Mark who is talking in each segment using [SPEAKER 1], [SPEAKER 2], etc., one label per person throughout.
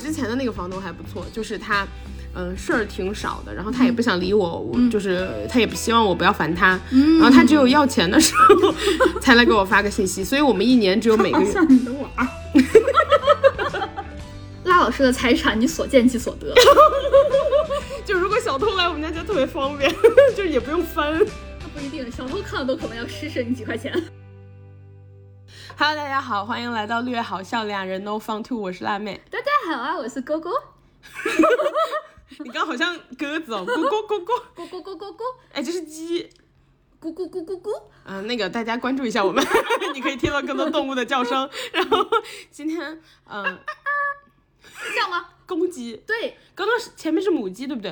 [SPEAKER 1] 之前的那个房东还不错，就是他，嗯、事儿挺少的，然后他也不想理我，我就是他也不希望我不要烦他，然后他只有要钱的时候才来给我发个信息，所以我们一年只有每个
[SPEAKER 2] 好
[SPEAKER 1] 月
[SPEAKER 2] 像你的娃 儿。
[SPEAKER 3] 啊拉老师的财产，你所见即所得。
[SPEAKER 1] 就如果小偷来我们家就特别方便， 就也不用翻。
[SPEAKER 3] 那 不一定，小偷看了都可能要施舍你几块钱。
[SPEAKER 1] Hello，大家好，欢迎来到略好笑俩人 No Fun Two，我是辣妹。
[SPEAKER 3] 大家好啊，我是勾勾
[SPEAKER 1] 你刚好像鸽子哦，咕咕咕咕，
[SPEAKER 3] 咕咕咕咕咕
[SPEAKER 1] 哎，这是鸡。
[SPEAKER 3] 咕咕咕咕咕。
[SPEAKER 1] 嗯、那个大家关注一下我们， 你可以听到更多动物的叫声。 然后今天，嗯、
[SPEAKER 3] 是这样吗？
[SPEAKER 1] 公鸡，
[SPEAKER 3] 对，
[SPEAKER 1] 刚刚是前面是母鸡，对不对？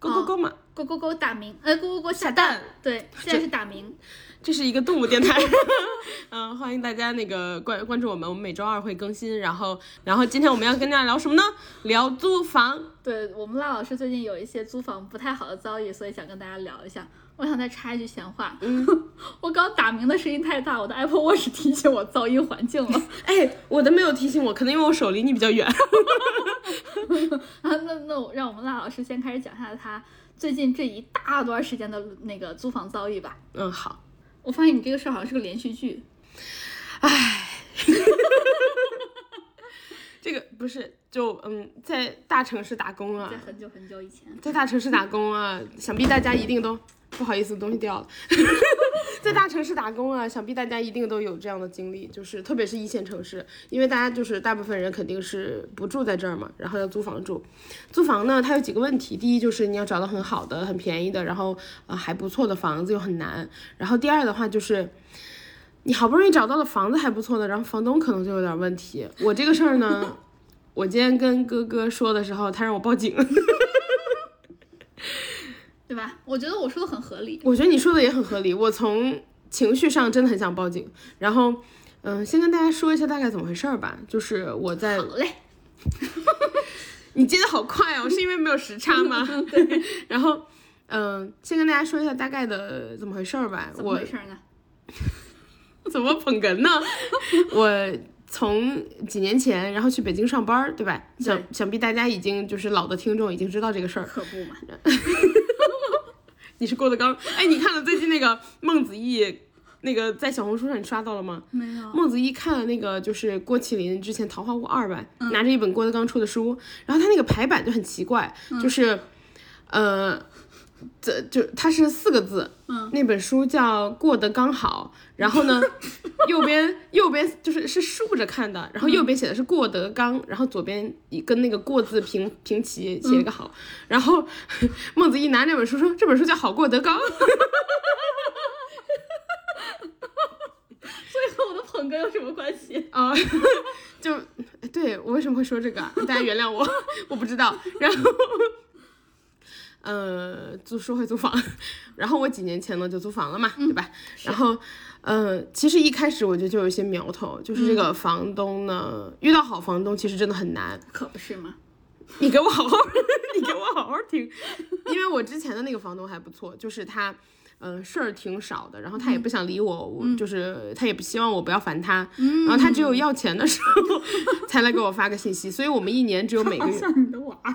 [SPEAKER 1] 咕咕咕嘛，
[SPEAKER 3] 咕咕咕打鸣，呃，咕咕咕下蛋。对，现在是打鸣。
[SPEAKER 1] 这是一个动物电台。 嗯、欢迎大家那个关关注我们，我们每周二会更新。然后，然后今天我们要跟大家聊什么呢？聊租房。
[SPEAKER 3] 对我们辣老师最近有一些租房不太好的遭遇，所以想跟大家聊一下。我想再插一句闲话， 我刚打鸣的声音太大，我的 Apple Watch 提醒我噪音环境了。
[SPEAKER 1] 哎，我的没有提醒我，可能因为我手离你比较远。
[SPEAKER 3] 啊，那那我让我们辣老师先开始讲一下他最近这一大段时间的那个租房遭遇吧。
[SPEAKER 1] 嗯，好。
[SPEAKER 3] 我发现你这个事儿好像是个连续剧，
[SPEAKER 1] 这个不是就嗯，在大城市打工啊
[SPEAKER 3] 在，很久很久以前，
[SPEAKER 1] 在大城市打工啊，想必大家一定都不好意思，东西掉了。 在大城市打工啊，想必大家一定都有这样的经历，就是特别是一线城市，因为大家就是大部分人肯定是不住在这儿嘛，然后要租房住。租房呢，它有几个问题，第一就是你要找到很好的、很便宜的，然后呃还不错的房子又很难。然后第二的话就是。你好不容易找到了房子还不错的，然后房东可能就有点问题。我这个事儿呢， 我今天跟哥哥说的时候，他让我报警。
[SPEAKER 3] 对吧？我觉得我说的很合理。
[SPEAKER 1] 我觉得你说的也很合理。我从情绪上真的很想报警，然后，嗯、先跟大家说一下大概怎么回事儿吧。就是我在，
[SPEAKER 3] 好嘞，
[SPEAKER 1] 你接的好快哦，是因为没有时差 吗？ 对。然后，嗯、先跟大家说一下大概的怎么回事儿吧。
[SPEAKER 3] 怎么
[SPEAKER 1] 我
[SPEAKER 3] 回事呢？
[SPEAKER 1] 怎么捧哏呢？我从几年前，然后去北京上班儿，对吧？想想必大家已经就是老的听众已经知道这个事儿。
[SPEAKER 3] 可 不嘛，
[SPEAKER 1] 你是郭德纲？哎，你看了最近那个孟子义，那个在小红书上你刷到了吗？
[SPEAKER 3] 没有。
[SPEAKER 1] 孟子义看了那个就是郭麒麟之前《桃花坞二》吧，拿着一本郭德纲出的书，然后他那个排版就很奇怪，就是，呃，这就它是四个字，
[SPEAKER 3] 嗯，
[SPEAKER 1] 那本书叫《过得刚好》，然后呢，右边右边就是是竖着看的，然后右边写的是过得刚，然后左边一跟那个过字平平齐，写了个好，然后 孟子义拿那本书说这本书叫《好过得刚》，
[SPEAKER 3] 所以和我的捧哏有什么关系？
[SPEAKER 1] 啊、就对我为什么会说这个啊？大家原谅我， 我不知道。然后，呃，租说回租房，然后我几年前呢就租房了嘛，对吧？然后，呃，其实一开始我觉得就有一些苗头，就是这个房东呢，遇到好房东其实真的很难。
[SPEAKER 3] 可不是 嘛。
[SPEAKER 1] 你给我好好， 你给我好好听，因为我之前的那个房东还不错，就是他，嗯、事儿挺少的，然后他也不想理我，我就是他也不希望我不要烦他，然后他只有要钱的时候 才来给我发个信息，所以我们一年只有每个
[SPEAKER 2] 好
[SPEAKER 1] 月，
[SPEAKER 2] 像你的娃儿。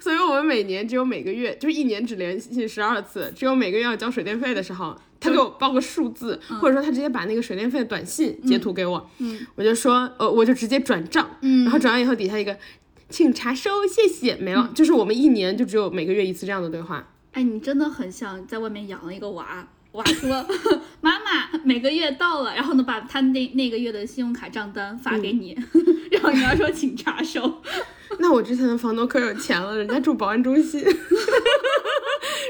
[SPEAKER 1] 所以我们每年只有每个月，就是一年只联系十二次，只有每个月要交水电费的时候，他给我报个数字，或者说他直接把那个水电费的短信截图给我，
[SPEAKER 3] 嗯
[SPEAKER 1] 我就说，呃，我就直接转账，
[SPEAKER 3] 嗯
[SPEAKER 1] 然后转完以后底下一个，请查收，谢谢，没
[SPEAKER 3] 嗯
[SPEAKER 1] 了。就是我们一年就只有每个月一次这样的对 话。
[SPEAKER 3] 哎，你真的很像在外面养了一个娃。娃说：“ 妈妈，每个月到了，然后呢，把他那那个月的信用卡账单发给你，
[SPEAKER 1] 嗯
[SPEAKER 3] 然后你要说请查收。
[SPEAKER 1] 那我之前的房东可有钱了，人家住保安中心。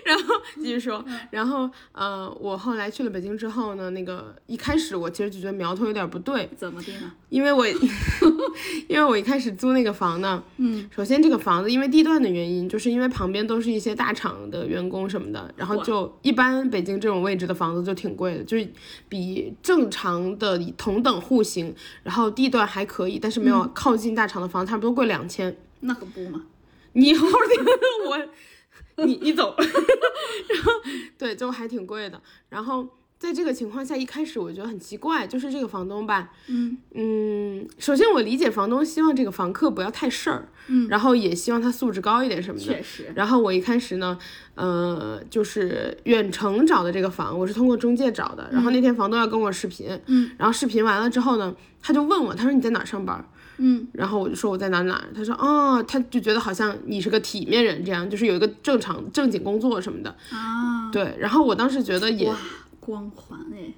[SPEAKER 1] 然后继续说，
[SPEAKER 3] 嗯
[SPEAKER 1] 然后呃，我后来去了北京之后呢，那个一开始我其实就觉得苗头有点不对，
[SPEAKER 3] 怎么的呢？
[SPEAKER 1] 因为我 因为我一开始租那个房呢，嗯，首先这个房子因为地段的原因，就是因为旁边都是一些大厂的员工什么的，然后就一般北京这种位置的房子就挺贵的，就是比正常的同等户型，然后地段还可以，但是没有靠近大厂的房子，差不多贵两千。
[SPEAKER 3] 那可不嘛。
[SPEAKER 1] 你好好听 我，你你走，然后对，就还挺贵的。然后在这个情况下，一开始我觉得很奇怪，就是这个房东吧，
[SPEAKER 3] 嗯
[SPEAKER 1] 嗯，首先我理解房东希望这个房客不要太事儿，
[SPEAKER 3] 嗯，
[SPEAKER 1] 然后也希望他素质高一点什么的
[SPEAKER 3] 确。实，
[SPEAKER 1] 然后我一开始呢，呃，就是远程找的这个房，我是通过中介找的。然后那天房东要跟我视频，
[SPEAKER 3] 嗯，
[SPEAKER 1] 然后视频完了之后呢，他就问我，他说你在哪儿上班？
[SPEAKER 3] 嗯，
[SPEAKER 1] 然后我就说我在哪儿哪儿，他说哦，他就觉得好像你是个体面人，这样就是有一个正常正经工作什么的。
[SPEAKER 3] 啊，
[SPEAKER 1] 对，然后我当时觉得也
[SPEAKER 3] 哇，光环哎，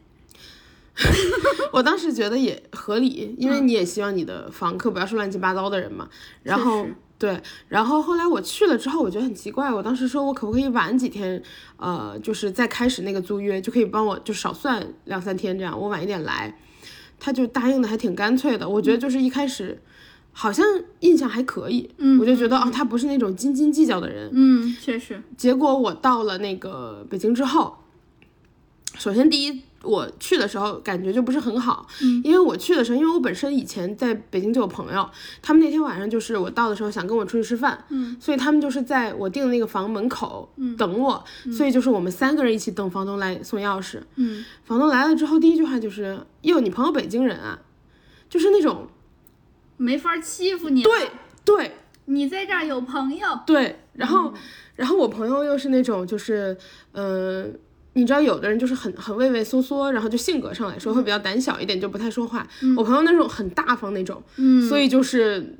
[SPEAKER 1] 我当时觉得也合理，因为你也希望你的房客不要是乱七八糟的人嘛。然后
[SPEAKER 3] 嗯确实
[SPEAKER 1] 对，然后后来我去了之后，我觉得很奇怪，我当时说我可不可以晚几天，呃，就是再开始那个租约，就可以帮我就少算两三天这样，我晚一点来。他就答应的还挺干脆的，我觉得就是一开始好像印象还可以，
[SPEAKER 3] 嗯
[SPEAKER 1] 我就觉得哦，他不是那种斤斤计较的人，
[SPEAKER 3] 嗯，确实，
[SPEAKER 1] 结果我到了那个北京之后，首先第一，我去的时候感觉就不是很好，因为我去的时候，因为我本身以前在北京就有朋友，他们那天晚上就是我到的时候想跟我出去吃饭，
[SPEAKER 3] 嗯，
[SPEAKER 1] 所以他们就是在我订的那个房门口等我，所以就是我们三个人一起等房东来送钥匙。
[SPEAKER 3] 嗯，
[SPEAKER 1] 房东来了之后，第一句话就是：“哟，你朋友北京人啊？”就是那种
[SPEAKER 3] 没法欺负你，
[SPEAKER 1] 对，对
[SPEAKER 3] 你在这儿有朋友，
[SPEAKER 1] 对，然后、
[SPEAKER 3] 嗯
[SPEAKER 1] 然后我朋友又是那种就是，嗯、你知道有的人就是很很畏畏缩缩，然后就性格上来说会比较胆小一点，就不太说话。我朋友那种很大方那种，
[SPEAKER 3] 嗯，
[SPEAKER 1] 所以就是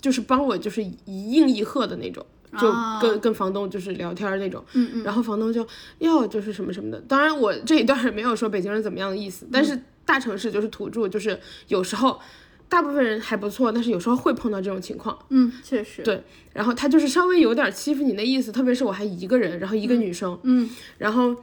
[SPEAKER 1] 就是帮我就是一应一和的那种。就
[SPEAKER 3] 啊
[SPEAKER 1] 跟跟房东就是聊天那种，
[SPEAKER 3] 嗯嗯
[SPEAKER 1] 然后房东就哟就是什么什么的。当然我这一段没有说北京人怎么样的意思，但
[SPEAKER 3] 嗯
[SPEAKER 1] 是大城市就是土著，就是有时候大部分人还不错，但是有时候会碰到这种情况。
[SPEAKER 3] 嗯，确实，
[SPEAKER 1] 对，然后他就是稍微有点欺负你的意思，特别是我还一个人，然后一个女生，
[SPEAKER 3] 嗯
[SPEAKER 1] 然后，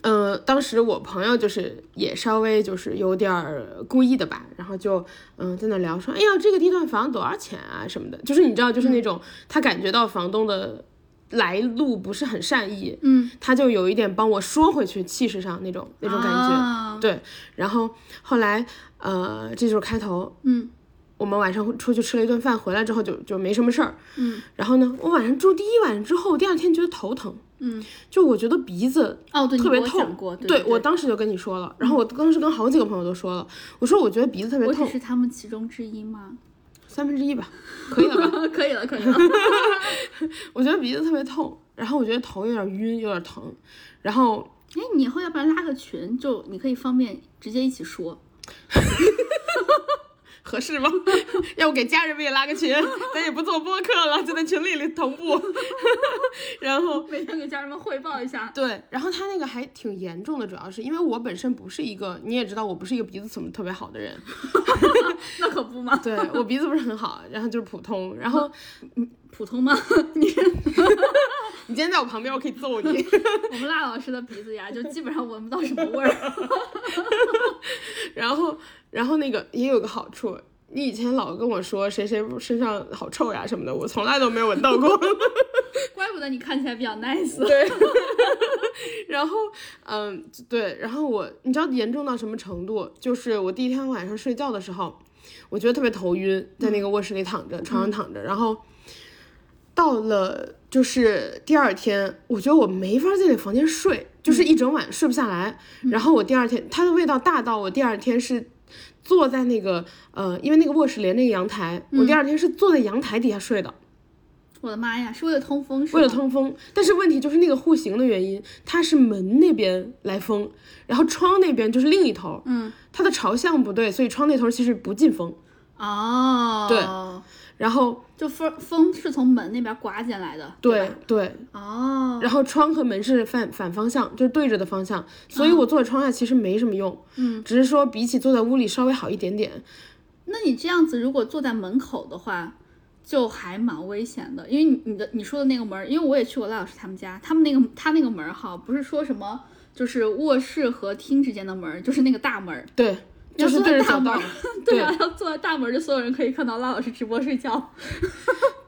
[SPEAKER 1] 呃，当时我朋友就是也稍微就是有点儿故意的吧，然后就嗯、在那聊说，哎呀，这个地段房多少钱啊什么的，就是你知道，
[SPEAKER 3] 嗯
[SPEAKER 1] 就是那种、他感觉到房东的来路不是很善意，
[SPEAKER 3] 嗯，
[SPEAKER 1] 他就有一点帮我说回去气势上那种那种感觉，
[SPEAKER 3] 啊
[SPEAKER 1] 对，然后后来呃这就是开头，
[SPEAKER 3] 嗯
[SPEAKER 1] 我们晚上会出去吃了一顿饭，回来之后就就没什么事儿。
[SPEAKER 3] 嗯
[SPEAKER 1] 然后呢，我晚上住第一晚上之后，第二天觉得头疼，
[SPEAKER 3] 嗯，
[SPEAKER 1] 就我觉得鼻子
[SPEAKER 3] 哦，对，你
[SPEAKER 1] 特别
[SPEAKER 3] 给我讲
[SPEAKER 1] 痛。
[SPEAKER 3] 过，
[SPEAKER 1] 对
[SPEAKER 3] 对
[SPEAKER 1] 我当时就跟你说了，然后我当时跟好几个朋友都说了，我说我觉得鼻子特别
[SPEAKER 3] 我只
[SPEAKER 1] 痛，
[SPEAKER 3] 是他们其中之 一吗？
[SPEAKER 1] 三分之一吧， 可以了吧？
[SPEAKER 3] 可以了，可 以了，哎
[SPEAKER 1] 我觉得鼻子特别痛，然后我觉得头有点晕，有点疼，然后
[SPEAKER 3] 哎，你以后要不然拉个群，就你可以方便直接一 起说。
[SPEAKER 1] 合适 吗？要不给家人们也拉个群，咱也不做播客了，就在群里里同步， 然后
[SPEAKER 3] 每天给家人们汇报一下。
[SPEAKER 1] 对，然后他那个还挺严重的，主要是因为我本身不是一个，你也知道我不是一个鼻子怎么特别好的人，
[SPEAKER 3] 那可不嘛，
[SPEAKER 1] 对我鼻子不是很好，然后就是普通，然后
[SPEAKER 3] 普通吗？
[SPEAKER 1] 你今天在我旁边，我可以揍你。
[SPEAKER 3] 我们辣老师的鼻子呀，就基本上闻不到什么味儿。
[SPEAKER 1] 然后，然后那个也有个好处，你以前老跟我说谁谁身上好臭呀什么的，我从来都没有闻到过。
[SPEAKER 3] 怪不得你看起来比较 nice。
[SPEAKER 1] 对， 然后，嗯，对，然后我，你知道严重到什么程度？就是我第一天晚上睡觉的时候，我觉得特别头晕，在那个卧室里躺着，床上躺着，然后到了就是第二天，我觉得我没法在那房间睡，就是一整晚睡不下来。然后我第二天，它的味道大到我第二天是。坐在那个呃，因为那个卧室连那个阳台，我第二天是坐在阳台底下睡的，
[SPEAKER 3] 我的妈呀，是为了通风是吗？
[SPEAKER 1] 为了通风，但是问题就是那个户型的原因，它是门那边来风，然后窗那边就是另一头，
[SPEAKER 3] 嗯，
[SPEAKER 1] 它的朝向不对，所以窗那头其实不进风。
[SPEAKER 3] 哦，对，
[SPEAKER 1] 然后
[SPEAKER 3] 就风风是从门那边刮进来的。
[SPEAKER 1] 对
[SPEAKER 3] 吧，
[SPEAKER 1] 对，
[SPEAKER 3] 哦，
[SPEAKER 1] 然后窗和门是反反方向，就是对着的方向，所以我坐在窗啊下其实没什么用，
[SPEAKER 3] 嗯，
[SPEAKER 1] 只是说比起坐在屋里稍微好一点点。
[SPEAKER 3] 那你这样子如果坐在门口的话，就还蛮危险的，因为你你的你说的那个门儿，因为我也去过赖老师他们家，他们那个他那个门儿哈，不是说什么就是卧室和厅之间的门儿，就是那个大门儿。
[SPEAKER 1] 对，
[SPEAKER 3] 你
[SPEAKER 1] 就
[SPEAKER 3] 要
[SPEAKER 1] 是
[SPEAKER 3] 坐
[SPEAKER 1] 对
[SPEAKER 3] 在
[SPEAKER 1] 着
[SPEAKER 3] 大
[SPEAKER 1] 走
[SPEAKER 3] 门
[SPEAKER 1] 道
[SPEAKER 3] 儿。， 对啊，要坐在大门儿，就所有人可以看到赖老师直播睡觉。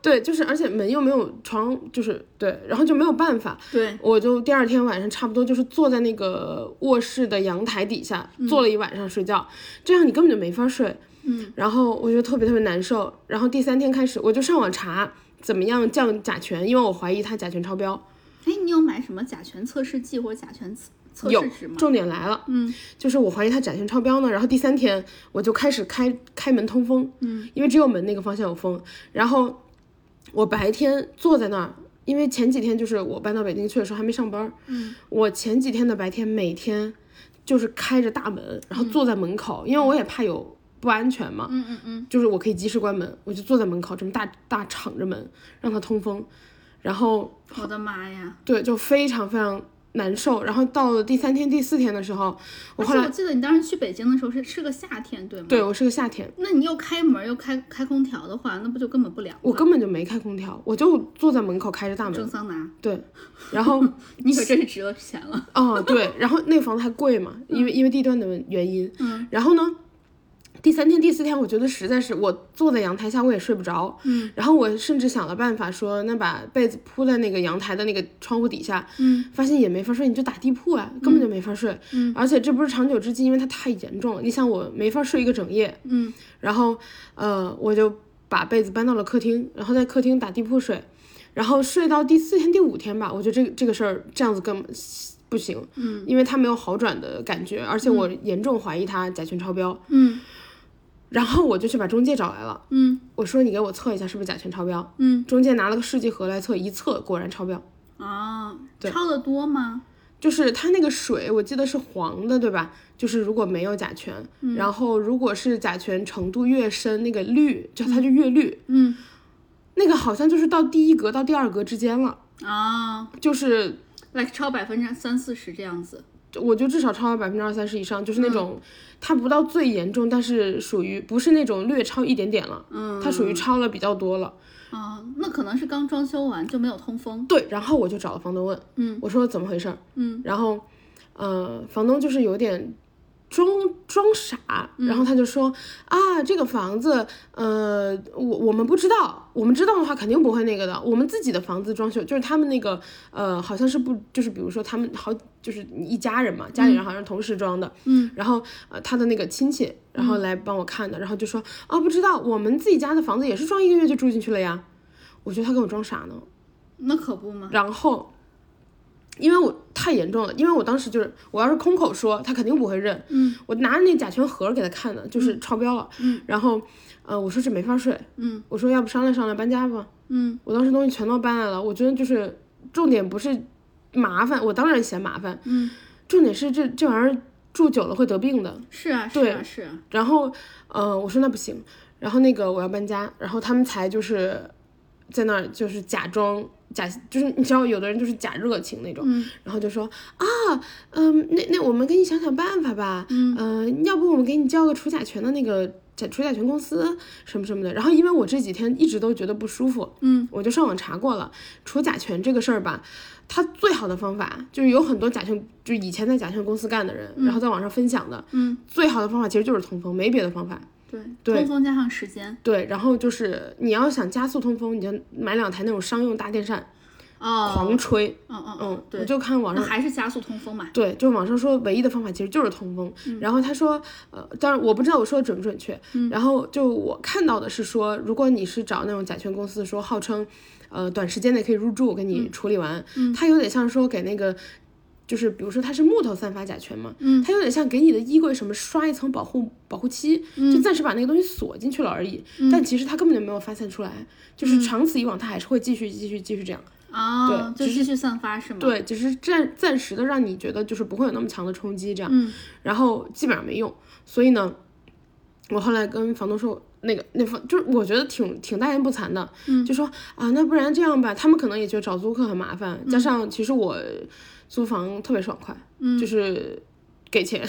[SPEAKER 1] 对，就是而且门又没有床，就是对，然后就没有办法，
[SPEAKER 3] 对，
[SPEAKER 1] 我就第二天晚上差不多就是坐在那个卧室的阳台底下坐了一晚上睡觉，这样你根本就没法睡。
[SPEAKER 3] 嗯，
[SPEAKER 1] 然后我就特别特别难受。然后第三天开始，我就上网查怎么样降甲醛，因为我怀疑它甲醛超标。
[SPEAKER 3] 哎，你有买什么甲醛测试剂或者甲醛测测
[SPEAKER 1] 有
[SPEAKER 3] 试纸吗？
[SPEAKER 1] 重点来了，
[SPEAKER 3] 嗯，
[SPEAKER 1] 就是我怀疑它展现超标呢。然后第三天我就开始开开门通风，嗯，因为只有门那个方向有风。然后我白天坐在那儿，因为前几天就是我搬到北京去的时候还没上班，嗯，我前几天的白天每天就是开着大门，然后坐在门口，因为我也怕有不安全嘛，
[SPEAKER 3] 嗯嗯嗯，
[SPEAKER 1] 就是我可以及时关门，我就坐在门口这么大大敞着门让它通风，然后
[SPEAKER 3] 我的妈呀！
[SPEAKER 1] 对就非常非常难受。然后到了第三天第四天的时候，我
[SPEAKER 3] 而
[SPEAKER 1] 后
[SPEAKER 3] 且
[SPEAKER 1] 来
[SPEAKER 3] 我记得你当时去北京的时候是是个夏天，对吗？
[SPEAKER 1] 对我是个夏天，
[SPEAKER 3] 那你又开门又开开空调的话，那不就根本不凉
[SPEAKER 1] 我
[SPEAKER 3] 了？
[SPEAKER 1] 根本就没开空调，我就坐在门口开着大
[SPEAKER 3] 蒸
[SPEAKER 1] 门，
[SPEAKER 3] 桑拿，
[SPEAKER 1] 对，然后
[SPEAKER 3] 你可真是值了钱了。
[SPEAKER 1] 哦对，然后那个房子还贵嘛，因为因为地段的原因，嗯，然后呢。第三天、第四天，我觉得实在是我坐在阳台下，我也睡不着。嗯，然后我甚至想了办法说，那把被子铺在那个阳台的那个窗户底下，
[SPEAKER 3] 嗯，
[SPEAKER 1] 发现也没法睡，你就打地铺啊，根本就没法睡。嗯，而且这不是长久之计，因为它太严重了。你想，我没法睡一个整夜。
[SPEAKER 3] 嗯，
[SPEAKER 1] 然后呃，我就把被子搬到了客厅，然后在客厅打地铺睡，然后睡到第四天、第五天吧，我觉得这个这个事儿这样子根本不行。嗯，因为它没有好转的感觉，而且我严重怀疑它甲醛超标。
[SPEAKER 3] 嗯
[SPEAKER 1] 然后我就去把中介找来了，
[SPEAKER 3] 嗯
[SPEAKER 1] 我说你给我测一下是不是甲醛超标。
[SPEAKER 3] 嗯
[SPEAKER 1] 中介拿了个试剂盒来测，一测果然超标，
[SPEAKER 3] 啊，超的多吗？
[SPEAKER 1] 就是它那个水我记得是黄的，对吧？就是如果没有甲醛，然后如果是甲醛程度越深，那个绿就它就越绿，
[SPEAKER 3] 嗯
[SPEAKER 1] 那个好像就是到第一格到第二格之间了，
[SPEAKER 3] 啊
[SPEAKER 1] 就是
[SPEAKER 3] ，like 超百分之三四十这样子。
[SPEAKER 1] 我就至少超过百分之二三十以上，就是那种、它不到最严重，但是属于不是那种略超一点点了，
[SPEAKER 3] 嗯
[SPEAKER 1] 它属于超了比较多了。
[SPEAKER 3] 啊，那可能是刚装修完就没有通风。
[SPEAKER 1] 对，然后我就找了房东问，
[SPEAKER 3] 嗯，
[SPEAKER 1] 我说怎么回事儿，
[SPEAKER 3] 嗯，
[SPEAKER 1] 然后，呃，房东就是有点装装傻，
[SPEAKER 3] 嗯
[SPEAKER 1] 然后他就说、啊，这个房子，呃，我我们不知道，我们知道的话肯定不会那个的，我们自己的房子装修就是他们那个，呃，好像是不就是比如说他们好就是一家人嘛，家里人好像是同时装的，
[SPEAKER 3] 嗯，
[SPEAKER 1] 然后呃他的那个亲戚，然后来帮我看的，然后就说啊不知道，我们自己家的房子也是装一个月就住进去了呀，我觉得他跟我装傻呢。
[SPEAKER 3] 那可不嘛。
[SPEAKER 1] 然后，因为我太严重了，因为我当时就是，我要是空口说，他肯定不会认。
[SPEAKER 3] 嗯，
[SPEAKER 1] 我拿着那甲醛盒给他看的，就是超标了。嗯，然后，呃，我说这没法睡。
[SPEAKER 3] 嗯，
[SPEAKER 1] 我说要不商量商量搬家吧。
[SPEAKER 3] 嗯，
[SPEAKER 1] 我当时东西全都搬来了，我觉得就是重点不是麻烦，我当然嫌麻烦。
[SPEAKER 3] 嗯，
[SPEAKER 1] 重点是这这玩意儿住久了会得病的。
[SPEAKER 3] 是啊，是
[SPEAKER 1] 对
[SPEAKER 3] 啊，是啊。
[SPEAKER 1] 然后，呃，我说那不行，然后那个我要搬家，然后他们才就是在那儿就是假装假，就是你知道有的人就是假热情那种，然后就说啊，嗯、那那我们给你想想办法吧，嗯、要不我们给你叫个除甲醛的那个甲除甲醛公司什么什么的。然后因为我这几天一直都觉得不舒服，
[SPEAKER 3] 嗯，
[SPEAKER 1] 我就上网查过了，除甲醛这个事儿吧，它最好的方法就是有很多甲醛，就以前在甲醛公司干的人，然后在网上分享的，
[SPEAKER 3] 嗯，
[SPEAKER 1] 最好的方法其实就是通风，没别的方法。
[SPEAKER 3] 对，
[SPEAKER 1] 对
[SPEAKER 3] 通风加上时间。
[SPEAKER 1] 对，然后就是你要想加速通风，你就买两台那种商用大电扇，
[SPEAKER 3] 哦，
[SPEAKER 1] 狂吹。
[SPEAKER 3] 嗯嗯
[SPEAKER 1] 嗯
[SPEAKER 3] 嗯，，
[SPEAKER 1] 我
[SPEAKER 3] 对，
[SPEAKER 1] 就看网
[SPEAKER 3] 那
[SPEAKER 1] 上
[SPEAKER 3] 还是加速通风嘛。
[SPEAKER 1] 对，就网上说唯一的方法其实就是通风。然后他说，呃，当然我不知道我说的准不准确。然后就我看到的是说，如果你是找那种甲醛公司说号称，呃，短时间内可以入住，给你处理完，它有点像说给那个。就是比如说它是木头散发甲醛嘛，
[SPEAKER 3] 嗯
[SPEAKER 1] 它有点像给你的衣柜什么刷一层保护保护漆，就暂时把那个东西锁进去了而已。但其实它根本就没有发散出来，就是长此以往，它还是会继续继续继续这样。
[SPEAKER 3] 啊，就
[SPEAKER 1] 对
[SPEAKER 3] 继续散发是吗？，
[SPEAKER 1] 对，只是暂暂时的让你觉得就是不会有那么强的冲击这样，
[SPEAKER 3] 嗯
[SPEAKER 1] 然后基本上没用。所以呢，我后来跟房东说，那个那房就是我觉得挺挺大言不惭的，
[SPEAKER 3] 嗯
[SPEAKER 1] 就说啊，那不然这样吧，他们可能也觉得找租客很麻烦，加上其实我租房特别爽快，
[SPEAKER 3] 嗯
[SPEAKER 1] 就是给钱、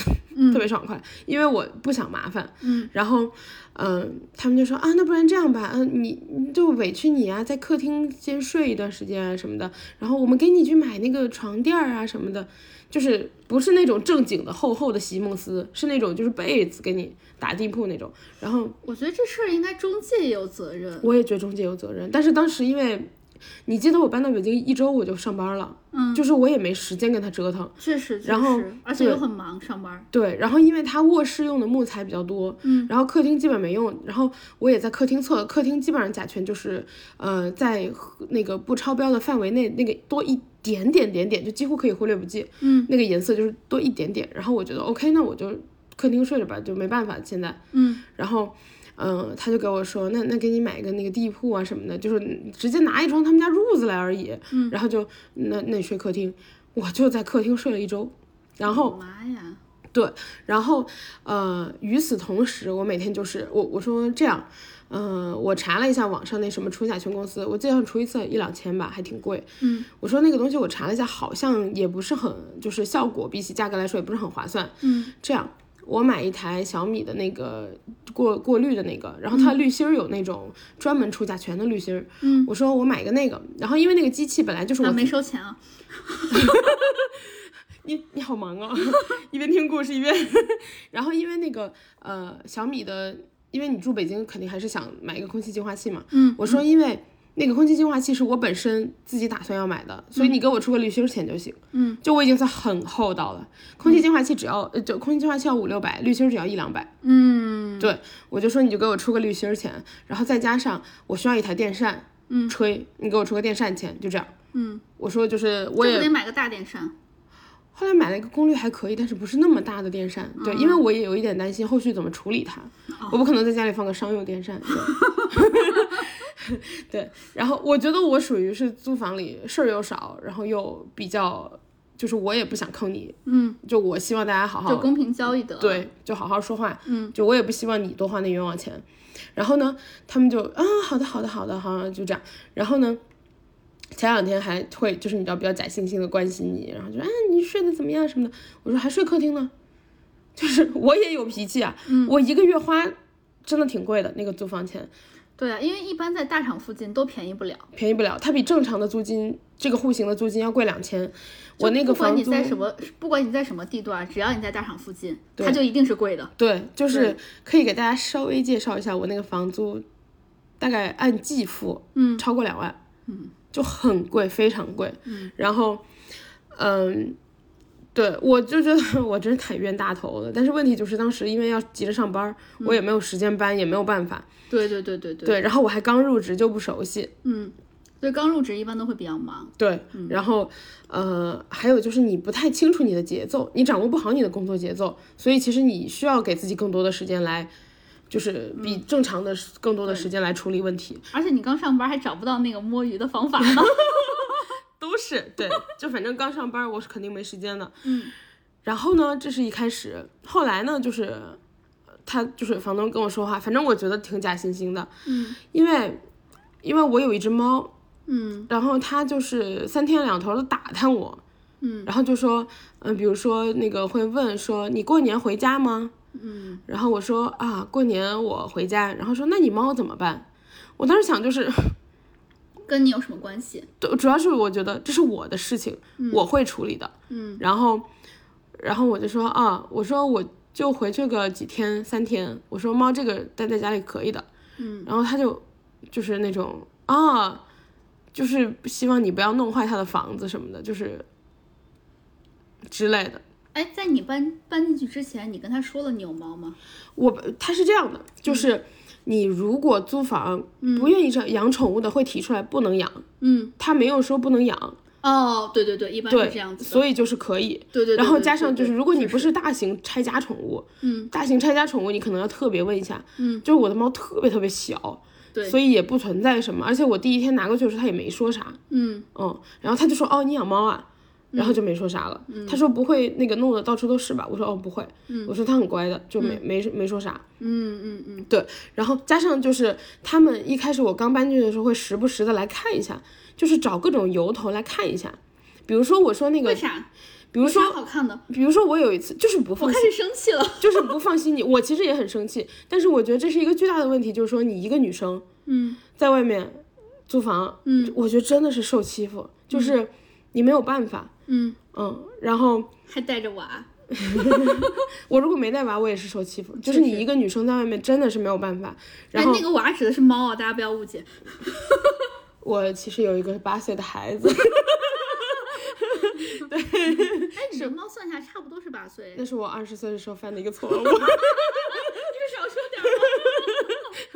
[SPEAKER 1] 特别爽快，因为我不想麻烦，
[SPEAKER 3] 嗯，
[SPEAKER 1] 然后，嗯、他们就说啊，那不然这样吧，嗯、你你就委屈你啊，在客厅先睡一段时间啊什么的，然后我们给你去买那个床垫儿啊什么的，就是不是那种正经的厚厚的席梦思，是那种就是被子给你打地铺那种。然后
[SPEAKER 3] 我觉得这事儿应该中介也有责任。
[SPEAKER 1] 我也觉得中介有责任，但是当时因为你记得我搬到北京一周我就上班了，
[SPEAKER 3] 嗯，
[SPEAKER 1] 就是我也没时间跟他折腾。
[SPEAKER 3] 确实，确
[SPEAKER 1] 然后
[SPEAKER 3] 实而且
[SPEAKER 1] 对
[SPEAKER 3] 又很忙，上班儿。
[SPEAKER 1] 对，然后因为他卧室用的木材比较多，
[SPEAKER 3] 嗯，
[SPEAKER 1] 然后客厅基本没用，然后我也在客厅测，客厅基本上甲醛就是，呃，在和那个不超标的范围内，那个多一点点点点，就几乎可以忽略不计，
[SPEAKER 3] 嗯，
[SPEAKER 1] 那个颜色就是多一点点，然后我觉得 OK，那我就客厅睡着吧，就没办法现在，
[SPEAKER 3] 嗯，
[SPEAKER 1] 然后。嗯，他就给我说，那那给你买个那个地铺啊什么的，就是直接拿一床他们家褥子来而已。嗯，然后就那那你睡客厅，我就在客厅睡了一周，然后
[SPEAKER 3] 妈呀，
[SPEAKER 1] 然后，呃，与此同时，我每天就是我我说这样，嗯、我查了一下网上那什么除甲醛公司，我记得好像除一次一两千吧，还挺贵。
[SPEAKER 3] 嗯，
[SPEAKER 1] 我说那个东西我查了一下，好像也不是很，就是效果比起价格来说也不是很划算。
[SPEAKER 3] 嗯，
[SPEAKER 1] 这样，我买一台小米的那个过过滤的那个，然后它滤芯儿有那种专门除甲醛的滤芯儿。
[SPEAKER 3] 嗯，
[SPEAKER 1] 我说我买一个那个，然后因为那个机器本来就是我
[SPEAKER 3] 啊，
[SPEAKER 1] 自己
[SPEAKER 3] 没收钱啊，
[SPEAKER 1] 你你好忙哦， 一边听故事一边，然后因为那个呃小米的，因为你住北京，肯定还是想买一个空气净化器嘛。
[SPEAKER 3] 嗯，
[SPEAKER 1] 我说因为那个空气净化器是我本身自己打算要买的，所以你给我出个滤芯儿钱就行。
[SPEAKER 3] 嗯，
[SPEAKER 1] 就我已经算很厚道了，空气净化器只要、呃就空气净化器要五六百，滤芯儿只要一两百。
[SPEAKER 3] 嗯，
[SPEAKER 1] 对，我就说你就给我出个滤芯儿钱，然后再加上我需要一台电扇，
[SPEAKER 3] 嗯，
[SPEAKER 1] 吹，你给我出个电扇钱，就这样。
[SPEAKER 3] 嗯，
[SPEAKER 1] 我说就是我
[SPEAKER 3] 这
[SPEAKER 1] 也
[SPEAKER 3] 不得买个大电扇，
[SPEAKER 1] 后来买了一个功率还可以，但是不是那么大的电扇，对，因为我也有一点担心后续怎么处理它，我不可能在家里放个商用电扇，对，对。然后我觉得我属于是租房里事儿又少，然后又比较，就是我也不想坑你，
[SPEAKER 3] 嗯，
[SPEAKER 1] 就我希望大家好好
[SPEAKER 3] 就公平交易得了。，
[SPEAKER 1] 对，就好好说话。嗯，就我也不希望你多花那冤枉钱。然后呢，他们就啊，好的，好的，好的，好的，就这样。然后呢，前两天还会就是你知道比较假惺惺的关心你，然后就啊你睡得怎么样什么的。我说还睡客厅呢，就是我也有脾气啊。
[SPEAKER 3] 嗯
[SPEAKER 1] 我一个月花真的挺贵的，那个租房钱
[SPEAKER 3] 对啊，因为一般在大厂附近都便宜不了。
[SPEAKER 1] 便宜不了，它比正常的租金这个户型的租金要贵两千。我那个
[SPEAKER 3] 不管
[SPEAKER 1] 房
[SPEAKER 3] 你
[SPEAKER 1] 租
[SPEAKER 3] 在什么，不管你在什么地段，只要你在大厂附近，
[SPEAKER 1] 对
[SPEAKER 3] 它就一定是贵的。
[SPEAKER 1] 对，就是
[SPEAKER 3] 对
[SPEAKER 1] 可以给大家稍微介绍一下我那个房租，大概按季付，
[SPEAKER 3] 嗯
[SPEAKER 1] 超过两万，嗯，就很贵，非常贵，嗯，然后，嗯。对，我就觉得 我真是太冤大头了。但是问题就是，当时因为要急着上班儿，我也没有时间搬，也没有办法。
[SPEAKER 3] 对对对对对，
[SPEAKER 1] 对，然后我还刚入职就不熟悉，
[SPEAKER 3] 嗯，所以刚入职一般都会比较忙。
[SPEAKER 1] 对，然后呃，还有就是你不太清楚你的节奏，你掌握不好你的工作节奏，所以其实你需要给自己更多的时间来，就是比正常的时更多的时间来处理问题，
[SPEAKER 3] 而且你刚上班还找不到那个摸鱼的方法 呢。
[SPEAKER 1] 都是 对，就反正刚上班儿我是肯定没时间的。
[SPEAKER 3] 嗯
[SPEAKER 1] 然后呢，这是一开始，后来呢就是呃他就是房东跟我说话，反正我觉得挺假惺惺的，
[SPEAKER 3] 嗯
[SPEAKER 1] 因为因为我有一只猫，
[SPEAKER 3] 嗯
[SPEAKER 1] 然后他就是三天两头的打探我，
[SPEAKER 3] 嗯，
[SPEAKER 1] 然后就说，嗯、比如说那个会问说你过年回家吗？
[SPEAKER 3] 嗯，
[SPEAKER 1] 然后我说啊，过年我回家，然后说那你猫怎么办？我当时想就是，
[SPEAKER 3] 跟你有什么关系？
[SPEAKER 1] 对，主要是我觉得这是我的事情，我会处理的，
[SPEAKER 3] 嗯，
[SPEAKER 1] 然后，然后我就说啊，我说我就回去个几天三天，我说猫这个待在家里可以的，
[SPEAKER 3] 嗯，
[SPEAKER 1] 然后他就就是那种啊，就是希望你不要弄坏他的房子什么的，就是之类的。
[SPEAKER 3] 哎，在你搬搬进去之前，你跟他说了你有猫吗？
[SPEAKER 1] 我他是这样的，
[SPEAKER 3] 嗯
[SPEAKER 1] 就是你如果租房、不愿意这养宠物的，会提出来不能养，
[SPEAKER 3] 嗯，
[SPEAKER 1] 他没有说不能养，
[SPEAKER 3] 哦，对对对，一般是这样子的。
[SPEAKER 1] 所以就是可以。
[SPEAKER 3] 对对对
[SPEAKER 1] 然后
[SPEAKER 3] 对
[SPEAKER 1] 加
[SPEAKER 3] 对
[SPEAKER 1] 上就
[SPEAKER 3] 对
[SPEAKER 1] 是，如果你不是大型拆家宠物，
[SPEAKER 3] 嗯，
[SPEAKER 1] 大型拆家宠物你可能要特别问一下，
[SPEAKER 3] 嗯，
[SPEAKER 1] 就是我的猫特别特别小，
[SPEAKER 3] 对
[SPEAKER 1] 所以也不存在什么。而且我第一天拿过去的时候，它也没说啥，
[SPEAKER 3] 嗯
[SPEAKER 1] 嗯，然后他就说哦，你养猫啊，然后就没说啥了。
[SPEAKER 3] 嗯
[SPEAKER 1] 他说不会那个弄得到处都是吧？我说哦不会，我说它很乖的，就没、没没说啥。
[SPEAKER 3] 嗯嗯嗯，
[SPEAKER 1] 对，然后加上就是他们一开始我刚搬进去的时候，会时不时的来看一下，就是找各种由头来看一下。比如说我说那个
[SPEAKER 3] 为，啥？
[SPEAKER 1] 比如说
[SPEAKER 3] 有啥好看的，
[SPEAKER 1] 比如说我有一次就是不
[SPEAKER 3] 我
[SPEAKER 1] 放
[SPEAKER 3] 开
[SPEAKER 1] 心，
[SPEAKER 3] 始生气了。
[SPEAKER 1] 就是不放心你。我其实也很生气，但是我觉得这是一个巨大的问题，就是说你一个女生
[SPEAKER 3] 嗯
[SPEAKER 1] 在外面租房，嗯，我觉得真的是受欺负，就是你没有办法，
[SPEAKER 3] 嗯，
[SPEAKER 1] 嗯，然后
[SPEAKER 3] 还带着娃。
[SPEAKER 1] 我如果没带娃，我也是受欺负，就是你一个女生在外面真的是没有办法。然
[SPEAKER 3] 哎，
[SPEAKER 1] 后
[SPEAKER 3] 那个娃指的是猫啊，大家不要误解。
[SPEAKER 1] 我其实有一个八岁的孩子，
[SPEAKER 3] 哎，你人猫算下差不多是八岁，
[SPEAKER 1] 那是我二十岁的时候犯的一个错误。
[SPEAKER 3] 就少说点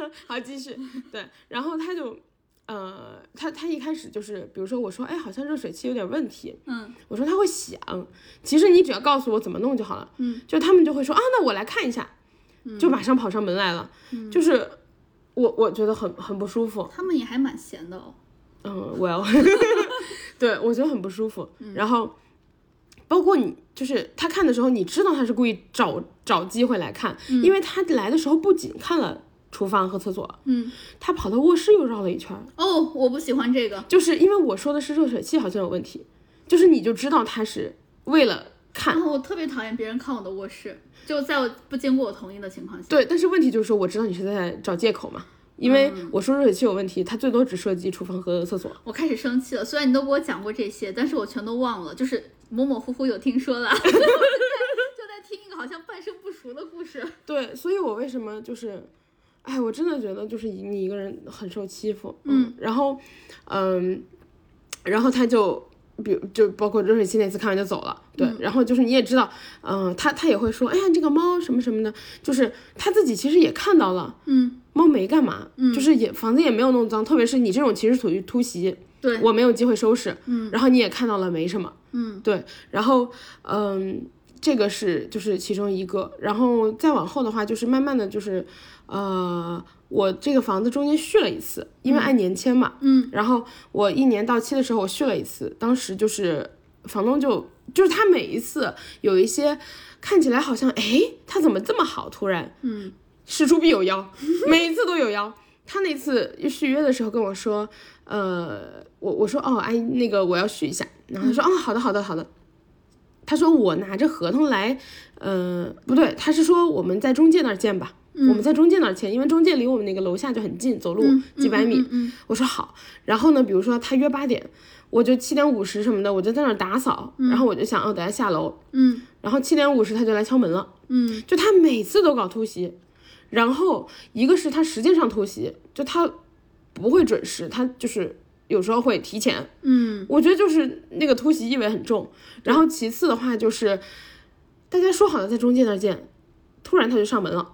[SPEAKER 3] 儿
[SPEAKER 1] 好，继续。对，然后他就，呃，他他一开始就是，比如说我说，哎，好像热水器有点问题，
[SPEAKER 3] 嗯，
[SPEAKER 1] 我说它会响，其实你只要告诉我怎么弄就好了，嗯，就他们就会说啊，那我来看一下，就马上跑上门来了，就是我我觉得很很不舒服，
[SPEAKER 3] 他们也还蛮闲的哦。
[SPEAKER 1] 嗯，well，对我觉得很不舒服。然后，包括你，就是他看的时候，你知道他是故意找找机会来看，因为他来的时候不仅看了厨房和厕所，
[SPEAKER 3] 嗯，
[SPEAKER 1] 他跑到卧室又绕了一圈儿，
[SPEAKER 3] 哦，我不喜欢这个。
[SPEAKER 1] 就是因为我说的是热水器好像有问题，就是你就知道他是为了看。
[SPEAKER 3] 然后我特别讨厌别人看我的卧室，就在我不经过我同意的情况下。
[SPEAKER 1] 对，但是问题就是我知道你是在找借口嘛，因为我说热水器有问题，他最多只涉及厨房和厕所。
[SPEAKER 3] 我开始生气了，虽然你都给我讲过这些，但是我全都忘了，就是模模糊糊有听说了， 就在就在听一个好像半生不熟的故事。
[SPEAKER 1] 对，所以我为什么就是，哎，我真的觉得就是你一个人很受欺负，嗯，然后，嗯，然后他就，比如就包括热水器那次看完就走了，对，然后就是你也知道，嗯、他他也会说，哎呀，这个猫什么什么的，就是他自己其实也看到了，
[SPEAKER 3] 嗯，
[SPEAKER 1] 猫没干嘛，嗯，就是也房子也没有弄脏，特别是你这种其实属于突袭，
[SPEAKER 3] 对，
[SPEAKER 1] 我没有机会收拾，嗯，然后你也看到了没什么，嗯，对，然后嗯，这个是就是其中一个，然后再往后的话就是慢慢的就是，呃，我这个房子中间续了一次，因为按年签嘛，嗯，然后我一年到期的时候我续了一次，当时就是房东就就是他每一次有一些看起来好像哎他怎么这么好，突然，
[SPEAKER 3] 嗯，
[SPEAKER 1] 事出必有妖，每一次都有妖。他那次续约的时候跟我说，呃，我我说哦，阿姨，那个我要续一下，然后他说哦，好的，好的，好的。他说我拿着合同来，呃，不对，他是说我们在中介那儿见吧，我们在中介那儿签，因为中介离我们那个楼下就很近，走路几百米。
[SPEAKER 3] 嗯嗯嗯
[SPEAKER 1] 我说好，然后呢，比如说他约八点，我就七点五十什么的，我就在那儿打扫，然后我就想哦，等下下楼，
[SPEAKER 3] 嗯
[SPEAKER 1] 然后七点五十他就来敲门了。
[SPEAKER 3] 嗯
[SPEAKER 1] 就他每次都搞突袭，然后一个是他时间上突袭，就他不会准时，他就是有时候会提前，
[SPEAKER 3] 嗯
[SPEAKER 1] 我觉得就是那个突袭意味很重。然后其次的话就是，大家说好了在中介那儿见，突然他就上门了，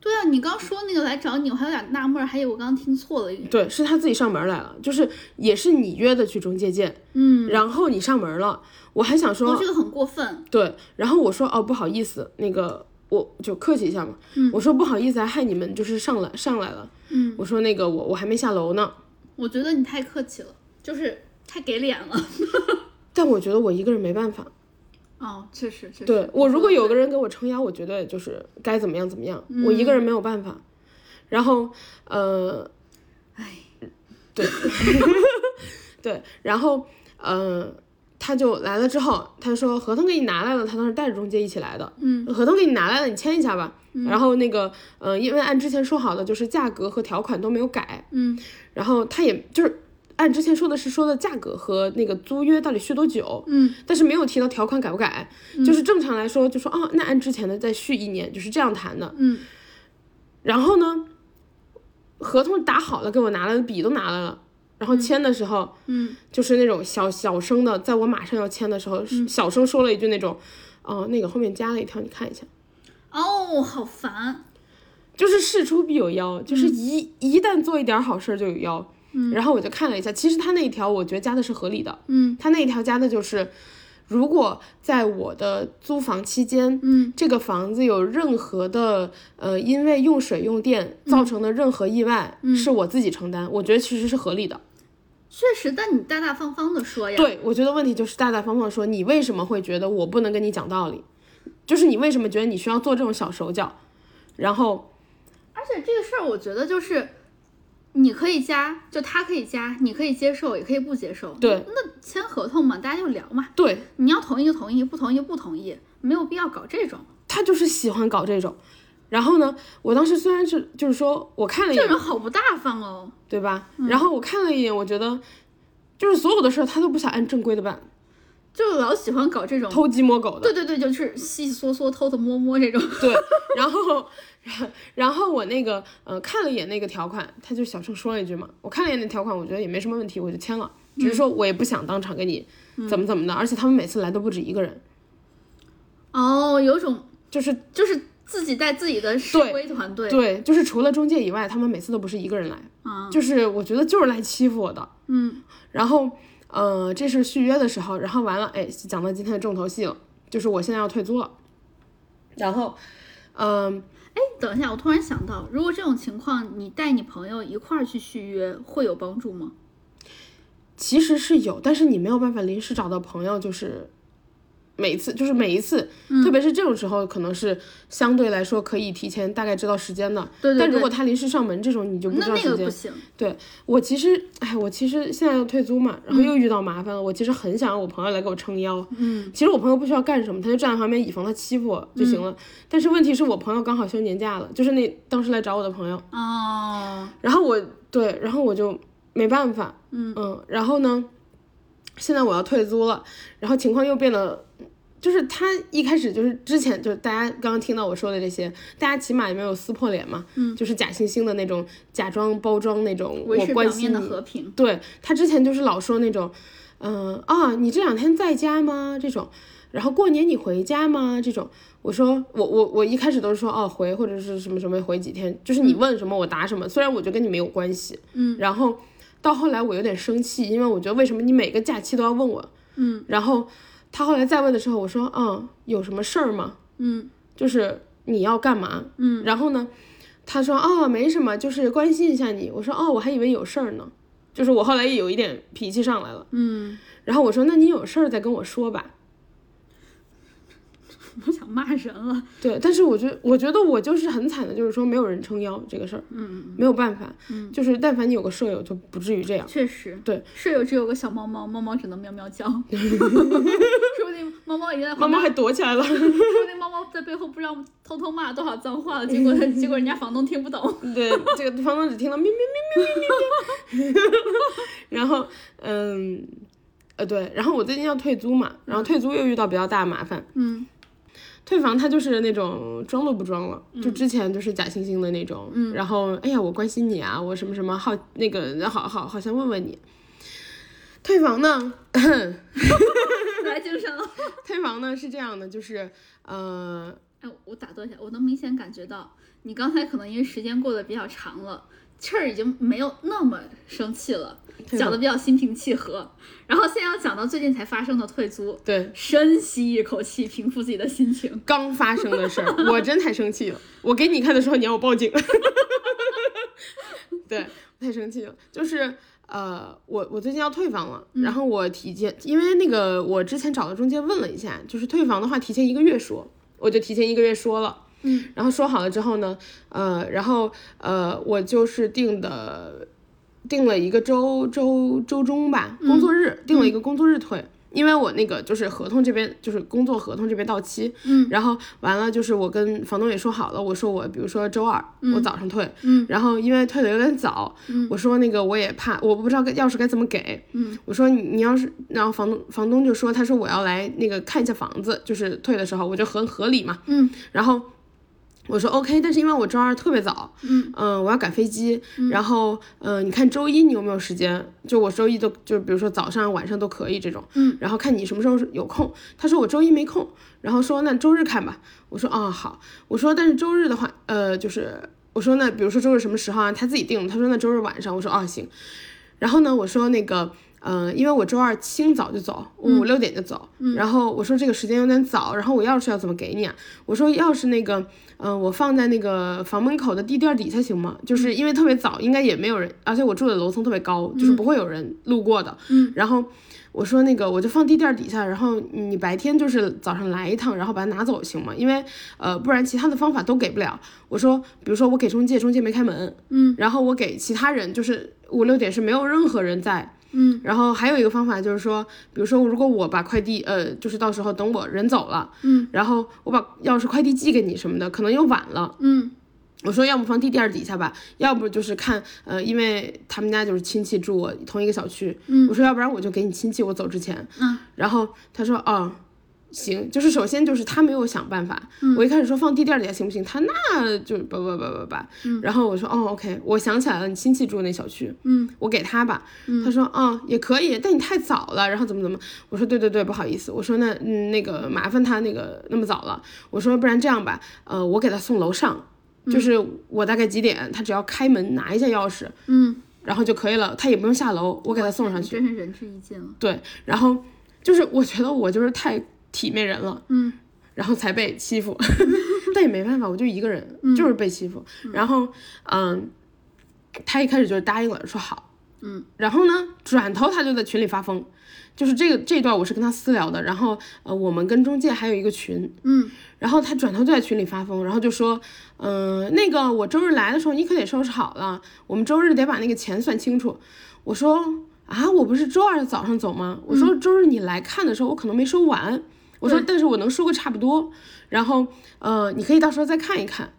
[SPEAKER 3] 对啊，你刚说那个来找你，我还有点纳闷儿，还以为我刚刚听错了。
[SPEAKER 1] 对，是他自己上门来了，就是也是你约的去中介见，
[SPEAKER 3] 嗯，
[SPEAKER 1] 然后你上门了，我还想说
[SPEAKER 3] 我这个很过分。
[SPEAKER 1] 对，然后我说哦不好意思，那个我就客气一下嘛，我说不好意思啊，害你们就是上来上来了，
[SPEAKER 3] 嗯，
[SPEAKER 1] 我说那个我我还没下楼呢，
[SPEAKER 3] 我觉得你太客气了，就是太给脸了。
[SPEAKER 1] 但我觉得我一个人没办法，
[SPEAKER 3] 哦，确实确实。
[SPEAKER 1] 对我如果有个人给我撑腰，我绝对就是该怎么样怎么样，我一个
[SPEAKER 3] 嗯
[SPEAKER 1] 人没有办法，然后呃
[SPEAKER 3] 哎，
[SPEAKER 1] 对，然后呃。他就来了之后，他说合同给你拿来了，他当时带着中介一起来的，
[SPEAKER 3] 嗯，
[SPEAKER 1] 合同给你拿来了，你签一下吧。然后那个，呃，因为按之前说好的，就是价格和条款都没有改，
[SPEAKER 3] 嗯
[SPEAKER 1] 然后他也就是按之前说的是说的价格和那个租约到底续多久，
[SPEAKER 3] 嗯
[SPEAKER 1] 但是没有提到条款改不改，就是正常来说就说哦，那按之前的再续一年，就是这样谈的。
[SPEAKER 3] 嗯
[SPEAKER 1] 然后呢，合同打好了，给我拿了笔都拿来了，然后签的时候、
[SPEAKER 3] 嗯
[SPEAKER 1] 就是那种小小声的，在我马上要签的时候，小声说了一句那种，哦、那个后面加了一条，你看一下。
[SPEAKER 3] 哦，好烦。
[SPEAKER 1] 就是事出必有妖，就是一、一旦做一点好事儿就有妖。嗯，然后我就看了一下，其实他那一条我觉得加的是合理的。
[SPEAKER 3] 嗯
[SPEAKER 1] 他那一条加的就是，如果在我的租房期间，
[SPEAKER 3] 嗯，
[SPEAKER 1] 这个房子有任何的呃，因为用水用电
[SPEAKER 3] 嗯
[SPEAKER 1] 造成的任何意外，是我自己承担。我觉得其实是合理的。
[SPEAKER 3] 确实，但你大大方方的说呀。
[SPEAKER 1] 对，我觉得问题就是大大方方地说，你为什么会觉得我不能跟你讲道理？就是你为什么觉得你需要做这种小手脚？然后
[SPEAKER 3] 而且这个事儿，我觉得就是你可以加，就他可以加，你可以接受，也可以不接受。
[SPEAKER 1] 对，
[SPEAKER 3] 那签合同嘛，大家就聊嘛，
[SPEAKER 1] 对，
[SPEAKER 3] 你要同意就同意，不同意就不同意，没有必要搞这种。
[SPEAKER 1] 他就是喜欢搞这种。然后呢，我当时虽然是就是说我看了一
[SPEAKER 3] 这
[SPEAKER 1] 眼，
[SPEAKER 3] 人好不大方哦。
[SPEAKER 1] 对吧？然后我看了一眼，我觉得就是所有的事儿他都不想按正规的办，
[SPEAKER 3] 就老喜欢搞这种，
[SPEAKER 1] 偷鸡摸狗的
[SPEAKER 3] 对。对对，就是细细缩缩、偷偷摸摸这种。
[SPEAKER 1] 对， 然后，然后我那个呃看了一眼那个条款，他就小声说了一句嘛，我看了一眼那条款，我觉得也没什么问题，我就签了。只是说我也不想当场给你怎么怎么的，而且他们每次来都不止一个人，
[SPEAKER 3] 哦，有种
[SPEAKER 1] 就是
[SPEAKER 3] 就是自己带自己的示
[SPEAKER 1] 对
[SPEAKER 3] 威团队，
[SPEAKER 1] 对，就是除了中介以外，他们每次都不是一个人来，
[SPEAKER 3] 啊，
[SPEAKER 1] 就是我觉得就是来欺负我的。
[SPEAKER 3] 嗯，
[SPEAKER 1] 然后，呃，这是续约的时候，然后完了，哎，讲到今天的重头戏了，就是我现在要退租了。然后，嗯、
[SPEAKER 3] 哎，等一下，我突然想到，如果这种情况，你带你朋友一块儿去续约，会有帮助吗？
[SPEAKER 1] 其实是有，但是你没有办法临时找到朋友，就是每一次，就是每一次，
[SPEAKER 3] 嗯
[SPEAKER 1] 特别是这种时候，可能是相对来说可以提前大概知道时间的。
[SPEAKER 3] 对对
[SPEAKER 1] 但
[SPEAKER 3] 对
[SPEAKER 1] 如果他临时上门这种，你就不知
[SPEAKER 3] 那
[SPEAKER 1] 道
[SPEAKER 3] 那
[SPEAKER 1] 时
[SPEAKER 3] 个不
[SPEAKER 1] 间。
[SPEAKER 3] 行，
[SPEAKER 1] 对我其实，哎，我其实现在要退租嘛，然后又遇到麻烦了。我其实很想让我朋友来给我撑腰。
[SPEAKER 3] 嗯，
[SPEAKER 1] 其实我朋友不需要干什么，他就站在旁边以防他欺负我就行了。但是问题是我朋友刚好休年假了，就是那当时来找我的朋友。
[SPEAKER 3] 哦，
[SPEAKER 1] 然后我对，然后我就没办法，嗯然后呢，现在我要退租了，然后情况又变得，就是他一开始就是之前就是大家刚刚听到我说的这些，大家起码也没有撕破脸嘛，嗯，就是假惺惺的那种，假装包装那种
[SPEAKER 3] 维
[SPEAKER 1] 我
[SPEAKER 3] 持表
[SPEAKER 1] 关心
[SPEAKER 3] 面的
[SPEAKER 1] 你，
[SPEAKER 3] 和平，
[SPEAKER 1] 对他之前就是老说那种，嗯、啊，你这两天在家吗？这种，然后过年你回家吗？这种，我说我我我一开始都是说哦回或者是什么什么回几天，就是你问什么我答什么，虽然我觉得跟你没有关系，嗯，然后到后来我有点生气，因为我觉得为什么你每个假期都要问我，嗯，然后他后来再问的时候，我说嗯有什么事儿吗？
[SPEAKER 3] 嗯，
[SPEAKER 1] 就是你要干嘛？嗯，然后呢，他说哦没什么，就是关心一下你。我说哦我还以为有事儿呢，就是我后来也有一点脾气上来了。
[SPEAKER 3] 嗯，
[SPEAKER 1] 然后我说那你有事儿再跟我说吧。
[SPEAKER 3] 我想骂人了，
[SPEAKER 1] 对，但是我觉得我觉得我就是很惨的，就是说没有人撑腰这个事儿，嗯，没有办法，嗯，就是但凡你有个舍友就不至于这样。
[SPEAKER 3] 确实，
[SPEAKER 1] 对，
[SPEAKER 3] 舍友只有个小猫猫，猫猫只能喵喵叫， 说不定猫猫已 经在
[SPEAKER 1] 猫
[SPEAKER 3] 旁
[SPEAKER 1] 猫
[SPEAKER 3] 边，
[SPEAKER 1] 还躲起来了，
[SPEAKER 3] 说不定猫猫在背后不知道偷偷骂了多少脏话了，结果它结果人家房东听不懂，
[SPEAKER 1] 对，这个房东只听到喵喵 喵喵喵喵喵，然后嗯，呃对，然后我最近要退租嘛，然后退租又遇到比较大的麻烦，
[SPEAKER 3] 嗯
[SPEAKER 1] 退房他就是那种装都不装了，就之前就是假惺惺的那种，然后哎呀，我关心你啊，我什么什么好那个好好好想问问你，退房呢，
[SPEAKER 3] 来精神了。
[SPEAKER 1] 退房呢是这样的，就是呃，
[SPEAKER 3] 哎，我打断一下，我能明显感觉到你刚才可能因为时间过得比较长了，气儿已经没有那么生气了，
[SPEAKER 1] 对的
[SPEAKER 3] 讲的比较心平气和。然后现在要讲到最近才发生的退租，
[SPEAKER 1] 对
[SPEAKER 3] 深吸一口气，平复自己的心情。
[SPEAKER 1] 刚发生的事儿， 我真太生气了，我给你看的时候你要我报警， 对，我太生气了，就是。呃，我我最近要退房了，然后我提前，因为那个我之前找了中介问了一下，就是退房的话提前一个月说，我就提前一个月说了，
[SPEAKER 3] 嗯，
[SPEAKER 1] 然后说好了之后呢，呃，然后呃，我就是定的定了一个周周周中吧，工作日、定了一个工作日退，因为我那个就是合同这边就是工作合同这边到期，
[SPEAKER 3] 嗯，
[SPEAKER 1] 然后完了就是我跟房东也说好了，我说我比如说周二、我早上退，
[SPEAKER 3] 嗯，
[SPEAKER 1] 然后因为退的有点早，嗯，我说那个我也怕我不知道该钥匙该怎么给，嗯，我说你你要是然后房东房东就说他说我要来那个看一下房子，就是退的时候我就很合理嘛，
[SPEAKER 3] 嗯，
[SPEAKER 1] 然后。我说 OK，但是因为我周二特别早，
[SPEAKER 3] 嗯
[SPEAKER 1] 呃我要赶飞机，然后嗯、呃你看周一你有没有时间？就我周一都就比如说早上晚上都可以这种，
[SPEAKER 3] 嗯，
[SPEAKER 1] 然后看你什么时候有空。他说我周一没空，然后说那周日看吧。我说哦好，我说但是周日的话，呃就是我说那比如说周日什么时候啊？他自己定的，他说那周日晚上。我说哦行，然后呢我说那个。嗯、因为我周二清早就走，我五六点就走、然后我说这个时间有点早，然后我钥匙要怎么给你啊？我说钥匙那个，嗯、我放在那个房门口的地垫底下行吗？就是因为特别早，应该也没有人，而且我住的楼层特别高，就是不会有人路过的。
[SPEAKER 3] 嗯，
[SPEAKER 1] 然后我说那个我就放地垫底下，然后你白天就是早上来一趟，然后把它拿走行吗？因为呃，不然其他的方法都给不了。我说，比如说我给中介，中介没开门，
[SPEAKER 3] 嗯，
[SPEAKER 1] 然后我给其他人，就是五六点是没有任何人在。
[SPEAKER 3] 嗯，
[SPEAKER 1] 然后还有一个方法就是说，比如说如果我把快递，呃，就是到时候等我人走了，
[SPEAKER 3] 嗯，
[SPEAKER 1] 然后我把钥匙、快递寄给你什么的，可能又晚了，
[SPEAKER 3] 嗯
[SPEAKER 1] 我说要不放地垫儿底下吧，要不就是看呃，因为他们家就是亲戚住我同一个小区，嗯，我说要不然我就给你亲戚，我走之前，
[SPEAKER 3] 嗯，
[SPEAKER 1] 然后他说哦。行，就是首先就是他没有想办法，
[SPEAKER 3] 嗯
[SPEAKER 1] 我一开始说放地垫儿底下行不行，他那就叭叭叭叭叭，然后我说哦 OK，我想起来了，你亲戚住那小区，
[SPEAKER 3] 嗯，
[SPEAKER 1] 我给他吧，他说啊、哦也可以，但你太早了，然后怎么怎么，我说对对对，不好意思，我说那嗯那个麻烦他那个那么早了，我说不然这样吧，呃我给他送楼上，就是我大概几点，他只要开门拿一下钥匙，
[SPEAKER 3] 嗯，
[SPEAKER 1] 然后就可以了，他也不用下楼，我给他送上去。
[SPEAKER 3] 真是仁至义尽了。
[SPEAKER 1] 对，然后就是我觉得我就是太体面人了，
[SPEAKER 3] 嗯，
[SPEAKER 1] 然后才被欺 负，但也没办法，我就一个人，
[SPEAKER 3] 嗯
[SPEAKER 1] 就是被欺负。然后，嗯，他一开始就是答应了，说好，
[SPEAKER 3] 嗯，
[SPEAKER 1] 然后呢，转头他就在群里发疯，就是这个这一段我是跟他私聊的，然后呃，我们跟中介还有一个群，
[SPEAKER 3] 嗯，
[SPEAKER 1] 然后他转头就在群里发疯，然后就说，嗯、那个我周日来的时候你可得收拾好了，我们周日得把那个钱算清楚。我说啊，我不是周二早上走吗？我说周日你来看的时候我可能没收完，我说但是我能收个差不多，然后呃，你可以到时候再看一看。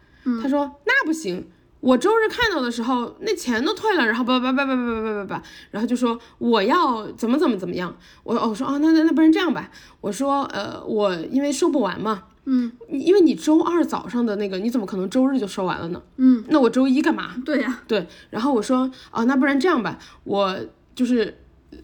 [SPEAKER 1] 他说那不行。我周日看到的时候，那钱都退了，然后叭叭叭叭叭叭叭叭叭，然后就说我要怎么怎么怎么样。我哦我说啊，那那那不然这样吧，我说呃我因为收不完嘛，
[SPEAKER 3] 嗯
[SPEAKER 1] 你因为你周二早上的那个，你怎么可能周日就收完了呢？
[SPEAKER 3] 嗯，
[SPEAKER 1] 那我周一干嘛？
[SPEAKER 3] 对呀、
[SPEAKER 1] 对，然后我说，哦，那不然这样吧，我就是，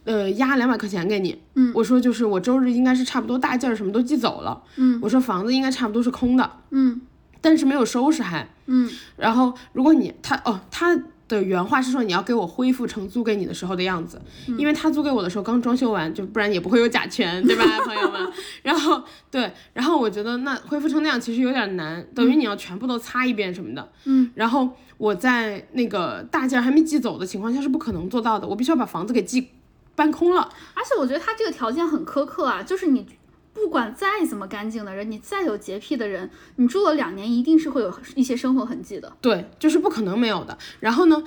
[SPEAKER 1] 呃，压两百块钱给你。
[SPEAKER 3] 嗯，
[SPEAKER 1] 我说就是我周日应该是差不多大件儿什么都寄走了。
[SPEAKER 3] 嗯，
[SPEAKER 1] 我说房子应该差不多是空的，
[SPEAKER 3] 嗯
[SPEAKER 1] 但是没有收拾还。
[SPEAKER 3] 嗯
[SPEAKER 1] 然后如果你他哦他的原话是说你要给我恢复成租给你的时候的样子，因为他租给我的时候刚装修完，就不然也不会有甲醛，对吧，朋友们？然后对，然后我觉得那恢复成那样其实有点难，等于你要全部都擦一遍什么的。
[SPEAKER 3] 嗯，
[SPEAKER 1] 然后我在那个大件儿还没寄走的情况下是不可能做到的，我必须要把房子给寄搬空了。
[SPEAKER 3] 而且我觉得他这个条件很苛刻啊，就是你不管再怎么干净的人，你再有洁癖的人，你住了两年一定是会有一些生活痕迹的。
[SPEAKER 1] 对，就是不可能没有的。然后呢，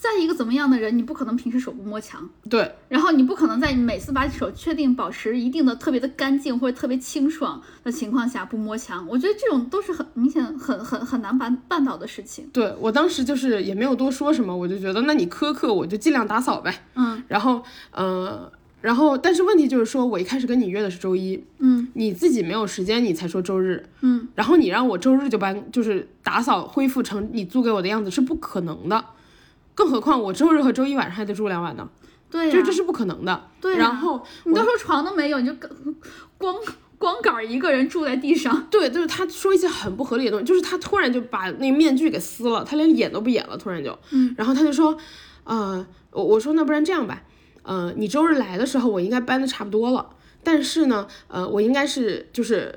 [SPEAKER 3] 再一个怎么样的人，你不可能平时手不摸墙，
[SPEAKER 1] 对
[SPEAKER 3] 然后你不可能在你每次把手确定保持一定的特别的干净或者特别清爽的情况下不摸墙，我觉得这种都是很明显很很很难办办到的事情。
[SPEAKER 1] 对，我当时就是也没有多说什么，我就觉得那你苛刻，我就尽量打扫呗。
[SPEAKER 3] 嗯
[SPEAKER 1] 然后，呃，然后，但是问题就是说，我一开始跟你约的是周一，
[SPEAKER 3] 嗯
[SPEAKER 1] 你自己没有时间，你才说周日，
[SPEAKER 3] 嗯，
[SPEAKER 1] 然后你让我周日就搬，就是打扫恢复成你租给我的样子是不可能的，更何况我周日和周一晚上还得住两晚呢，
[SPEAKER 3] 对呀、
[SPEAKER 1] 这这是不可能的。
[SPEAKER 3] 对呀
[SPEAKER 1] 然后
[SPEAKER 3] 你都说床都没有，你就光光光杆儿一个人住在地上。
[SPEAKER 1] 对，就是他说一些很不合理的东西，就是他突然就把那个面具给撕了，他连演都不演了，突然就，
[SPEAKER 3] 嗯，
[SPEAKER 1] 然后他就说，呃，我我说那不然这样吧，呃，你周日来的时候我应该搬的差不多了，但是呢，呃，我应该是就是。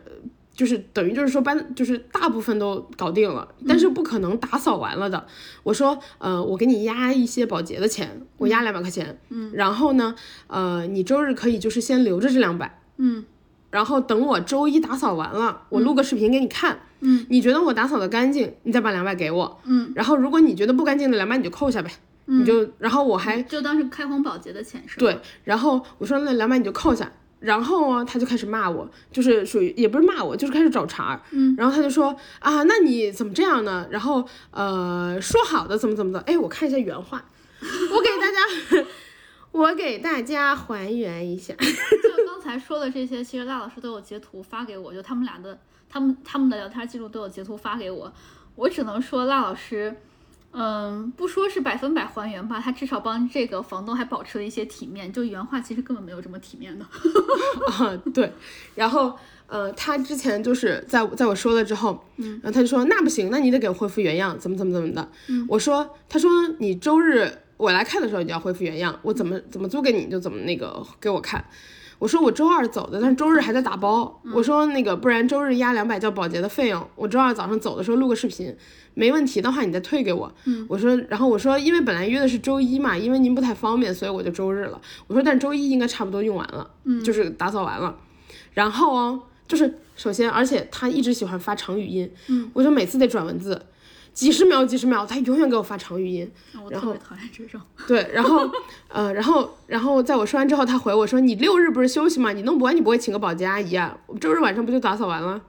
[SPEAKER 1] 就是等于就是说搬就是大部分都搞定了，但是不可能打扫完了的。我说，呃，我给你压一些保洁的钱，我压两百块钱，嗯，然后呢，呃，你周日可以就是先留着这两百，
[SPEAKER 3] 嗯
[SPEAKER 1] 然后等我周一打扫完了，我录个视频给你看。
[SPEAKER 3] 嗯，
[SPEAKER 1] 你觉得我打扫的干净，你再把两百给我。
[SPEAKER 3] 嗯，
[SPEAKER 1] 然后如果你觉得不干净的两百你就扣下呗，你就然后我还
[SPEAKER 3] 就当是开荒保洁的钱是吧？
[SPEAKER 1] 对，然后我说那两百你就扣下。然后啊，他就开始骂我，就是属于也不是骂我，就是开始找茬儿。
[SPEAKER 3] 嗯，
[SPEAKER 1] 然后他就说啊，那你怎么这样呢？然后呃，说好的怎么怎么的？哎，我看一下原话，我给大家， 我给大家还原一下。
[SPEAKER 3] 就刚才说的这些，其实赖老师都有截图发给我，就他们俩的，他们他们的聊天记录都有截图发给我。我只能说赖老师，嗯，不说是百分百还原吧，他至少帮这个房东还保持了一些体面。就原话其实根本没有这么体面的。
[SPEAKER 1] 啊， 对，然后呃，他之前就是在我在我说了之后，嗯，然后他就说那不行，那你得给我恢复原样，怎么怎么怎么的。嗯，我说，他说你周日我来看的时候你就要恢复原样，我怎么怎么租给你你就怎么那个给我看。我说我周二走的，但是周日还在打包。我说那个，不然周日压两百叫保洁的费用，我周二早上走的时候录个视频，没问题的话你再退给我。嗯，我说，然后我说，因为本来约的是周一嘛，因为您不太方便，所以我就周日了。我说，但周一应该差不多用完了，嗯，就是打扫完了。然后哦，就是首先，而且他一直喜欢发长语音，嗯，我就每次得转文字，几十秒几十秒，他永远给我发长语音，
[SPEAKER 3] 我
[SPEAKER 1] 然
[SPEAKER 3] 特别讨厌这种。
[SPEAKER 1] 对，然后 呃，然后然后在我说完之后，他回我说：“你六日不是休息吗？你弄不完你不会请个保洁阿姨啊？我们周日晚上不就打扫完了？”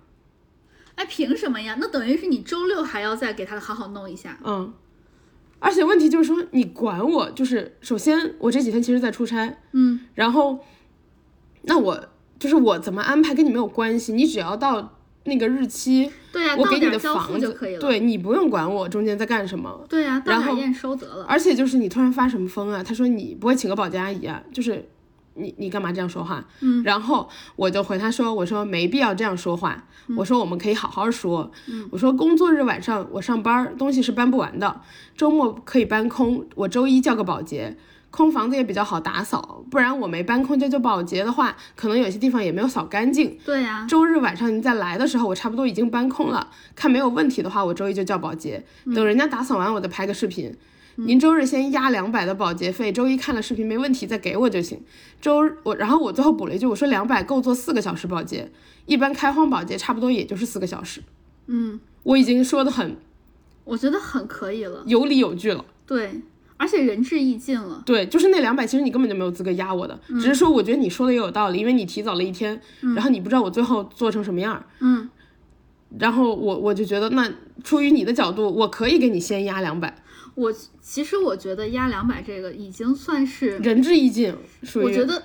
[SPEAKER 3] 哎，凭什么呀？那等于是你周六还要再给他好好弄一下。
[SPEAKER 1] 嗯，而且问题就是说，你管我，就是首先我这几天其实在出差，
[SPEAKER 3] 嗯，
[SPEAKER 1] 然后那我就是我怎么安排跟你没有关系，你只要到那个日期，
[SPEAKER 3] 对呀、
[SPEAKER 1] 我
[SPEAKER 3] 到
[SPEAKER 1] 给你
[SPEAKER 3] 点
[SPEAKER 1] 的
[SPEAKER 3] 交付
[SPEAKER 1] 房
[SPEAKER 3] 就
[SPEAKER 1] 子
[SPEAKER 3] 可以，了。
[SPEAKER 1] 对你不用管我中间在干什么。
[SPEAKER 3] 对呀、到
[SPEAKER 1] 然
[SPEAKER 3] 点
[SPEAKER 1] 后
[SPEAKER 3] 验收得了。
[SPEAKER 1] 而且就是你突然发什么疯啊？他说你不会请个保洁阿姨啊？就是你你干嘛这样说话？嗯，然后我就回他说，我说没必要这样说话，我说我们可以好好说，嗯，我说工作日晚上我上班，东西是搬不完的，周末可以搬空，我周一叫个保洁。空房子也比较好打扫，不然我没搬空叫叫保洁的话，可能有些地方也没有扫干净。
[SPEAKER 3] 对呀、
[SPEAKER 1] 周日晚上您再来的时候，我差不多已经搬空了。看没有问题的话，我周一就叫保洁，等人家打扫完，我再拍个视频。您周日先压两百的保洁费，周一看了视频没问题再给我就行。周日我然后我最后补了一句，我说两百够做四个小时保洁，一般开荒保洁差不多也就是四个小时。
[SPEAKER 3] 嗯，
[SPEAKER 1] 我已经说的很
[SPEAKER 3] 我觉得很可以了。
[SPEAKER 1] 有理有据了。
[SPEAKER 3] 对，而且仁至义尽了。
[SPEAKER 1] 对，就是那两百，其实你根本就没有资格压我的，只是说我觉得你说的也有道理，因为你提早了一天，然后你不知道我最后做成什么样儿，
[SPEAKER 3] 嗯，
[SPEAKER 1] 然后我我就觉得，那出于你的角度，我可以给你先压两百，
[SPEAKER 3] 我其实我觉得压两百这个已经算是
[SPEAKER 1] 仁至义尽，属于
[SPEAKER 3] 我觉得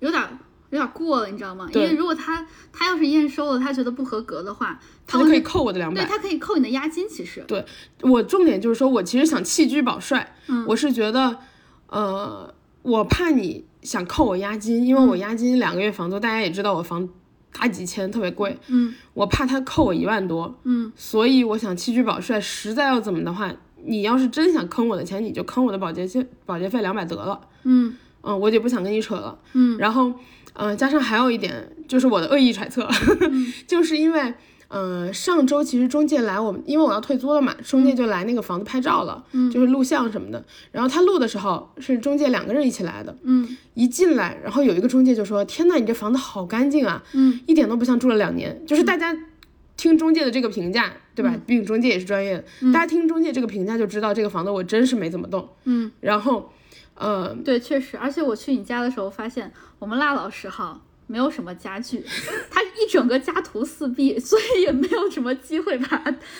[SPEAKER 3] 有点儿有点儿过了，你知道吗？因为
[SPEAKER 1] 对
[SPEAKER 3] 如果他他要是验收了，他觉得不合格的话，
[SPEAKER 1] 他
[SPEAKER 3] 会
[SPEAKER 1] 就可以扣我的两
[SPEAKER 3] 对
[SPEAKER 1] 百。
[SPEAKER 3] 他可以扣你的押金。其实，
[SPEAKER 1] 对我重点就是说，我其实想弃车保帅，
[SPEAKER 3] 嗯
[SPEAKER 1] 我是觉得，呃，我怕你想扣我押金，因为我押金两个月房租，大家也知道我房大几千，特别贵，
[SPEAKER 3] 嗯
[SPEAKER 1] 我怕他扣我一万多，
[SPEAKER 3] 嗯，
[SPEAKER 1] 所以我想弃车保帅，实在要怎么的话，你要是真想坑我的钱，你就坑我的保洁费，保洁费两百得了。
[SPEAKER 3] 嗯
[SPEAKER 1] 嗯，我就不想跟你扯了。
[SPEAKER 3] 嗯，
[SPEAKER 1] 然后，嗯、加上还有一点，就是我的恶意揣测， 就是因为，嗯，上周其实中介来我们，因为我要退租了嘛，中
[SPEAKER 3] 嗯
[SPEAKER 1] 介就来那个房子拍照了，嗯，就是录像什么的。然后他录的时候是中介两个人一起来的，
[SPEAKER 3] 嗯
[SPEAKER 1] 一进来，然后有一个中介就说：“天呐，你这房子好干净啊，
[SPEAKER 3] 嗯，
[SPEAKER 1] 一点都不像住了两年。”就是大家听中介的这个评价，对
[SPEAKER 3] 嗯
[SPEAKER 1] 吧？毕竟中介也是专业的，大家听中介这个评价就知道这个房子我真是没怎么动。
[SPEAKER 3] 嗯，
[SPEAKER 1] 然后，呃，
[SPEAKER 3] 对，确实。而且我去你家的时候发现，我们辣老师哈。没有什么家具， 他一整个家徒四壁，所以也没有什么机会把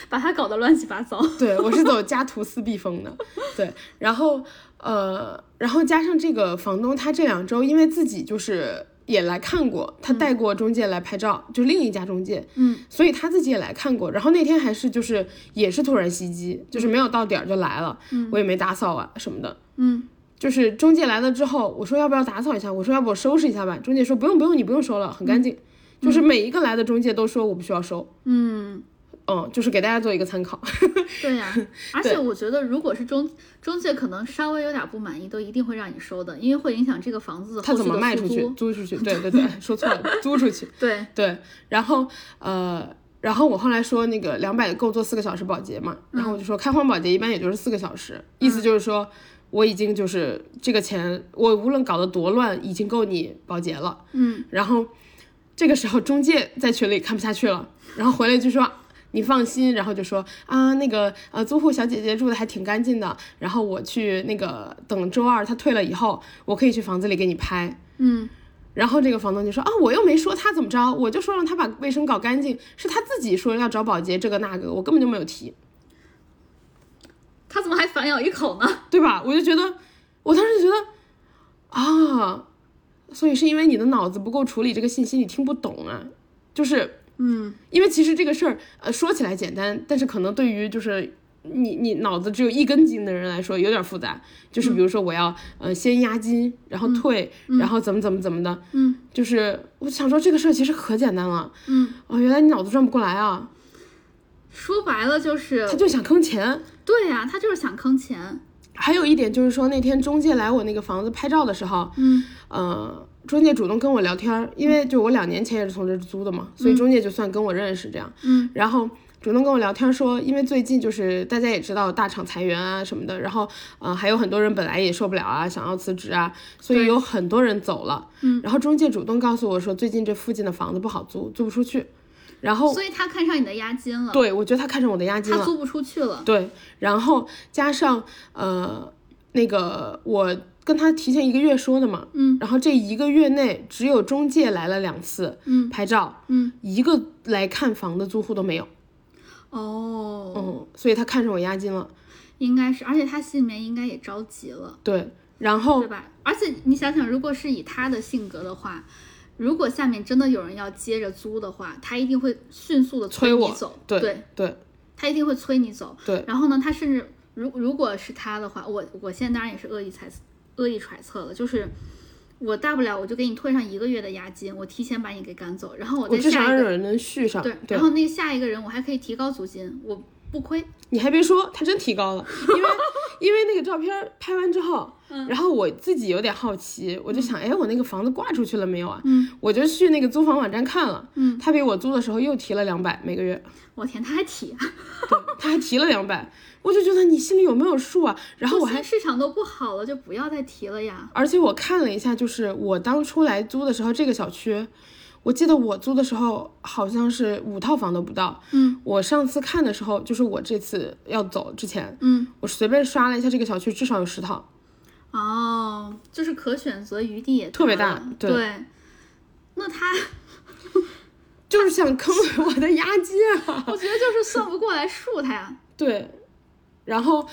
[SPEAKER 3] 把他搞得乱七八糟。
[SPEAKER 1] 对我是走家徒四壁风的，对，然后呃，然后加上这个房东，他这两周因为自己就是也来看过，他带过中介来拍照，就另一家中介，
[SPEAKER 3] 嗯，
[SPEAKER 1] 所以他自己也来看过。然后那天还是就是也是突然袭击，就是没有到点儿就来了，我也没打扫啊什么的。
[SPEAKER 3] 嗯
[SPEAKER 1] 就是中介来了之后，我说要不要打扫一下？我说要不我收拾一下吧。中介说不用不用，你不用收了，很干净。就是每一个来的中介都说我不需要收，
[SPEAKER 3] 嗯，
[SPEAKER 1] 嗯，就是给大家做一个参考。
[SPEAKER 3] 对呀、而且我觉得，如果是中中介，可能稍微有点不满意，都一定会让你收的，因为会影响这个房子
[SPEAKER 1] 他
[SPEAKER 3] 后
[SPEAKER 1] 怎
[SPEAKER 3] 续
[SPEAKER 1] 么
[SPEAKER 3] 的
[SPEAKER 1] 卖
[SPEAKER 3] 出
[SPEAKER 1] 出去
[SPEAKER 3] 租？。
[SPEAKER 1] 租出去？对对对，说错 了，租出去。
[SPEAKER 3] 对，
[SPEAKER 1] 对，然后呃，然后我后来说那个两百够做四个小时保洁嘛，然后我就说开荒保洁一般也就是四个小时，意思就是说我已经就是这个钱，我无论搞得多乱，已经够你保洁了。
[SPEAKER 3] 嗯，
[SPEAKER 1] 然后这个时候中介在群里看不下去了，然后回来就说。你放心，然后就说啊，那个呃，租户小姐姐住的还挺干净的。然后我去那个等周二她退了以后，我可以去房子里给你拍。
[SPEAKER 3] 嗯，
[SPEAKER 1] 然后这个房东就说啊，我又没说他怎么着，我就说让他把卫生搞干净，是他自己说要找保洁这个那个，我根本就没有提，
[SPEAKER 3] 他怎么还反咬一口呢？
[SPEAKER 1] 对吧？我就觉得，我当时就觉得啊，所以是因为你的脑子不够处理这个信息，你听不懂啊，就是
[SPEAKER 3] 嗯，
[SPEAKER 1] 因为其实这个事儿，呃，说起来简单，但是可能对于就是你你脑子只有一根筋的人来说有点复杂。就是比如说我要、呃先押金，然后退，然后怎么怎么怎么的，
[SPEAKER 3] 嗯，
[SPEAKER 1] 就是我想说这个事儿其实可简单了，
[SPEAKER 3] 嗯，
[SPEAKER 1] 哦，原来你脑子转不过来啊，
[SPEAKER 3] 说白了就是
[SPEAKER 1] 他，就想坑钱。
[SPEAKER 3] 对呀、他就是想坑钱。
[SPEAKER 1] 还有一点就是说，那天中介来我那个房子拍照的时候，
[SPEAKER 3] 嗯
[SPEAKER 1] 呃，中介主动跟我聊天儿，因为就我两年前也是从这儿租的嘛，所以中介就算跟我认识这样。
[SPEAKER 3] 嗯，
[SPEAKER 1] 然后主动跟我聊天说，因为最近就是大家也知道大厂裁员啊什么的，然后呃还有很多人本来也受不了啊，想要辞职啊，所以有很多人走了。嗯，然后中介主动告诉我说，最近这附近的房子不好租，租不出去。然后
[SPEAKER 3] 所以他看上你的押金了，
[SPEAKER 1] 对我觉得他看上我的押金
[SPEAKER 3] 他
[SPEAKER 1] 了，
[SPEAKER 3] 租不出去了。
[SPEAKER 1] 对，然后加上呃那个我跟他提前一个月说的嘛，
[SPEAKER 3] 嗯，
[SPEAKER 1] 然后这一个月内只有中介来了两次，
[SPEAKER 3] 嗯
[SPEAKER 1] 拍照，
[SPEAKER 3] 嗯，
[SPEAKER 1] 一个来看房的租户都没有，
[SPEAKER 3] 哦，
[SPEAKER 1] 嗯，所以他看上我押金了，
[SPEAKER 3] 应该是，而且他心里面应该也着急了，
[SPEAKER 1] 对，然后
[SPEAKER 3] 对吧？而且你想想，如果是以他的性格的话，如果下面真的有人要接着租的话，他一定会迅速的
[SPEAKER 1] 催
[SPEAKER 3] 你
[SPEAKER 1] 我
[SPEAKER 3] 走，
[SPEAKER 1] 对
[SPEAKER 3] 对
[SPEAKER 1] 对
[SPEAKER 3] 他一定会催你走。
[SPEAKER 1] 对
[SPEAKER 3] 然后呢，他甚至如如果是他的话，我我现在当然也是恶意猜恶意揣测了，就是我大不了我就给你退上一个月的押金，我提前把你给赶走，然后我
[SPEAKER 1] 我
[SPEAKER 3] 再
[SPEAKER 1] 至少
[SPEAKER 3] 下一
[SPEAKER 1] 让
[SPEAKER 3] 个
[SPEAKER 1] 有人能续上，
[SPEAKER 3] 对
[SPEAKER 1] 对，，
[SPEAKER 3] 然后那下一个人我还可以提高租金，我不亏。
[SPEAKER 1] 你还别说，他真提高了，因 为因为那个照片儿拍完之后，
[SPEAKER 3] 嗯
[SPEAKER 1] 然后我自己有点好奇，我就想，哎，我那个房子挂出去了没有啊？
[SPEAKER 3] 嗯，
[SPEAKER 1] 我就去那个租房网站看了，
[SPEAKER 3] 嗯，
[SPEAKER 1] 他比我租的时候又提了两百每个月，
[SPEAKER 3] 我天，他还提，
[SPEAKER 1] 对他还提了两百，我就觉得你心里有没有数啊？然后我
[SPEAKER 3] 现
[SPEAKER 1] 还
[SPEAKER 3] 在。市场都不好了，就不要再提了呀。
[SPEAKER 1] 而且我看了一下，就是我当初来租的时候，这个小区，我记得我租的时候好像是五套房都不到。
[SPEAKER 3] 嗯
[SPEAKER 1] 我上次看的时候，就是我这次要走之前，
[SPEAKER 3] 嗯，
[SPEAKER 1] 我随便刷了一下这个小区，至少有十套。
[SPEAKER 3] 哦，就是可选择余地也
[SPEAKER 1] 特别
[SPEAKER 3] 多
[SPEAKER 1] 大
[SPEAKER 3] 了
[SPEAKER 1] 对
[SPEAKER 3] 对，那他。
[SPEAKER 1] 就是想坑 我的押金啊。
[SPEAKER 3] 我觉得就是算不过来数他呀。
[SPEAKER 1] 对，然后，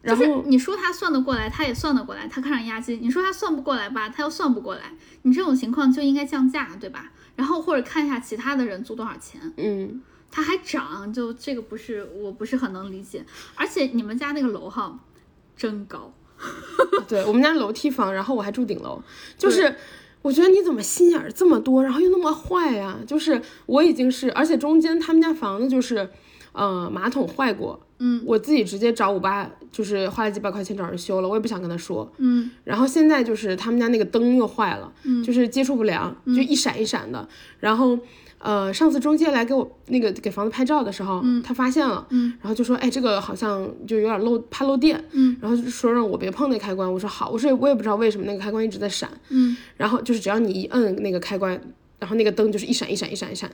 [SPEAKER 1] 然
[SPEAKER 3] 就是
[SPEAKER 1] 后
[SPEAKER 3] 你说他算得过来，他也算得过来，他看上押金；你说他算不过来吧，他又算不过来。你这种情况就应该降价，对吧？然后或者看一下其他的人租多少钱，
[SPEAKER 1] 嗯，
[SPEAKER 3] 他还涨，就这个不是我不是很能理解。而且你们家那个楼哈，真高，
[SPEAKER 1] 对我们家楼梯房，然后我还住顶楼，就是。我觉得你怎么心眼儿这么多，然后又那么坏呀、就是我已经是，而且中间他们家房子就是，呃，马桶坏过，
[SPEAKER 3] 嗯
[SPEAKER 1] 我自己直接找五八，就是花了几百块钱找人修了，我也不想跟他说。
[SPEAKER 3] 嗯
[SPEAKER 1] 然后现在就是他们家那个灯又坏了，就是接触不良，
[SPEAKER 3] 嗯
[SPEAKER 1] 就一闪一闪的。然后，呃，上次中介来给我那个给房子拍照的时候，他发现了，
[SPEAKER 3] 嗯
[SPEAKER 1] 然后就说，哎，这个好像就有点漏，怕漏电，
[SPEAKER 3] 嗯
[SPEAKER 1] 然后就说让我别碰那开关。我说好，我说我也不知道为什么那个开关一直在闪，
[SPEAKER 3] 嗯
[SPEAKER 1] 然后就是只要你一摁那个开关，然后那个灯就是一闪一闪一闪一闪。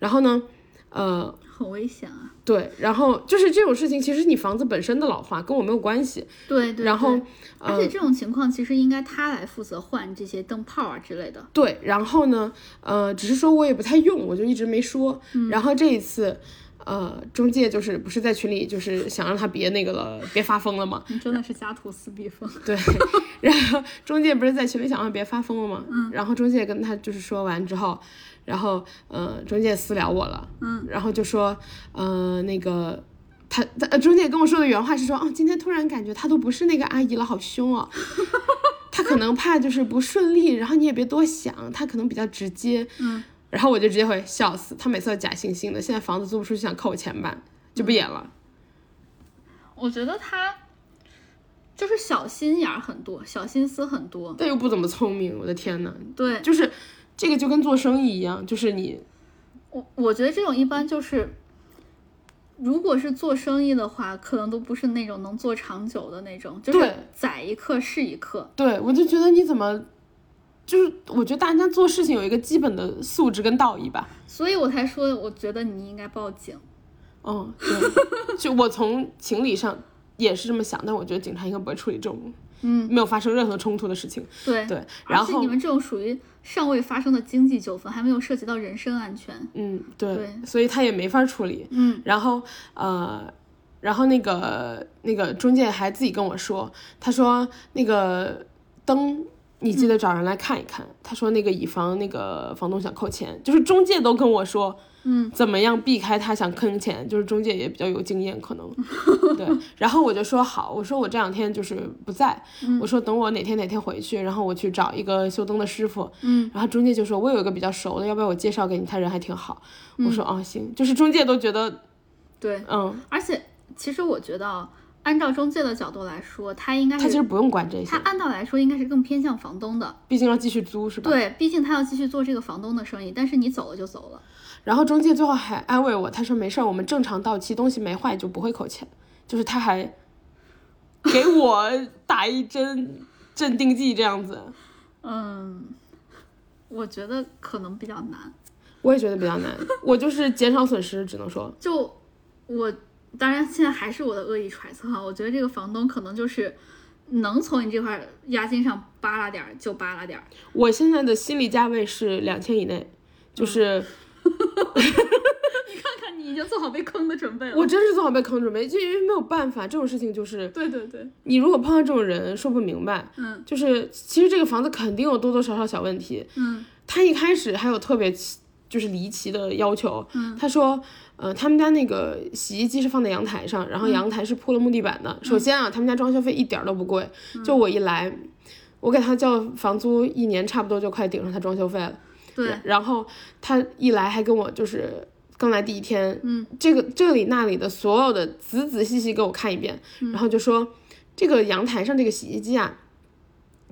[SPEAKER 1] 然后呢，呃，
[SPEAKER 3] 很危险啊。
[SPEAKER 1] 对，然后就是这种事情，其实你房子本身的老化跟我没有关系。
[SPEAKER 3] 对对。
[SPEAKER 1] 然后
[SPEAKER 3] 对，而且这种情况其实应该他来负责换这些灯泡啊之类的。
[SPEAKER 1] 对，然后呢，呃，只是说我也不太用，我就一直没说。然后这一次，呃，中介就是不是在群里就是想让他别那个了，别发疯了嘛。
[SPEAKER 3] 你真的是家徒四壁风。
[SPEAKER 1] 对，然后中介不是在群里想让别发疯了吗？嗯，然后中介跟他就是说完之后，然后呃，中介私聊我了，嗯，然后就说呃那个。他他呃中介跟我说的原话是说，哦，今天突然感觉他都不是那个阿姨了，好凶 哦。他可能怕就是不顺利，然后你也别多想，他可能比较直接。
[SPEAKER 3] 嗯，
[SPEAKER 1] 然后我就直接回笑死，他每次都假惺惺的，现在房子租不出去想扣我钱吧，就不演了。
[SPEAKER 3] 我觉得他就是小心眼儿很多，小心思很多。
[SPEAKER 1] 但又不怎么聪明，我的天呐，
[SPEAKER 3] 对
[SPEAKER 1] 就是这个就跟做生意一样，就是你
[SPEAKER 3] 我，我觉得这种一般就是，如果是做生意的话，可能都不是那种能做长久的那种，就是
[SPEAKER 1] 对
[SPEAKER 3] 宰一刻是一刻。
[SPEAKER 1] 对我就觉得你怎么，就是我觉得大家做事情有一个基本的素质跟道义吧。
[SPEAKER 3] 所以我才说，我觉得你应该报警。
[SPEAKER 1] 嗯，对，就我从情理上也是这么想，但我觉得警察应该不会处理这种
[SPEAKER 3] 嗯，
[SPEAKER 1] 没有发生任何冲突的事情。
[SPEAKER 3] 对。
[SPEAKER 1] 对，然
[SPEAKER 3] 而且
[SPEAKER 1] 后
[SPEAKER 3] 你们这种属于尚未发生的经济纠纷，还没有涉及到人身安全。
[SPEAKER 1] 嗯，对，
[SPEAKER 3] 对
[SPEAKER 1] 所以他也没法处理。
[SPEAKER 3] 嗯，
[SPEAKER 1] 然后呃，然后那个那个中介还自己跟我说，他说那个灯。你
[SPEAKER 3] 嗯
[SPEAKER 1] 记得找人来看一看，他说那个以防那个房东想扣钱，就是中介都跟我说，
[SPEAKER 3] 嗯，
[SPEAKER 1] 怎么样避开他想坑钱，就是中介也比较有经验，可能 对。然后我就说好，我说我这两天就是不在，
[SPEAKER 3] 嗯
[SPEAKER 1] 我说等我哪天哪天回去，然后我去找一个修灯的师傅，
[SPEAKER 3] 嗯，
[SPEAKER 1] 然后中介就说我有一个比较熟的，要不要我介绍给你？他人还挺好。
[SPEAKER 3] 嗯
[SPEAKER 1] 我说哦行，就是中介都觉得
[SPEAKER 3] 对。
[SPEAKER 1] 嗯，
[SPEAKER 3] 而且其实我觉得啊，按照中介的角度来说，他应该
[SPEAKER 1] 他
[SPEAKER 3] 是
[SPEAKER 1] 其实不用管这些
[SPEAKER 3] 他，按道来说应该是更偏向房东的，
[SPEAKER 1] 毕竟要继续租是吧？。
[SPEAKER 3] 对，毕竟他要继续做这个房东的生意，但是你走了就走了，
[SPEAKER 1] 然后中介最后还安慰我，他说没事儿，我们正常到期，东西没坏就不会扣钱。就是他还给我打一针镇定剂这样子，
[SPEAKER 3] 嗯，我觉得可能比较难。
[SPEAKER 1] 我也觉得比较 难。我就是减少损失，只能说
[SPEAKER 3] 就啊我，当然现在还是我的恶意揣测哈，我觉得这个房东可能就是能从你这块押金上扒拉点儿就扒拉点儿。
[SPEAKER 1] 我现在的心理价位是两千以内，就是。
[SPEAKER 3] 你看看，你已经做好被坑的准备了。
[SPEAKER 1] 我真是做好被坑准备，就因为没有办法，这种事情就是
[SPEAKER 3] 对对对，
[SPEAKER 1] 你如果碰上这种人说不明白，
[SPEAKER 3] 嗯，
[SPEAKER 1] 就是其实这个房子肯定有多多少少小问题，
[SPEAKER 3] 嗯，
[SPEAKER 1] 他一开始还有特别奇就是离奇的要求，嗯，他说，呃，他们家那个洗衣机是放在阳台上，然后阳台是铺了木地板的。首先啊，他们家装修费一点儿都不贵，就我一来，我给他交房租一年差不多就快顶上他装修费了。
[SPEAKER 3] 对，
[SPEAKER 1] 然后他一来还跟我就是刚来第一天，嗯，这个这里那里的所有的仔仔细细给我看一遍，然后就说这个阳台上这个洗衣机啊，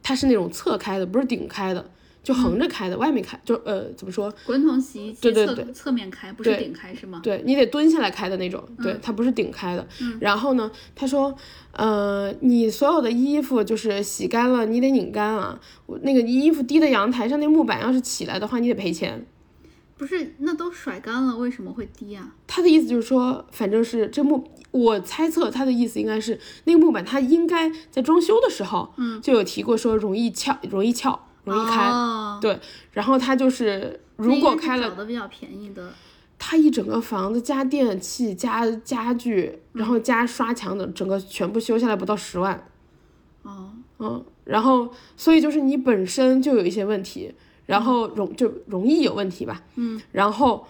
[SPEAKER 1] 它是那种侧开的，不是顶开的，就横着开的，外面开，就呃怎么说？
[SPEAKER 3] 滚筒洗衣机
[SPEAKER 1] 对对
[SPEAKER 3] 侧侧面开，不是
[SPEAKER 1] 对
[SPEAKER 3] 顶开是吗？
[SPEAKER 1] 对你得蹲下来开的那种，对，它不是顶开的。然后呢，他说，呃，你所有的衣服就是洗干了，你得拧干啊。我那个衣服滴在阳台上那木板，要是起来的话，你得赔钱。
[SPEAKER 3] 不是，那都甩干了，为什么会滴啊？
[SPEAKER 1] 他的意思就是说，反正是这木，我猜测他的意思应该是那个木板，他应该在装修的时候，嗯，就有提过说容易翘，容易翘，容易开。
[SPEAKER 3] 哦、
[SPEAKER 1] 对，然后他就是如
[SPEAKER 3] 那
[SPEAKER 1] 果
[SPEAKER 3] 应该是
[SPEAKER 1] 开了，
[SPEAKER 3] 找的比较便宜的，
[SPEAKER 1] 他一整个房子加电器、加家具，然后加刷墙的，整个全部修下来不到十万。
[SPEAKER 3] 哦，
[SPEAKER 1] 嗯，然后所以就是你本身就有一些问题，然后容就容易有问题吧。嗯，然后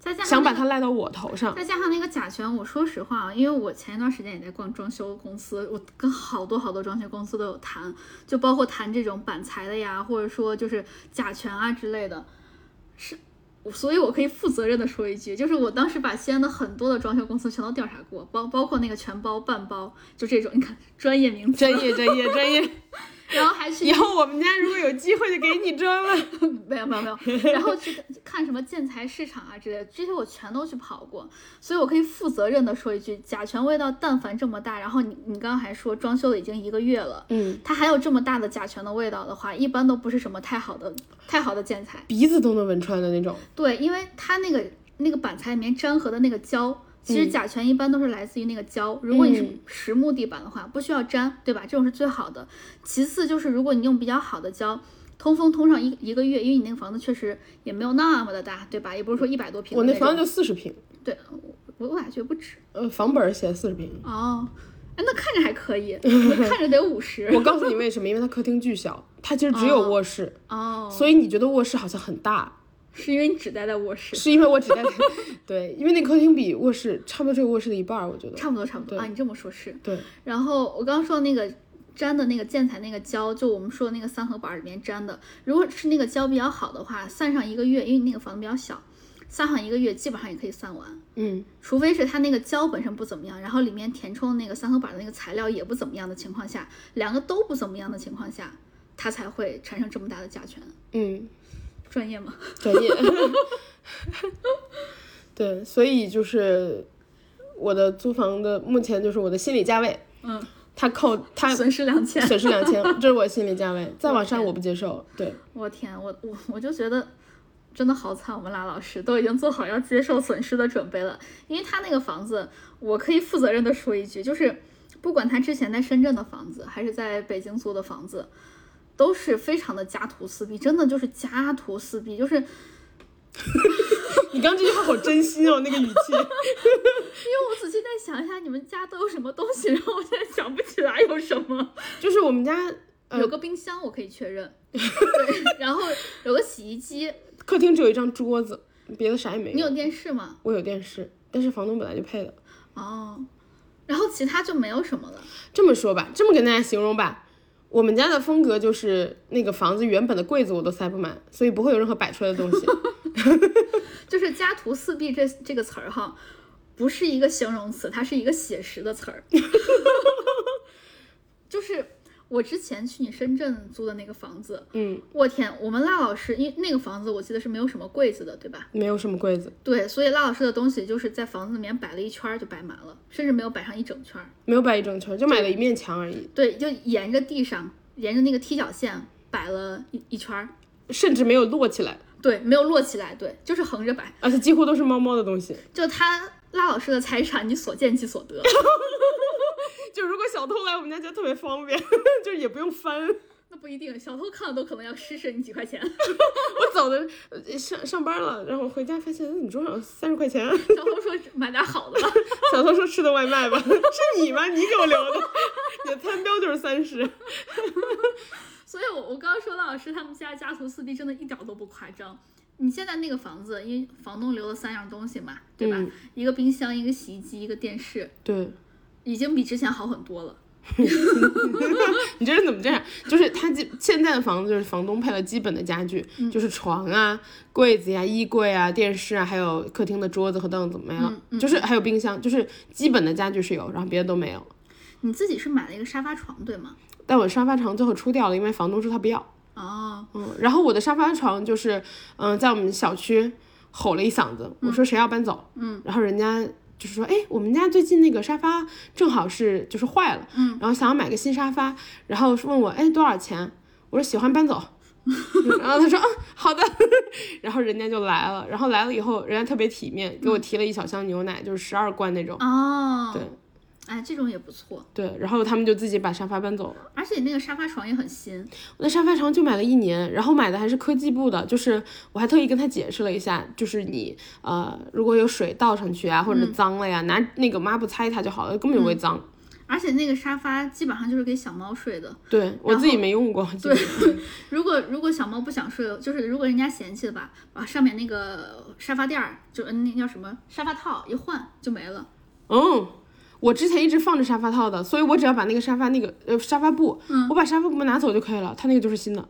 [SPEAKER 3] 再加上
[SPEAKER 1] 想
[SPEAKER 3] 那
[SPEAKER 1] 把
[SPEAKER 3] 个
[SPEAKER 1] 它赖到我头上。
[SPEAKER 3] 再加上那个甲醛，我说实话啊，因为我前一段时间也在逛装修公司，我跟好多好多装修公司都有谈，就包括谈这种板材的呀，或者说就是甲醛啊之类的，是。我所以，我可以负责任的说一句，就是我当时把西安的很多的装修公司全都调查过，包包括那个全包、半包，就这种，你看专 业名词，
[SPEAKER 1] 专业，专业，专业。
[SPEAKER 3] 然后还 去
[SPEAKER 1] 以后我们家如果有机会就给你装了。
[SPEAKER 3] 没有没有没有，然后去看 什么建材市场啊之类的，这些我全都去跑过，所以我可以负责任的说一句，甲醛味道但凡这么大，然后你你刚刚还说装修了已经一个月了，
[SPEAKER 1] 嗯，
[SPEAKER 3] 它还有这么大的甲醛的味道的话，一般都不是什么太好的太好的建材，
[SPEAKER 1] 鼻子都能闻穿的那种。
[SPEAKER 3] 对，因为它那个那个板材里面粘合的那个胶。其实甲醛一般都是来自于那个胶，如果你是
[SPEAKER 1] 嗯
[SPEAKER 3] 实木地板的话，不需要粘，对吧？这种是最好的。其次就是如果你用比较好的胶，通风通上一一个月，因为你那个房子确实也没有那么的大，对吧？也不是说一百多平
[SPEAKER 1] 我
[SPEAKER 3] 的种。
[SPEAKER 1] 那房子就四十平，
[SPEAKER 3] 对，我我感觉不止
[SPEAKER 1] 呃，房本儿写四十平。
[SPEAKER 3] 哦，哎，那看着还可以，那看着得 五十
[SPEAKER 1] 我告诉你为什么，因为它客厅巨小，它其实只有卧室，
[SPEAKER 3] 哦，
[SPEAKER 1] 所以你觉得卧室好像很大，
[SPEAKER 3] 是因为你只待在卧室，
[SPEAKER 1] 是因为我只在对，因为那客厅比卧室差不多只有卧室的一半儿，我觉得。
[SPEAKER 3] 差不多差不多啊。你这么说是，
[SPEAKER 1] 对，
[SPEAKER 3] 然后我刚刚说的那个粘的那个建材那个胶，就我们说的那个三合板里面粘的，如果是那个胶比较好的话，散上一个月，因为你那个房子比较小，散上一个月基本上也可以散完。
[SPEAKER 1] 嗯，
[SPEAKER 3] 除非是它那个胶本身不怎么样，然后里面填充那个三合板的那个材料也不怎么样的情况下，两个都不怎么样的情况下，它才会产生这么大的甲醛。
[SPEAKER 1] 嗯，
[SPEAKER 3] 专业吗？
[SPEAKER 1] 专业。 对，所以就是我的租房的目前就是我的心理价位，
[SPEAKER 3] 嗯，
[SPEAKER 1] 它扣它
[SPEAKER 3] 损失两千。
[SPEAKER 1] 损失两千，这是我心理价位，再往上我不接受。对，
[SPEAKER 3] 我天，我我我就觉得真的好惨，我们俩老师都已经做好要接受损失的准备了，因为他那个房子，我可以负责任的说一句，就是不管他之前在深圳的房子，还是在北京租的房子，都是非常的家徒四壁，真的就是家徒四壁，就是因
[SPEAKER 1] 你刚这句话好真心哦，那个语气。
[SPEAKER 3] 为我仔细再想一下，你们家都有什么东西，然后我现在想不起来有什么。
[SPEAKER 1] 就是我们家呃
[SPEAKER 3] 有个冰箱我可以确 认，对，然后有个洗衣机，
[SPEAKER 1] 客厅只有一张桌子，别的啥也没
[SPEAKER 3] 你有
[SPEAKER 1] 有。
[SPEAKER 3] 电视吗？
[SPEAKER 1] 我有电视，但是房东本来就配的。
[SPEAKER 3] 哦，然后其他就没有什么了。
[SPEAKER 1] 这么说吧，这么跟大家形容吧，我们家的风格就是那个房子原本的柜子我都塞不满，所以不会有任何摆出来的东西。
[SPEAKER 3] 就是“家徒四壁这”这个词儿哈，不是一个形容词，它是一个写实的词儿。 就是我之前去你深圳租的那个房子，
[SPEAKER 1] 嗯，
[SPEAKER 3] 我天，我们辣老师因为那个房子我记得是没有什么柜子的，对吧？
[SPEAKER 1] 没有什么柜子，
[SPEAKER 3] 对，所以辣老师的东西就是在房子里面摆了一圈儿就摆满了，甚至没有摆上一整圈儿。
[SPEAKER 1] 没有摆一整圈，就买了一面墙而已，
[SPEAKER 3] 对，就沿着地上，沿着那个踢脚线摆了一一圈儿。
[SPEAKER 1] 甚至没有摞起来，
[SPEAKER 3] 对，没有摞起来，对，就是横着摆。
[SPEAKER 1] 而且几乎都是猫猫的东西。
[SPEAKER 3] 就他拉老师的财产，你所见即所得。
[SPEAKER 1] 就如果小偷来我们家就特别方便， 就是也不用翻。
[SPEAKER 3] 那不一定，小偷看了都可能要施舍你几块钱。
[SPEAKER 1] 我走的呃上上班了，然后回家发现嗯你桌上有三十块钱，啊
[SPEAKER 3] 小偷说买点好的吧，
[SPEAKER 1] 小偷说吃的外卖吧，是你吗？你给我留的，你的餐标就是三十。
[SPEAKER 3] 所以我，我刚刚说老师他们家家徒四壁真的一点儿都不夸张。你现在那个房子，因为房东留了三样东西嘛，对吧？
[SPEAKER 1] 嗯
[SPEAKER 3] 一个冰箱，一个洗衣机，一个电视，
[SPEAKER 1] 对，
[SPEAKER 3] 已经比之前好很多了。
[SPEAKER 1] 你这人怎么这样？就是他基现在的房子，就是房东配了基本的家具，就是床啊、柜子呀、衣柜啊、电视啊，还有客厅的桌子和凳子没了，就是还有冰箱，就是基本的家具是有，然后别的都没有。
[SPEAKER 3] 你自己是买了一个沙发床，对吗？
[SPEAKER 1] 但我沙发床最后出掉了，因为房东说他不要。
[SPEAKER 3] 哦，
[SPEAKER 1] 嗯，然后我的沙发床就是，嗯、在我们小区吼了一嗓子，我说谁要搬走，嗯，然后人家就是说，哎，我们家最近那个沙发正好是就是坏了，嗯，然后想要买个新沙发，然后问我，哎，多少钱？我说喜欢搬 走，然后他说，嗯，好的， 然后人家就来了，然后来了以后，人家特别体面，给我提了一小箱牛奶，就是十二罐那种，
[SPEAKER 3] 哦，
[SPEAKER 1] 对，
[SPEAKER 3] 哎，这种也不错，
[SPEAKER 1] 对，然后他们就自己把沙发搬走了。
[SPEAKER 3] 而且那个沙发床也很新，
[SPEAKER 1] 我那沙发床就买了一年，然后买的还是科技部的，就是我还特意跟他解释了一下，就是你呃如果有水倒上去啊，或
[SPEAKER 3] 嗯
[SPEAKER 1] 者脏了呀，拿那个抹布擦一擦就好了，根本就不会脏。
[SPEAKER 3] 而且那个沙发基本上就是给小猫睡的。
[SPEAKER 1] 对我自己没用过，对，
[SPEAKER 3] 如果如果小猫不想睡，就是如果人家嫌弃的吧，把上面那个沙发垫儿，就嗯那叫什么沙发套一换就没了。
[SPEAKER 1] 嗯。我之前一直放着沙发套的，所以我只要把那个沙发那个呃沙发布，
[SPEAKER 3] 嗯
[SPEAKER 1] 我把沙发布拿走就可以了，它那个就是新的。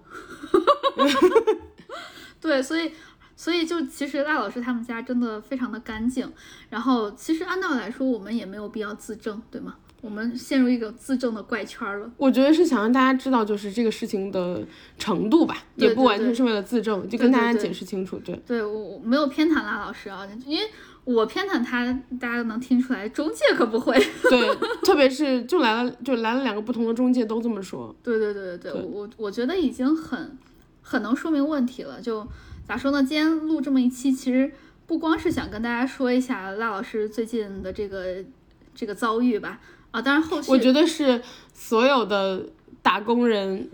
[SPEAKER 3] 对，所以所以就其实赖老师他们家真的非常的干净。然后其实按道理来说，我们也没有必要自证，对吗？我们陷入一种自证的怪圈儿了。
[SPEAKER 1] 我觉得是想让大家知道，就是这个事情的程度吧，
[SPEAKER 3] 对
[SPEAKER 1] 也不
[SPEAKER 3] 对
[SPEAKER 1] 完全
[SPEAKER 3] 对
[SPEAKER 1] 是为了自证，就
[SPEAKER 3] 对
[SPEAKER 1] 跟大
[SPEAKER 3] 对
[SPEAKER 1] 家
[SPEAKER 3] 对
[SPEAKER 1] 解释清楚。对
[SPEAKER 3] 对我我没有偏袒赖老师啊，因为我偏袒他，大家能听出来，中介可不会。
[SPEAKER 1] 对，特别是就来了就来了两个不同的中介都这么说，
[SPEAKER 3] 对对对对对，我我我觉得已经很很能说明问题了。就咋说呢？今天录这么一期，其实不光是想跟大家说一下赖老师最近的这个这个遭遇吧，啊，当然后续
[SPEAKER 1] 我觉得是所有的打工人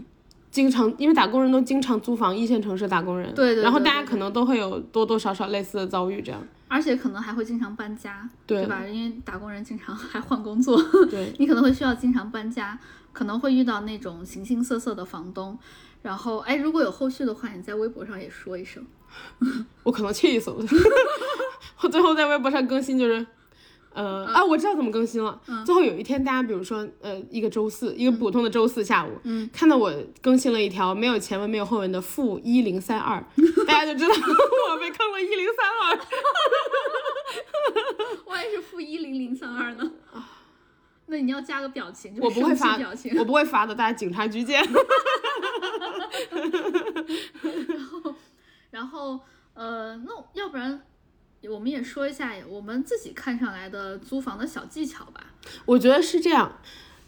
[SPEAKER 1] 经常，因为打工人都经常租房，一线城市打工人，
[SPEAKER 3] 对对对
[SPEAKER 1] 然后
[SPEAKER 3] 对
[SPEAKER 1] 大家
[SPEAKER 3] 对
[SPEAKER 1] 可能都会有多多少少类似的遭遇，这样，
[SPEAKER 3] 而且可能还会经常搬家，
[SPEAKER 1] 对
[SPEAKER 3] 吧？因为打工人经常 还换工作，
[SPEAKER 1] 对，
[SPEAKER 3] 你可能会需要经常搬家，可能会遇到那种形形色色的房东。然后，哎，如果有后续的话，你在微博上也说一声。
[SPEAKER 1] 我可能气死我， 我最后在微博上更新就是。呃、
[SPEAKER 3] 嗯
[SPEAKER 1] 啊，我知道怎么更新了。最后有一天，大家比如说，呃，一个周四，
[SPEAKER 3] 嗯
[SPEAKER 1] 一个普通的周四下午，嗯，看到我更新了一条没有前文没有后文的负一零三二，大家就知道 我被坑了一零三 二。
[SPEAKER 3] 万一是负一零零三二呢？那你要加个表情，就
[SPEAKER 1] 啊
[SPEAKER 3] 是
[SPEAKER 1] 我不会
[SPEAKER 3] 生气
[SPEAKER 1] 发
[SPEAKER 3] 表情。，
[SPEAKER 1] 我不会发的，大家警察局见。
[SPEAKER 3] 然后呃，那要不然我们也说一下我们自己看上来的租房的小技巧吧。
[SPEAKER 1] 我觉得是这样，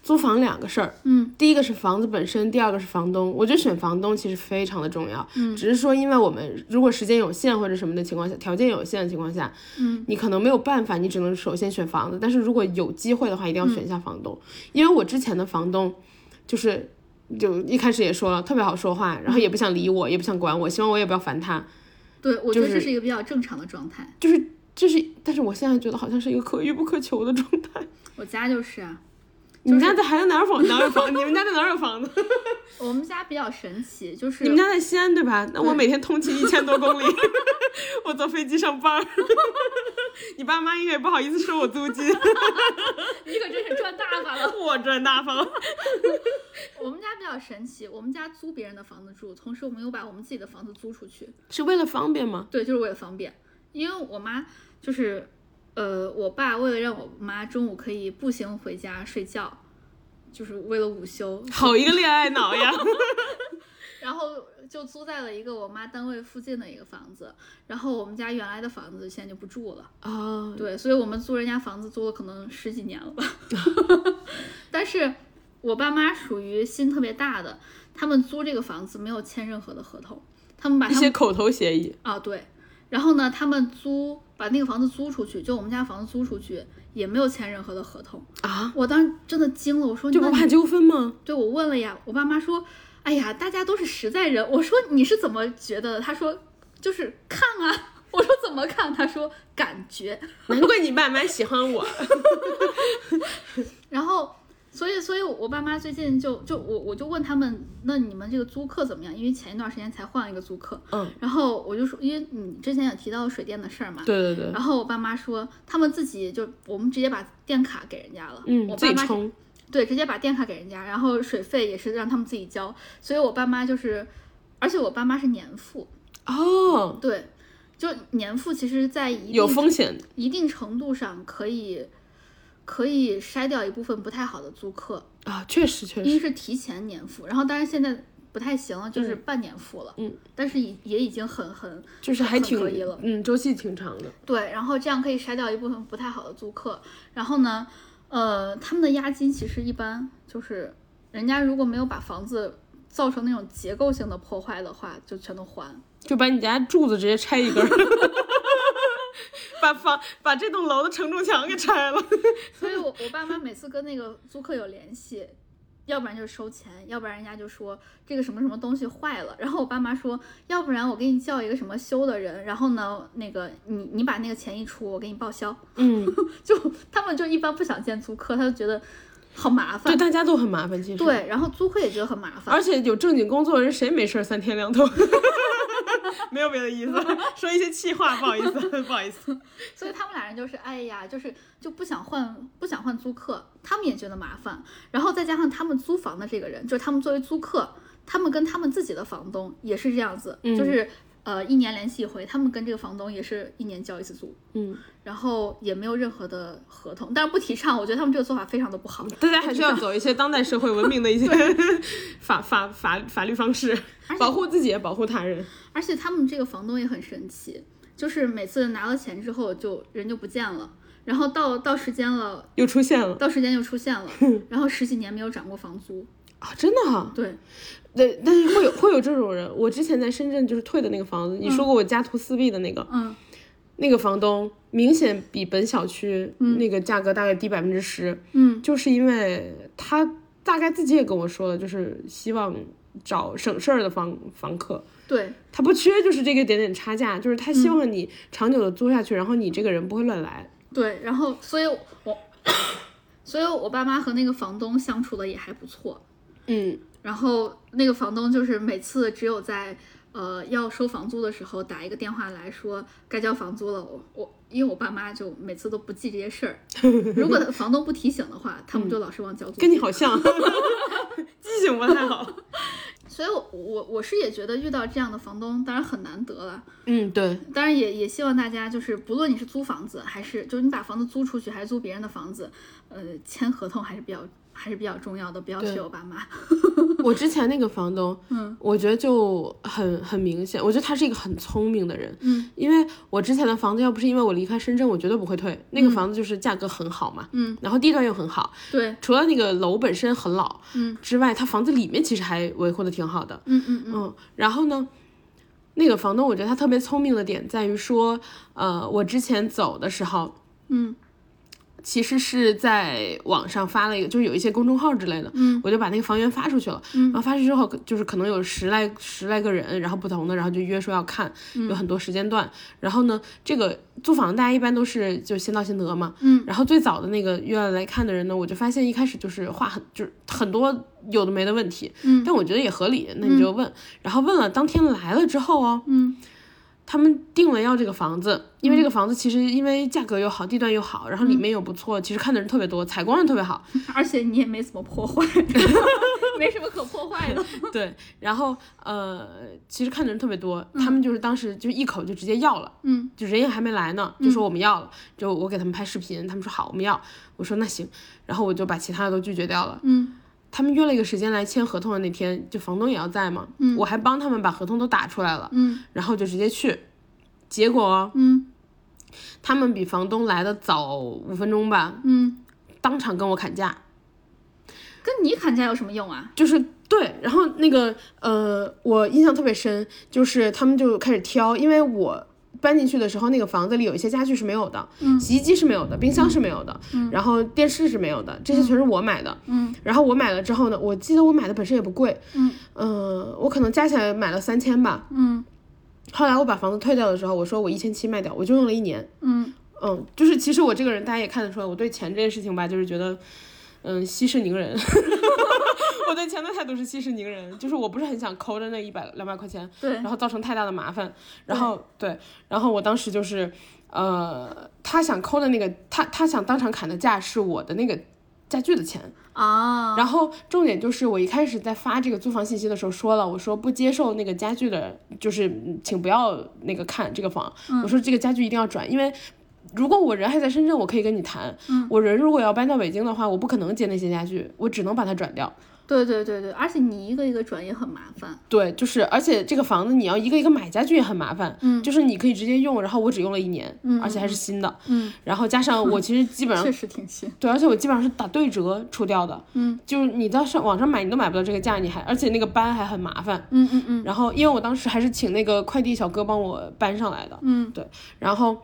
[SPEAKER 1] 租房两个事儿，
[SPEAKER 3] 嗯，
[SPEAKER 1] 第一个是房子本身，第二个是房东。我觉得选房东其实非常的重要，嗯，只是说因为我们如果时间有限或者什么的情况下，条件有限的情况下，
[SPEAKER 3] 嗯，
[SPEAKER 1] 你可能没有办法，你只能首先选房子。但是如果有机会的话，一
[SPEAKER 3] 嗯
[SPEAKER 1] 定要选一下房东，因为我之前的房东就是。就一开始也说了，特别好说话，
[SPEAKER 3] 嗯
[SPEAKER 1] 然后也不想理我，也不想管我，希望我也不要烦他。
[SPEAKER 3] 对，我觉得
[SPEAKER 1] 就
[SPEAKER 3] 这
[SPEAKER 1] 是
[SPEAKER 3] 是一个比较正常的状态。
[SPEAKER 1] 就是就是，但是我现在觉得好像是一个可遇不可求的状态。
[SPEAKER 3] 我家就是啊，
[SPEAKER 1] 你们家在还在哪儿房哪儿有房？ 你们家在哪儿有房子？
[SPEAKER 3] 我们家比较神奇，就是
[SPEAKER 1] 你们家在西安对吧？那我每天通勤一千多 公里，我坐飞机上 班儿。你爸妈应该也不好意思收我租金，
[SPEAKER 3] 你可真是赚大发了。
[SPEAKER 1] 我赚大方。
[SPEAKER 3] 我们家比较神奇，我们家租别人的房子住，同时我们又把我们自己的房子租出去，
[SPEAKER 1] 是为了方便吗？
[SPEAKER 3] 对，就是为了方便。因为我妈就是，呃，我爸为了让我妈中午可以步行回家睡觉，就是为了午休，
[SPEAKER 1] 好一个恋爱脑呀！
[SPEAKER 3] 然后就租在了一个我妈单位附近的一个房子。然后我们家原来的房子现在就不住了，
[SPEAKER 1] 啊，
[SPEAKER 3] 对，所以我们租人家房子租了可能十几年了吧。 但是我爸妈属于心特别大的，他们租这个房子没有签任何的合同，他们把
[SPEAKER 1] 一
[SPEAKER 3] 他们
[SPEAKER 1] 些口头协议，
[SPEAKER 3] 啊对，然后呢，他们租把那个房子租出去，就我们家房子租出去，也没有签任何的合同。
[SPEAKER 1] 啊，
[SPEAKER 3] 我当时真的惊了，我说
[SPEAKER 1] 就
[SPEAKER 3] 那
[SPEAKER 1] 不
[SPEAKER 3] 你
[SPEAKER 1] 怕纠纷吗？
[SPEAKER 3] 对我问了呀，我爸妈说，哎呀，大家都是实在人。我说你是怎么觉得的？他说就是看啊。 我说怎么看？他说感觉。
[SPEAKER 1] 难怪你爸妈喜欢我。
[SPEAKER 3] 然后，所以，所以我爸妈最近就就我我就问他们，那你们这个租客怎么样？因为前一段时间才换了一个租客。
[SPEAKER 1] 嗯，
[SPEAKER 3] 然后我就说，因为你之前也提到水电的事儿嘛。
[SPEAKER 1] 对对对，
[SPEAKER 3] 然后我爸妈说，他们自己就我们直接把电卡给人家了。
[SPEAKER 1] 嗯，
[SPEAKER 3] 我
[SPEAKER 1] 自
[SPEAKER 3] 爸
[SPEAKER 1] 己
[SPEAKER 3] 妈
[SPEAKER 1] 充。
[SPEAKER 3] 对，直接把电卡给人家，然后水费也是让他们自己交，所以我爸妈就是，而且我爸妈是年付，
[SPEAKER 1] 哦，
[SPEAKER 3] 对，就年付其实在一定
[SPEAKER 1] 有风险。
[SPEAKER 3] 一定程度上可以可以筛掉一部分不太好的租客，
[SPEAKER 1] 啊，确实确
[SPEAKER 3] 因为
[SPEAKER 1] 实，
[SPEAKER 3] 是提前年付，然后当然现在不太行了，就是半年付了，
[SPEAKER 1] 嗯，
[SPEAKER 3] 但是也也已经很很
[SPEAKER 1] 就是还
[SPEAKER 3] 很
[SPEAKER 1] 挺
[SPEAKER 3] 可以了，
[SPEAKER 1] 嗯，周期挺长的。
[SPEAKER 3] 对，然后这样可以筛掉一部分不太好的租客。然后呢，呃，他们的押金其实一般就是，人家如果没有把房子造成那种结构性的破坏的话，就全都还。
[SPEAKER 1] 就把你家柱子直接拆一根儿， 把房把这栋楼的承重墙给拆了。
[SPEAKER 3] 所以我我爸妈每次跟那个租客有联系。要不然就是收钱，要不然人家就说这个什么什么东西坏了。然后我爸妈说，要不然我给你叫一个什么修的人，然后呢，那个你你把那个钱一出，我给你报销。
[SPEAKER 1] 嗯，
[SPEAKER 3] 就他们就一般不想见租客，他就觉得好麻烦
[SPEAKER 1] 对，。大家都很麻烦，其实。。
[SPEAKER 3] 对，然后租客也觉得很麻烦。
[SPEAKER 1] 而且有正经工作的人，谁没事儿三天两头？ 没有别的意思， 说一些气话，不好意思，不好意思。
[SPEAKER 3] 所以他们俩人就是，哎呀，就是就不想换，不想换租客，他们也觉得麻烦。然后再加上他们租房的这个人，就是他们作为租客，他们跟他们自己的房东也是这样子，
[SPEAKER 1] 嗯
[SPEAKER 3] 就是呃一年联系一回，他们跟这个房东也是一年交一次租，
[SPEAKER 1] 嗯，
[SPEAKER 3] 然后也没有任何的合同。但是不提倡，我觉得他们这个做法非常的不好。
[SPEAKER 1] 大家还是要走一些当代社会文明的一些法法法法律方式，保护自己，也保护他人。
[SPEAKER 3] 而且他们这个房东也很神奇，就是每次拿了钱之后就人就不见了，然后到到时间了。
[SPEAKER 1] 又出现了
[SPEAKER 3] 到时间就出现了，然后十几年没有涨过房租。
[SPEAKER 1] 啊！真的哈、
[SPEAKER 3] 对，
[SPEAKER 1] 对，但是会有会有这种人。我之前在深圳就是退的那个房子，你说过我家徒四壁的那个，
[SPEAKER 3] 嗯，
[SPEAKER 1] 那个房东明显比本小区那个价格大概低百分之十，
[SPEAKER 3] 嗯，
[SPEAKER 1] 就是因为他大概自己也跟我说了，就是希望找省事儿的房房客，
[SPEAKER 3] 对，
[SPEAKER 1] 他不缺就是这个点点差价，就是他希望你长久的租下去，然后你这个人不会乱来。
[SPEAKER 3] 对。然后，所以我， 所以我爸妈和那个房东相处的也还不错。
[SPEAKER 1] 嗯，
[SPEAKER 3] 然后那个房东就是每次只有在呃要收房租的时候打一个电话来说该交房租了。我我因为我爸妈就每次都不记这些事儿，如果房东不提醒的话，他们就老是忘交租。
[SPEAKER 1] 跟你好像， 记性不太好。
[SPEAKER 3] 所以我我我是也觉得遇到这样的房东当然很难得了。
[SPEAKER 1] 嗯，对，
[SPEAKER 3] 当然也也希望大家就是，不论你是租房子还是就是你把房子租出去，还是租别人的房子，呃，签合同还是比较还是比较重要的，不要学我爸妈。
[SPEAKER 1] 我之前那个房东，嗯，我觉得就很很明显，我觉得他是一个很聪明的人，
[SPEAKER 3] 嗯，
[SPEAKER 1] 因为我之前的房子要不是因为我离开深圳，我绝对不会退。那个房子就是价格很好嘛，
[SPEAKER 3] 嗯，
[SPEAKER 1] 然后地段又很好，
[SPEAKER 3] 对，
[SPEAKER 1] 除了那个楼本身很老，
[SPEAKER 3] 嗯，
[SPEAKER 1] 之外，它房子里面其实还维护的挺好的，
[SPEAKER 3] 嗯嗯嗯，
[SPEAKER 1] 嗯，然后呢，那个房东我觉得他特别聪明的点在于说，呃，我之前走的时候，
[SPEAKER 3] 嗯，
[SPEAKER 1] 其实是在网上发了一个，就是有一些公众号之类的，
[SPEAKER 3] 嗯，
[SPEAKER 1] 我就把那个房源发出去了，嗯，然后发出去之后，就是可能有十来十来个人，然后不同的，然后就约说要看，
[SPEAKER 3] 嗯
[SPEAKER 1] 有很多时间段，然后呢，这个租房大家一般都是就先到先得嘛，
[SPEAKER 3] 嗯，
[SPEAKER 1] 然后最早的那个约来看的人呢，我就发现一开始就是话很就是很多有的没的问题，
[SPEAKER 3] 嗯，
[SPEAKER 1] 但我觉得也合理，那你就问，然后问了，当天来了之后哦，
[SPEAKER 3] 嗯，
[SPEAKER 1] 他们定了要这个房子，因为这个房子其实因为价格又好，地段又好，然后里面又不错，其实看的人特别多，采光也特别好，
[SPEAKER 3] 而且你也没怎么破坏， 没什么可破坏的。
[SPEAKER 1] 对，然后呃，其实看的人特别多，他们就是当时就一口就直接要了，
[SPEAKER 3] 嗯，
[SPEAKER 1] 就人也还没来呢，就说我们要了，就我给他们拍视频，他们说好，我们要，我说那行，然后我就把其他的都拒绝掉了。
[SPEAKER 3] 嗯
[SPEAKER 1] 他们约了一个时间来签合同的那天，就房东也要在嘛，我还帮他们把合同都打出来了，
[SPEAKER 3] 嗯
[SPEAKER 1] 然后就直接去，结果
[SPEAKER 3] 嗯
[SPEAKER 1] 他们比房东来的早五分钟吧，
[SPEAKER 3] 嗯，
[SPEAKER 1] 当场跟我砍价，
[SPEAKER 3] 跟你砍价有什么用啊？
[SPEAKER 1] 就是对，然后那个呃，我印象特别深，就是他们就开始挑，因为我搬进去的时候，那个房子里有一些家具是没有的，
[SPEAKER 3] 嗯
[SPEAKER 1] 洗衣机是没有的，冰箱是没有的，然后电视是没有的，这些全是我买的。
[SPEAKER 3] 嗯，
[SPEAKER 1] 然后我买了之后呢，我记得我买的本身也不贵，
[SPEAKER 3] 嗯
[SPEAKER 1] 呃我可能加起来买了三千吧。
[SPEAKER 3] 嗯
[SPEAKER 1] 后来我把房子退掉的时候，我说我一千七卖掉，我就用了一年。
[SPEAKER 3] 嗯
[SPEAKER 1] 嗯，就是其实我这个人大家也看得出来，我对钱这件事情吧，就是觉得，嗯，息事宁人。 我对钱的态度是息事宁人，就是我不是很想抠着那一百两百块钱，
[SPEAKER 3] 对
[SPEAKER 1] 然后造成太大的麻烦。然后对，然后我当时就是，呃，他想抠的那个，他他想当场砍的价是我的那个家具的钱。
[SPEAKER 3] 啊，
[SPEAKER 1] 然后重点就是我一开始在发这个租房信息的时候说了，我说不接受那个家具的，就是嗯请不要那个看这个房，我说这个家具一定要转，因为。如果我人还在深圳，我可以跟你谈。我人如果要搬到北京的话，我不可能接那些家具，我只能把它转掉。
[SPEAKER 3] 对对对对，而且你一个一个转也很麻烦。
[SPEAKER 1] 对，就是，而且这个房子你要一个一个买家具也很麻烦。嗯，就是你可以直接用，然后我只用了一年，嗯、而且还是新的。
[SPEAKER 3] 嗯，
[SPEAKER 1] 然后加上我其实基本上
[SPEAKER 3] 确实挺新，
[SPEAKER 1] 对，而且我基本上是打对折出掉的，嗯，就是你到上网上买你都买不到这个价，你还而且那个搬还很麻烦，
[SPEAKER 3] 嗯嗯嗯
[SPEAKER 1] 然后因为我当时还是请那个快递小哥帮我搬上来的，
[SPEAKER 3] 嗯，
[SPEAKER 1] 对，然后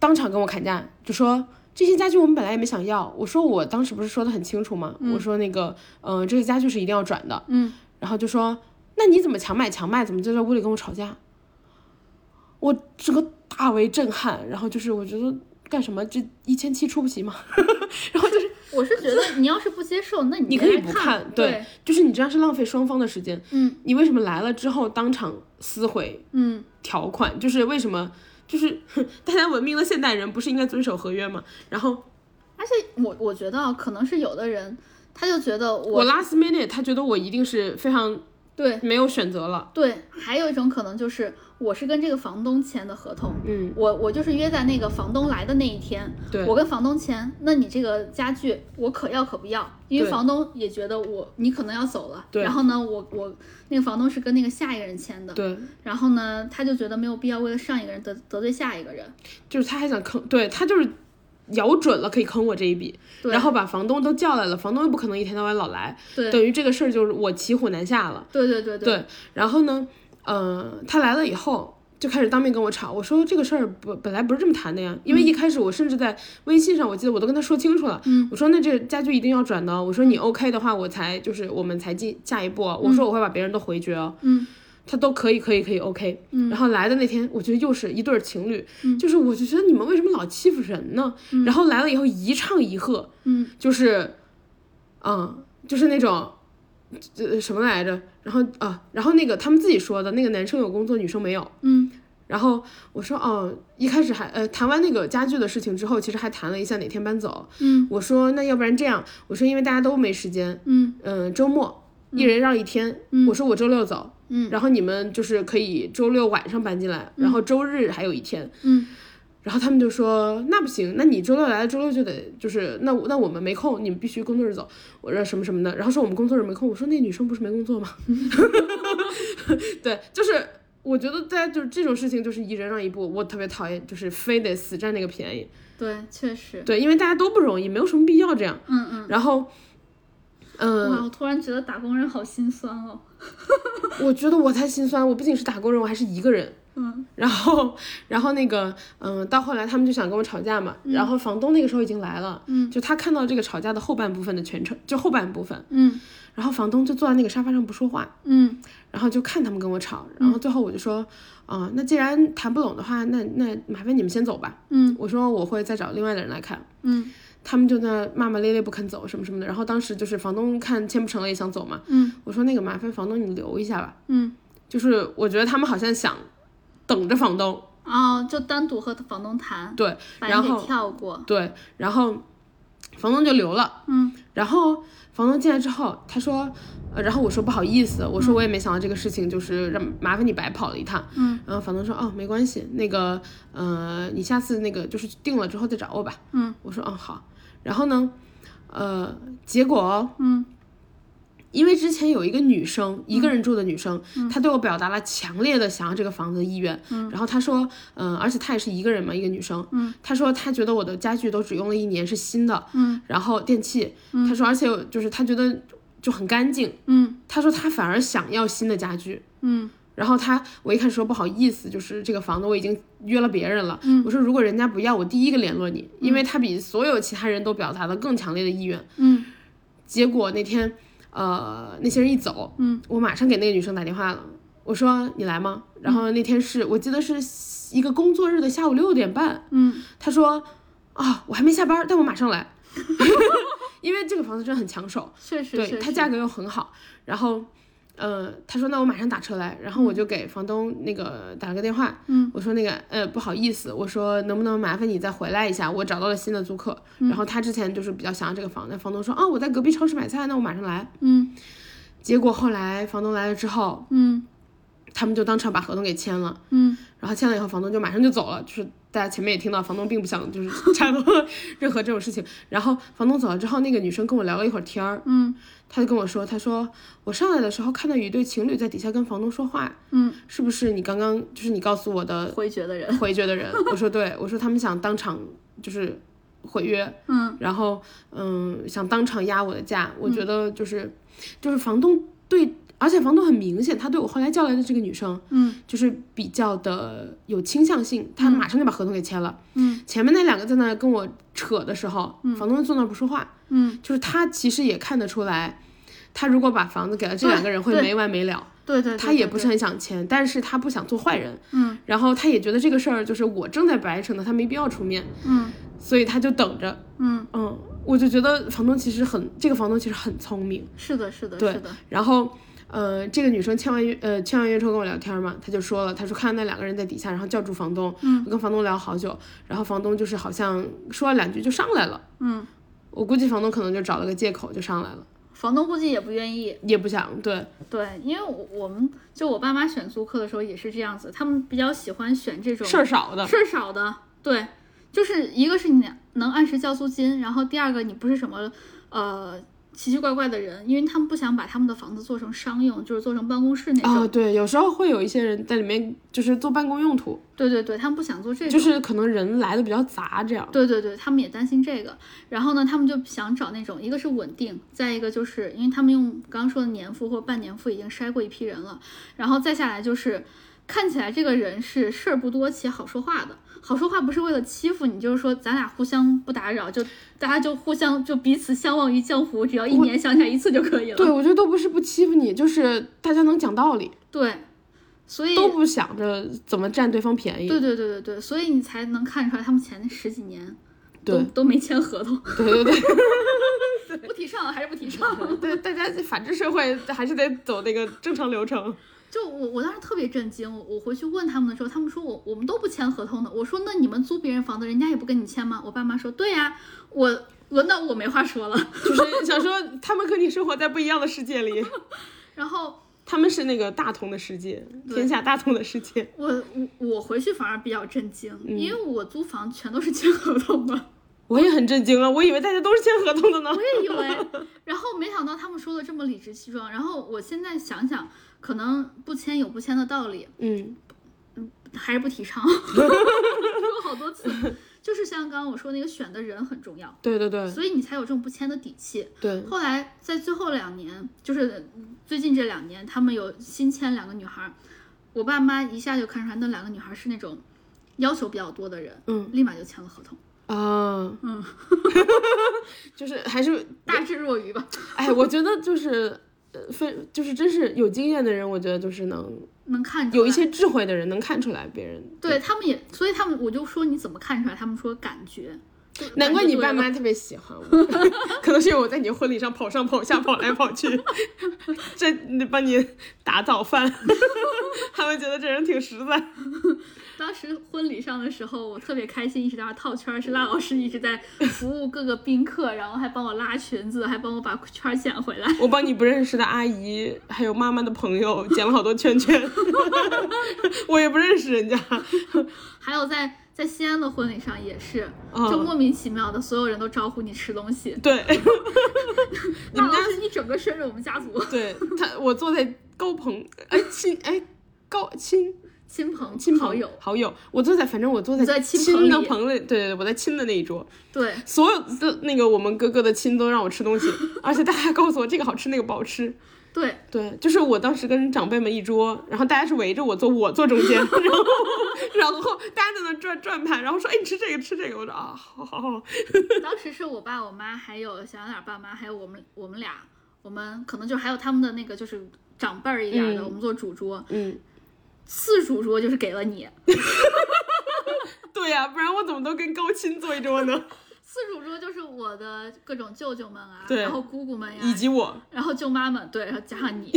[SPEAKER 1] 当场跟我砍价，就说这些家具我们本来也没想要，我说我当时不是说的很清楚吗？我说那个，嗯、这个家具是一定要转的，
[SPEAKER 3] 嗯，
[SPEAKER 1] 然后就说那你怎么强买强卖，怎么就在屋里跟我吵架？我整个大为震撼，然后就是我觉得干什么这一千七出不起吗？
[SPEAKER 3] 我是觉得你要是不接受，那你
[SPEAKER 1] 你
[SPEAKER 3] 你
[SPEAKER 1] 可以不
[SPEAKER 3] 看
[SPEAKER 1] 看，，对，就是你这样是浪费双方的时间。
[SPEAKER 3] 嗯，
[SPEAKER 1] 你为什么来了之后当场撕毁
[SPEAKER 3] 嗯，
[SPEAKER 1] 条款？就是为什么？就是 大家文明的现代人不是应该遵守合约吗？然后
[SPEAKER 3] 而且我我觉得啊，可能是有的人他就觉得我
[SPEAKER 1] 我 last minute，他觉得我一定是非常
[SPEAKER 3] 对
[SPEAKER 1] 没有选择了。
[SPEAKER 3] 对，还有一种可能就是我是跟这个房东签的合同，
[SPEAKER 1] 嗯，
[SPEAKER 3] 我我就是约在那个房东来的那一天，
[SPEAKER 1] 对
[SPEAKER 3] 我跟房东签，那你这个家具我可要可不要，因为
[SPEAKER 1] 对
[SPEAKER 3] 房东也觉得我你可能要走了，
[SPEAKER 1] 对
[SPEAKER 3] 然后呢，我我那个房东是跟那个下一个人签的，
[SPEAKER 1] 对，
[SPEAKER 3] 然后呢，他就觉得没有必要为了上一个人得得罪下一个人，
[SPEAKER 1] 就是他还想坑，对他就是咬准了可以坑我这一笔，
[SPEAKER 3] 对
[SPEAKER 1] 然后把房东都叫来了，房东又不可能一天到晚老来，
[SPEAKER 3] 对
[SPEAKER 1] 等于这个事儿就是我骑虎难下了。
[SPEAKER 3] 对对对对
[SPEAKER 1] 对，然后呢，呃，他来了以后就开始当面跟我吵，我说这个事儿不本来不是这么谈的呀，因为一开始我甚至在微信上，我记得我都跟他说清楚了，我说那这个家具一定要转的哦，我说你 OK 的话，我才就是我们才进下一步哦，我说我会把别人都回绝哦，
[SPEAKER 3] 嗯
[SPEAKER 1] 他都可以可以可以 OK，、然后来的那天，我觉得又是一对儿情侣，就是我就觉得你们为什么老欺负人呢？然后来了以后一唱一和，
[SPEAKER 3] 嗯，
[SPEAKER 1] 就是，嗯，就是那种，呃，什么来着？然后啊，然后那个他们自己说的，那个男生有工作，女生没有。
[SPEAKER 3] 嗯
[SPEAKER 1] 然后我说哦，一开始还呃谈完那个家具的事情之后，其实还谈了一下哪天搬走。
[SPEAKER 3] 嗯，
[SPEAKER 1] 我说那要不然这样，我说因为大家都没时间，
[SPEAKER 3] 嗯
[SPEAKER 1] 嗯、周末一人让一天，我说我周六走，
[SPEAKER 3] 嗯，
[SPEAKER 1] 然后你们就是可以周六晚上搬进来，然后周日还有一天，
[SPEAKER 3] 嗯
[SPEAKER 1] 然后他们就说那不行，那你周六来了，周六就得就是那我那我们没空，你们必须工作日走。我说什么什么的，然后说我们工作日没空，我说那女生不是没工作吗？ 对，就是我觉得大家就是这种事情就是一人让一步，我特别讨厌，就是非得死占那个便宜。
[SPEAKER 3] 对，确实，
[SPEAKER 1] 对，因为大家都不容易，没有什么必要这样。
[SPEAKER 3] 嗯嗯。
[SPEAKER 1] 然后，嗯、
[SPEAKER 3] 哇，我突然觉得打工人好心酸哦。
[SPEAKER 1] 我觉得我太心酸，我不仅是打工人，我还是一个人。
[SPEAKER 3] 嗯
[SPEAKER 1] 然后，然后那个，嗯，到后来他们就想跟我吵架嘛。然后房东那个时候已经来了，
[SPEAKER 3] 嗯
[SPEAKER 1] 就他看到这个吵架的后半部分的全程，就后半部分。
[SPEAKER 3] 嗯
[SPEAKER 1] 然后房东就坐在那个沙发上不说话，
[SPEAKER 3] 嗯
[SPEAKER 1] 然后就看他们跟我吵。然后最后我就说，啊、那既然谈不拢的话，那那麻烦你们先走吧。
[SPEAKER 3] 嗯
[SPEAKER 1] 我说我会再找另外的人来看。
[SPEAKER 3] 嗯
[SPEAKER 1] 他们就在骂骂咧咧不肯走什么什么的。然后当时就是房东看签不成了也想走嘛，
[SPEAKER 3] 嗯
[SPEAKER 1] 我说那个麻烦房东你留一下吧，
[SPEAKER 3] 嗯。
[SPEAKER 1] 就是我觉得他们好像想等着房东。
[SPEAKER 3] 哦，就单独和房东谈，
[SPEAKER 1] 对，
[SPEAKER 3] 把
[SPEAKER 1] 然
[SPEAKER 3] 你给
[SPEAKER 1] 后
[SPEAKER 3] 跳过。
[SPEAKER 1] 对，然后房东就留了。
[SPEAKER 3] 嗯
[SPEAKER 1] 然后房东进来之后，他说，呃，然后我说不好意思，我说我也没想到这个事情，就是让麻烦你白跑了一趟。
[SPEAKER 3] 嗯
[SPEAKER 1] 然后房东说，哦，没关系，那个，呃，你下次那个就是定了之后再找我吧。
[SPEAKER 3] 嗯
[SPEAKER 1] 我说，哦，好。然后呢，呃，结果
[SPEAKER 3] 嗯
[SPEAKER 1] 因为之前有一个女生，一个人住的女生，
[SPEAKER 3] 嗯
[SPEAKER 1] 她对我表达了强烈的想要这个房子的意愿。然后她说，嗯、而且她也是一个人嘛，一个女生。
[SPEAKER 3] 嗯
[SPEAKER 1] 她说她觉得我的家具都只用了一年，是新的。
[SPEAKER 3] 嗯
[SPEAKER 1] 然后电器，她说，而且就是她觉得就很干净。
[SPEAKER 3] 嗯
[SPEAKER 1] 她说她反而想要新的家具。
[SPEAKER 3] 嗯
[SPEAKER 1] 然后他我一开始说不好意思，就是这个房子我已经约了别人了，我说如果人家不要，我第一个联络你，因为他比所有其他人都表达了更强烈的意愿。
[SPEAKER 3] 嗯，
[SPEAKER 1] 结果那天，呃，那些人一走，嗯，我马上给那个女生打电话了，我说你来吗？然后那天是我记得是一个工作日的下午六点半，
[SPEAKER 3] 嗯，
[SPEAKER 1] 她说啊，我还没下班，但我马上来， 因为这个房子真的很抢手，
[SPEAKER 3] 确实，
[SPEAKER 1] 对，
[SPEAKER 3] 确
[SPEAKER 1] 它
[SPEAKER 3] 实
[SPEAKER 1] 价格又很好，然后。呃，他说那我马上打车来，然后我就给房东那个打了个电话，
[SPEAKER 3] 嗯，
[SPEAKER 1] 我说那个呃不好意思，我说能不能麻烦你再回来一下，我找到了新的租客，然后他之前就是比较想要这个房，那房东说啊、我在隔壁超市买菜，那我马上来，
[SPEAKER 3] 嗯
[SPEAKER 1] 结果后来房东来了之后，
[SPEAKER 3] 嗯
[SPEAKER 1] 他们就当场把合同给签了，
[SPEAKER 3] 嗯，
[SPEAKER 1] 然后签了以后，房东就马上就走了，就是大家前面也听到，房东并不想就是 掺和任何这种事情。然后房东走了之后，那个女生跟我聊了一会儿天儿，
[SPEAKER 3] 嗯，
[SPEAKER 1] 她就跟我说，她说我上来的时候看到有一对情侣在底下跟房东说话，
[SPEAKER 3] 嗯，
[SPEAKER 1] 是不是你刚刚就是你告诉我的
[SPEAKER 3] 回绝的人，
[SPEAKER 1] 回绝的人？ 我说对，我说他们想当场就是毁约，
[SPEAKER 3] 嗯，
[SPEAKER 1] 然后嗯想当场压我的价，我觉得就是、就是房东对，而且房东很明显，他对我后来叫来的这个女生，
[SPEAKER 3] 嗯，
[SPEAKER 1] 就是比较的有倾向性，他马上就把合同给签了，
[SPEAKER 3] 嗯，
[SPEAKER 1] 前面那两个在那跟我扯的时候，房东坐那儿不说话，
[SPEAKER 3] 嗯，
[SPEAKER 1] 就是他其实也看得出来。他如果把房子给了这
[SPEAKER 3] 对
[SPEAKER 1] 两个人，会
[SPEAKER 3] 对
[SPEAKER 1] 没完没了。
[SPEAKER 3] 对对，对
[SPEAKER 1] 他也
[SPEAKER 3] 对
[SPEAKER 1] 不
[SPEAKER 3] 对
[SPEAKER 1] 是很想签，但是他不想做坏人，
[SPEAKER 3] 嗯，
[SPEAKER 1] 然后他也觉得这个事儿就是我正在白扯呢，他没必要出面，
[SPEAKER 3] 嗯
[SPEAKER 1] 所以他就等着，
[SPEAKER 3] 嗯，
[SPEAKER 1] 嗯，我就觉得房东其实很，这个房东其实很聪明，
[SPEAKER 3] 是的，是的，
[SPEAKER 1] 对
[SPEAKER 3] 是的，
[SPEAKER 1] 然后。呃，这个女生签完约，呃，签完约之后跟我聊天嘛，她就说了，她说看到那两个人在底下，然后叫住房东，
[SPEAKER 3] 嗯，
[SPEAKER 1] 跟房东聊好久，然后房东就是好像说了两句就上来了，
[SPEAKER 3] 嗯，
[SPEAKER 1] 我估计房东可能就找了个借口就上来了，
[SPEAKER 3] 房东估计也不愿意，
[SPEAKER 1] 也不想，对，
[SPEAKER 3] 对，因为我我们就我爸妈选租客的时候也是这样子，他们比较喜欢选这种
[SPEAKER 1] 事儿少的，
[SPEAKER 3] 事儿少的，对，就是一个是你能按时交租金，然后第二个你不是什么呃奇奇怪怪的人，因为他们不想把他们的房子做成商用，就是做成办公室那种，
[SPEAKER 1] 啊、对，有时候会有一些人在里面就是做办公用途，
[SPEAKER 3] 对对对，他们不想做这种，
[SPEAKER 1] 就是可能人来的比较杂，这样。
[SPEAKER 3] 对对对，他们也担心这个。然后呢，他们就想找那种一个是稳定，再一个就是因为他们用刚刚说的年付或半年付已经筛过一批人了，然后再下来就是看起来这个人是事儿不多且好说话的。好说话不是为了欺负你，就是说咱俩互相不打扰，就大家就互相就彼此相忘于江湖，只要一年想起来一次就可以了。
[SPEAKER 1] 对，我觉得都不是不欺负你，就是大家能讲道理，
[SPEAKER 3] 对所以
[SPEAKER 1] 都不想着怎么占对方便宜。
[SPEAKER 3] 对对对对对，所以你才能看出来他们前十几年都
[SPEAKER 1] 对
[SPEAKER 3] 都没签合同，
[SPEAKER 1] 对对对
[SPEAKER 3] 不提倡还是不提倡？
[SPEAKER 1] 对，大家这法治社会还是得走那个正常流程。
[SPEAKER 3] 就我我当时特别震惊，我我回去问他们的时候，他们说我我们都不签合同的。我说那你们租别人房子，人家也不跟你签吗？我爸妈说对呀、我轮到我没话说了。
[SPEAKER 1] 就是想说，他们和你生活在不一样的世界里，
[SPEAKER 3] 然后
[SPEAKER 1] 他们是那个大同的世界，天下大同的世界。
[SPEAKER 3] 我我我回去反而比较震惊，因为我租房全都是签合同的。
[SPEAKER 1] 我也很震惊啊，我以为大家都是签合同的呢
[SPEAKER 3] 我。也以为，然后没想到他们说的这么理直气壮。然后我现在想想，可能不签有不签的道理，
[SPEAKER 1] 嗯，
[SPEAKER 3] 还是不提倡。 说好多次，就是像刚刚我说那个选的人很重要，
[SPEAKER 1] 对对对
[SPEAKER 3] 所以你才有这种不签的底气。
[SPEAKER 1] 对，
[SPEAKER 3] 后来在最后两年，就是最近这两年，他们有新签两个女孩儿，我爸妈一下就看出来那两个女孩儿是那种要求比较多的人，
[SPEAKER 1] 嗯
[SPEAKER 3] 立马就签了合同，
[SPEAKER 1] 啊，
[SPEAKER 3] 嗯，
[SPEAKER 1] 就是还是
[SPEAKER 3] 大智若愚吧。
[SPEAKER 1] 哎，我觉得就是，呃，分就是真是有经验的人，我觉得就是能
[SPEAKER 3] 能看出来
[SPEAKER 1] 有一些智慧的人能看出来别人。
[SPEAKER 3] 对他们也，所以他们我就说你怎么看出来？他们说感觉，就
[SPEAKER 1] 难怪你
[SPEAKER 3] 感觉
[SPEAKER 1] 爸
[SPEAKER 3] 作用
[SPEAKER 1] 妈特别喜欢我，可能是因为我在你婚礼上跑上跑下、跑来跑去， 这帮你打早饭， 他们觉得这人挺实在。
[SPEAKER 3] 当时婚礼上的时候，我特别开心，一直在那儿套圈儿，是拉老师一直在服务各个宾客，然后还帮我拉裙子，还帮我把圈儿剪回来。
[SPEAKER 1] 我帮你不认识的阿姨还有妈妈的朋友捡了好多圈圈， 我也不认识人家。
[SPEAKER 3] 还有在在西安的婚礼上也是，
[SPEAKER 1] 嗯
[SPEAKER 3] 就莫名其妙的，所有人都招呼你吃东西。
[SPEAKER 1] 对，你
[SPEAKER 3] 那
[SPEAKER 1] 们
[SPEAKER 3] 老
[SPEAKER 1] 家
[SPEAKER 3] 师一整个顺着我们家族
[SPEAKER 1] 对他，我坐在高朋哎亲哎高亲。
[SPEAKER 3] 亲朋
[SPEAKER 1] 亲朋
[SPEAKER 3] 好友，
[SPEAKER 1] 好友，我坐在反正我坐在
[SPEAKER 3] 在亲朋
[SPEAKER 1] 亲的
[SPEAKER 3] 里
[SPEAKER 1] 朋里，对对对，我在亲的那一桌，
[SPEAKER 3] 对
[SPEAKER 1] 所有的那个我们哥哥的亲都让我吃东西，而且大家告诉我这个好吃那个不好吃，
[SPEAKER 3] 对，
[SPEAKER 1] 对，就是我当时跟长辈们一桌，然后大家是围着我坐，我坐中间，然 后然后大家在那转转盘，然后说，哎，你吃这个，吃这个，我说啊，好好好，
[SPEAKER 3] 当时是我爸、我妈，还有小杨点儿爸妈，还有我们我们俩，我们可能就还有他们的那个就是长辈儿一点儿的，我们做主桌，
[SPEAKER 1] 嗯，
[SPEAKER 3] 次主桌就是给了你，
[SPEAKER 1] 对呀、不然我怎么都跟高亲坐一桌 呢？
[SPEAKER 3] 次主桌就是我的各种舅舅们啊，
[SPEAKER 1] 对
[SPEAKER 3] 然后姑姑们呀、
[SPEAKER 1] 以及我，
[SPEAKER 3] 然后舅妈们，对，然后加上 你，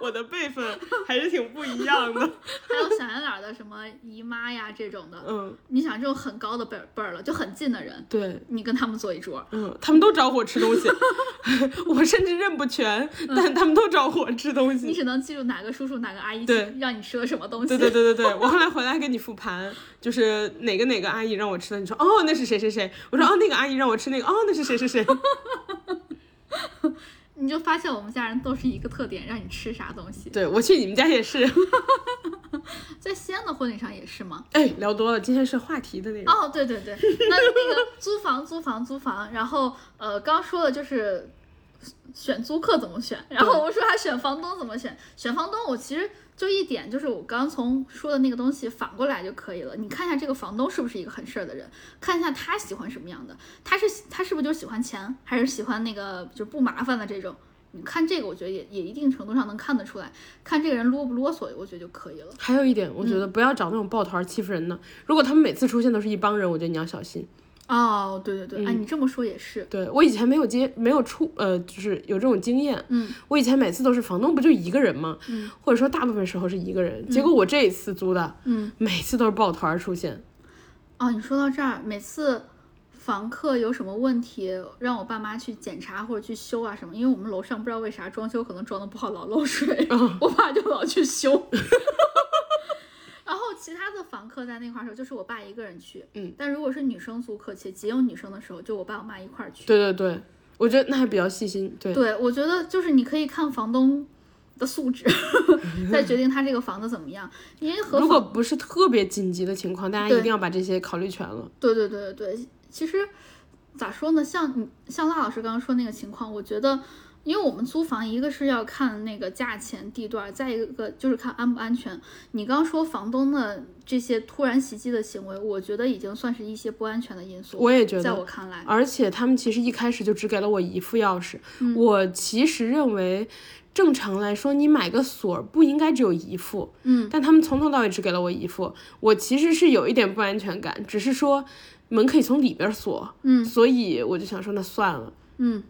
[SPEAKER 1] 我的辈分还是挺不一样的，
[SPEAKER 3] 还有小圆脸儿的什么姨妈呀这种的，
[SPEAKER 1] 嗯，
[SPEAKER 3] 你想这种很高的辈儿辈儿了，就很近的人，
[SPEAKER 1] 对。
[SPEAKER 3] 你跟他们坐一桌，
[SPEAKER 1] 嗯，他们都找我吃东西， 我甚至认不全，但他们都找我吃东
[SPEAKER 3] 你
[SPEAKER 1] 西。
[SPEAKER 3] 只能记住哪个叔叔哪个阿姨
[SPEAKER 1] 对
[SPEAKER 3] 让你吃了什么东西，
[SPEAKER 1] 对对对对对，我后来回来跟你复盘，就是哪个哪个阿姨让我吃的，你说哦那是谁谁谁，我说哦那个阿姨让我吃那个，哦那是谁谁 谁，
[SPEAKER 3] 你就发现我们家人都是一个特点，让你吃啥东西，
[SPEAKER 1] 对我去你们家也是，
[SPEAKER 3] 在西安的婚礼上也是吗？
[SPEAKER 1] 哎聊多了，今天是话题的那种，
[SPEAKER 3] 哦，对对对，那那个租房租房租房，然后呃，刚说了就是选租客怎么选，然后我说还选房东怎么选，选房东我其实就一点就是我刚从说的那个东西反过来就可以了，你看一下这个房东是不是一个很事儿的人，看一下他喜欢什么样的，他是他是不是就喜欢钱，还是喜欢那个就不麻烦的这种。你看这个，我觉得也也一定程度上能看得出来，看这个人啰不啰嗦，我觉得就可以了。
[SPEAKER 1] 还有一点，我觉得不要找那种抱团欺负人的，如果他们每次出现都是一帮人，我觉得你要小心。
[SPEAKER 3] 哦，对对对，哎，你这么说也是，
[SPEAKER 1] 对我以前没有接没有出呃，就是有这种经验，
[SPEAKER 3] 嗯，
[SPEAKER 1] 我以前每次都是房东不就一个人吗？嗯，或者说大部分时候是一个人，结果我这一次租的，
[SPEAKER 3] 嗯，
[SPEAKER 1] 每次都是抱团儿出现，
[SPEAKER 3] 哦，你说到这儿，每次房客有什么问题，让我爸妈去检查或者去修啊什么，因为我们楼上不知道为啥装修可能装的不好，老漏水，
[SPEAKER 1] 嗯
[SPEAKER 3] 我爸就老去修。 然后其他的房客在那块儿的时候，就是我爸一个人去，
[SPEAKER 1] 嗯，
[SPEAKER 3] 但如果是女生租客且仅有女生的时候，就我爸我妈一块儿去。
[SPEAKER 1] 对对对，我觉得那还比较细心，对，
[SPEAKER 3] 对，我觉得就是你可以看房东的素质， 再决定他这个房子怎么样，因为和
[SPEAKER 1] 如果
[SPEAKER 3] 房
[SPEAKER 1] 不是特别紧急的情况，大家
[SPEAKER 3] 对
[SPEAKER 1] 一定要把这些考虑全了，
[SPEAKER 3] 对对对对对，其实咋说呢，像你像辣老师刚刚说那个情况，我觉得，因为我们租房，一个是要看那个价钱、地段儿，再一个就是看安不安全。你刚说房东的这些突然袭击的行为，我觉得已经算是一些不安全的因素。
[SPEAKER 1] 我也觉
[SPEAKER 3] 在
[SPEAKER 1] 得。
[SPEAKER 3] 我看来，
[SPEAKER 1] 而且他们其实一开始就只给了我一副钥匙，
[SPEAKER 3] 嗯
[SPEAKER 1] 我其实认为，正常来说你买个锁儿不应该只有一副，
[SPEAKER 3] 嗯，
[SPEAKER 1] 但他们从头到尾只给了我一副，我其实是有一点不安全感，只是说门可以从里边锁，
[SPEAKER 3] 嗯
[SPEAKER 1] 所以我就想说那算了。
[SPEAKER 3] 嗯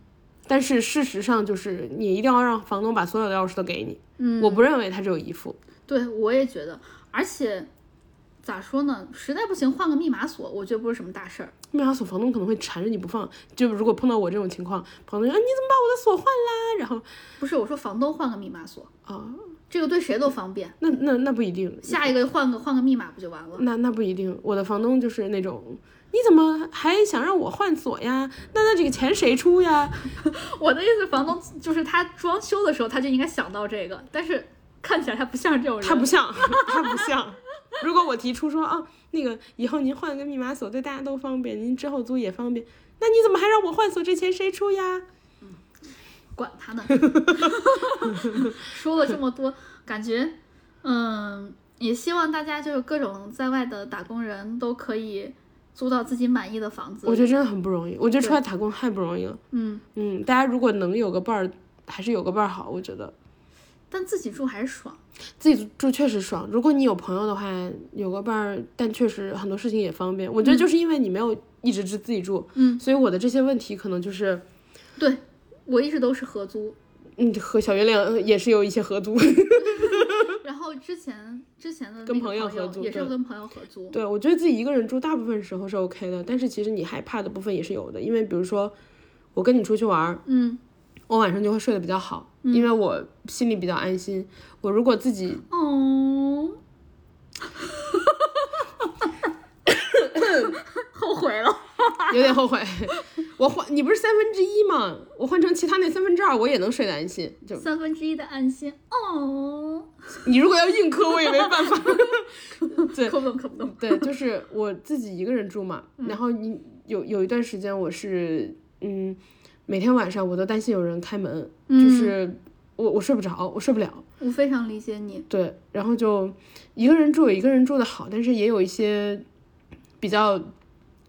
[SPEAKER 1] 但是事实上就是你一定要让房东把所有的钥匙都给你，
[SPEAKER 3] 嗯，
[SPEAKER 1] 我不认为他只有一副，
[SPEAKER 3] 对我也觉得，而且咋说呢，实在不行换个密码锁，我觉得不是什么大事儿。
[SPEAKER 1] 密码锁房东可能会缠着你不放，就如果碰到我这种情况，房东说、啊、你怎么把我的锁换啦？然后
[SPEAKER 3] 不是，我说房东换个密码锁，
[SPEAKER 1] 啊，
[SPEAKER 3] 这个对谁都方便。
[SPEAKER 1] 那那那不一定，
[SPEAKER 3] 下一个换个换个密码不就完了？
[SPEAKER 1] 那那不一定，我的房东就是那种。你怎么还想让我换锁呀？那那这个钱谁出呀？
[SPEAKER 3] 我的意思，房东就是他装修的时候他就应该想到这个，但是看起来他不像这种人。
[SPEAKER 1] 他不像， 他不像。如果我提出说啊，那个以后您换个密码锁对大家都方便，您之后租也方便，那你怎么还让我换锁？这钱谁出呀？
[SPEAKER 3] 管他呢， 说了这么多，感觉嗯，也希望大家就是各种在外的打工人都可以租到自己满意的房子。
[SPEAKER 1] 我觉得真的很不容易，我觉得出来打工太不容易了。
[SPEAKER 3] 嗯，
[SPEAKER 1] 嗯，大家如果能有个伴儿，还是有个伴儿好。我觉得
[SPEAKER 3] 但自己住还是爽。
[SPEAKER 1] 自己住确实爽。如果你有朋友的话，有个伴儿，但确实很多事情也方便。我觉得就是因为你没有一直是自己住，
[SPEAKER 3] 嗯，
[SPEAKER 1] 所以我的这些问题可能就是，
[SPEAKER 3] 对我一直都是合租，
[SPEAKER 1] 嗯，和小月亮呃也是有一些合租。
[SPEAKER 3] 然后之前之前的那个
[SPEAKER 1] 跟朋友
[SPEAKER 3] 友
[SPEAKER 1] 合租
[SPEAKER 3] 也是
[SPEAKER 1] 对
[SPEAKER 3] 跟朋友合租。
[SPEAKER 1] 对，我觉得自己一个人住大部分时候是 OK 的，但是其实你害怕的部分也是有的，因为比如说我跟你出去玩儿，
[SPEAKER 3] 嗯，
[SPEAKER 1] 我晚上就会睡得比较好，因为我心里比较安心。我如果自己
[SPEAKER 3] 哦， 后悔了。
[SPEAKER 1] 有点后悔， 我换你不是三分之一吗？我换成其他那三分之二，我也能睡得安心。就
[SPEAKER 3] 三分之一的安心哦，
[SPEAKER 1] 你如果要硬磕，我也没办法。 对
[SPEAKER 3] 可不懂，可不懂。
[SPEAKER 1] 对，就是我自己一个人住嘛，然后你有有一段时
[SPEAKER 3] 嗯
[SPEAKER 1] 间我是嗯，每天晚上我都担心有人开门，就是。我我睡不着，我睡不了。
[SPEAKER 3] 我非常理解你。
[SPEAKER 1] 对，然后就一个人住有一个人住的好，但是也有一些比较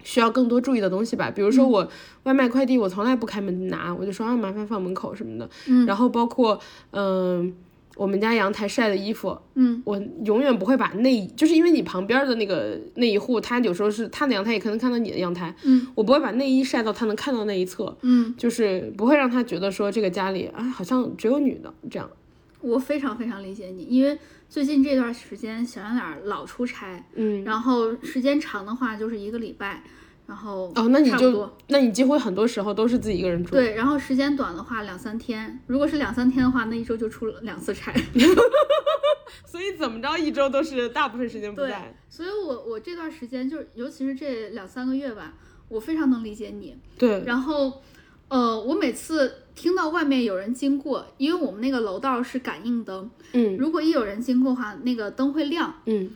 [SPEAKER 1] 需要更多注意的东西吧。比如
[SPEAKER 3] 嗯
[SPEAKER 1] 说我外卖快递，我从来不开门拿，我就说啊麻烦放门口什么的。
[SPEAKER 3] 嗯
[SPEAKER 1] 然后包括嗯、我们家阳台晒的衣服，
[SPEAKER 3] 嗯
[SPEAKER 1] 我永远不会把那一，就是因为你旁边的那个那一户，他有时候是他的阳台也可能看到你的阳台，
[SPEAKER 3] 嗯，
[SPEAKER 1] 我不会把内衣晒到他能看到那一侧，
[SPEAKER 3] 嗯，
[SPEAKER 1] 就是不会让他觉得说这个家里啊好像只有女的这样，
[SPEAKER 3] 我非常非常理解你，因为最近这段时间小圆脸儿老出差，
[SPEAKER 1] 嗯，
[SPEAKER 3] 然后时间长的话就是一个礼拜，然后
[SPEAKER 1] 哦，那你
[SPEAKER 3] 差不
[SPEAKER 1] 就
[SPEAKER 3] 多
[SPEAKER 1] 那你几乎很多时候都是自己一个人住，
[SPEAKER 3] 对，然后时间短的话两三天，如果是两三天的话，那一周就出了两次差。
[SPEAKER 1] 所以怎么着一周都是大部分时间不
[SPEAKER 3] 对
[SPEAKER 1] 在，
[SPEAKER 3] 所以我我这段时间就是，尤其是这两三个月吧，我非常能理解你。
[SPEAKER 1] 对，
[SPEAKER 3] 然后，呃，我每次听到外面有人经过，因为我们那个楼道是感应灯，
[SPEAKER 1] 嗯
[SPEAKER 3] 如果一有人经过的话，那个灯会亮，
[SPEAKER 1] 嗯，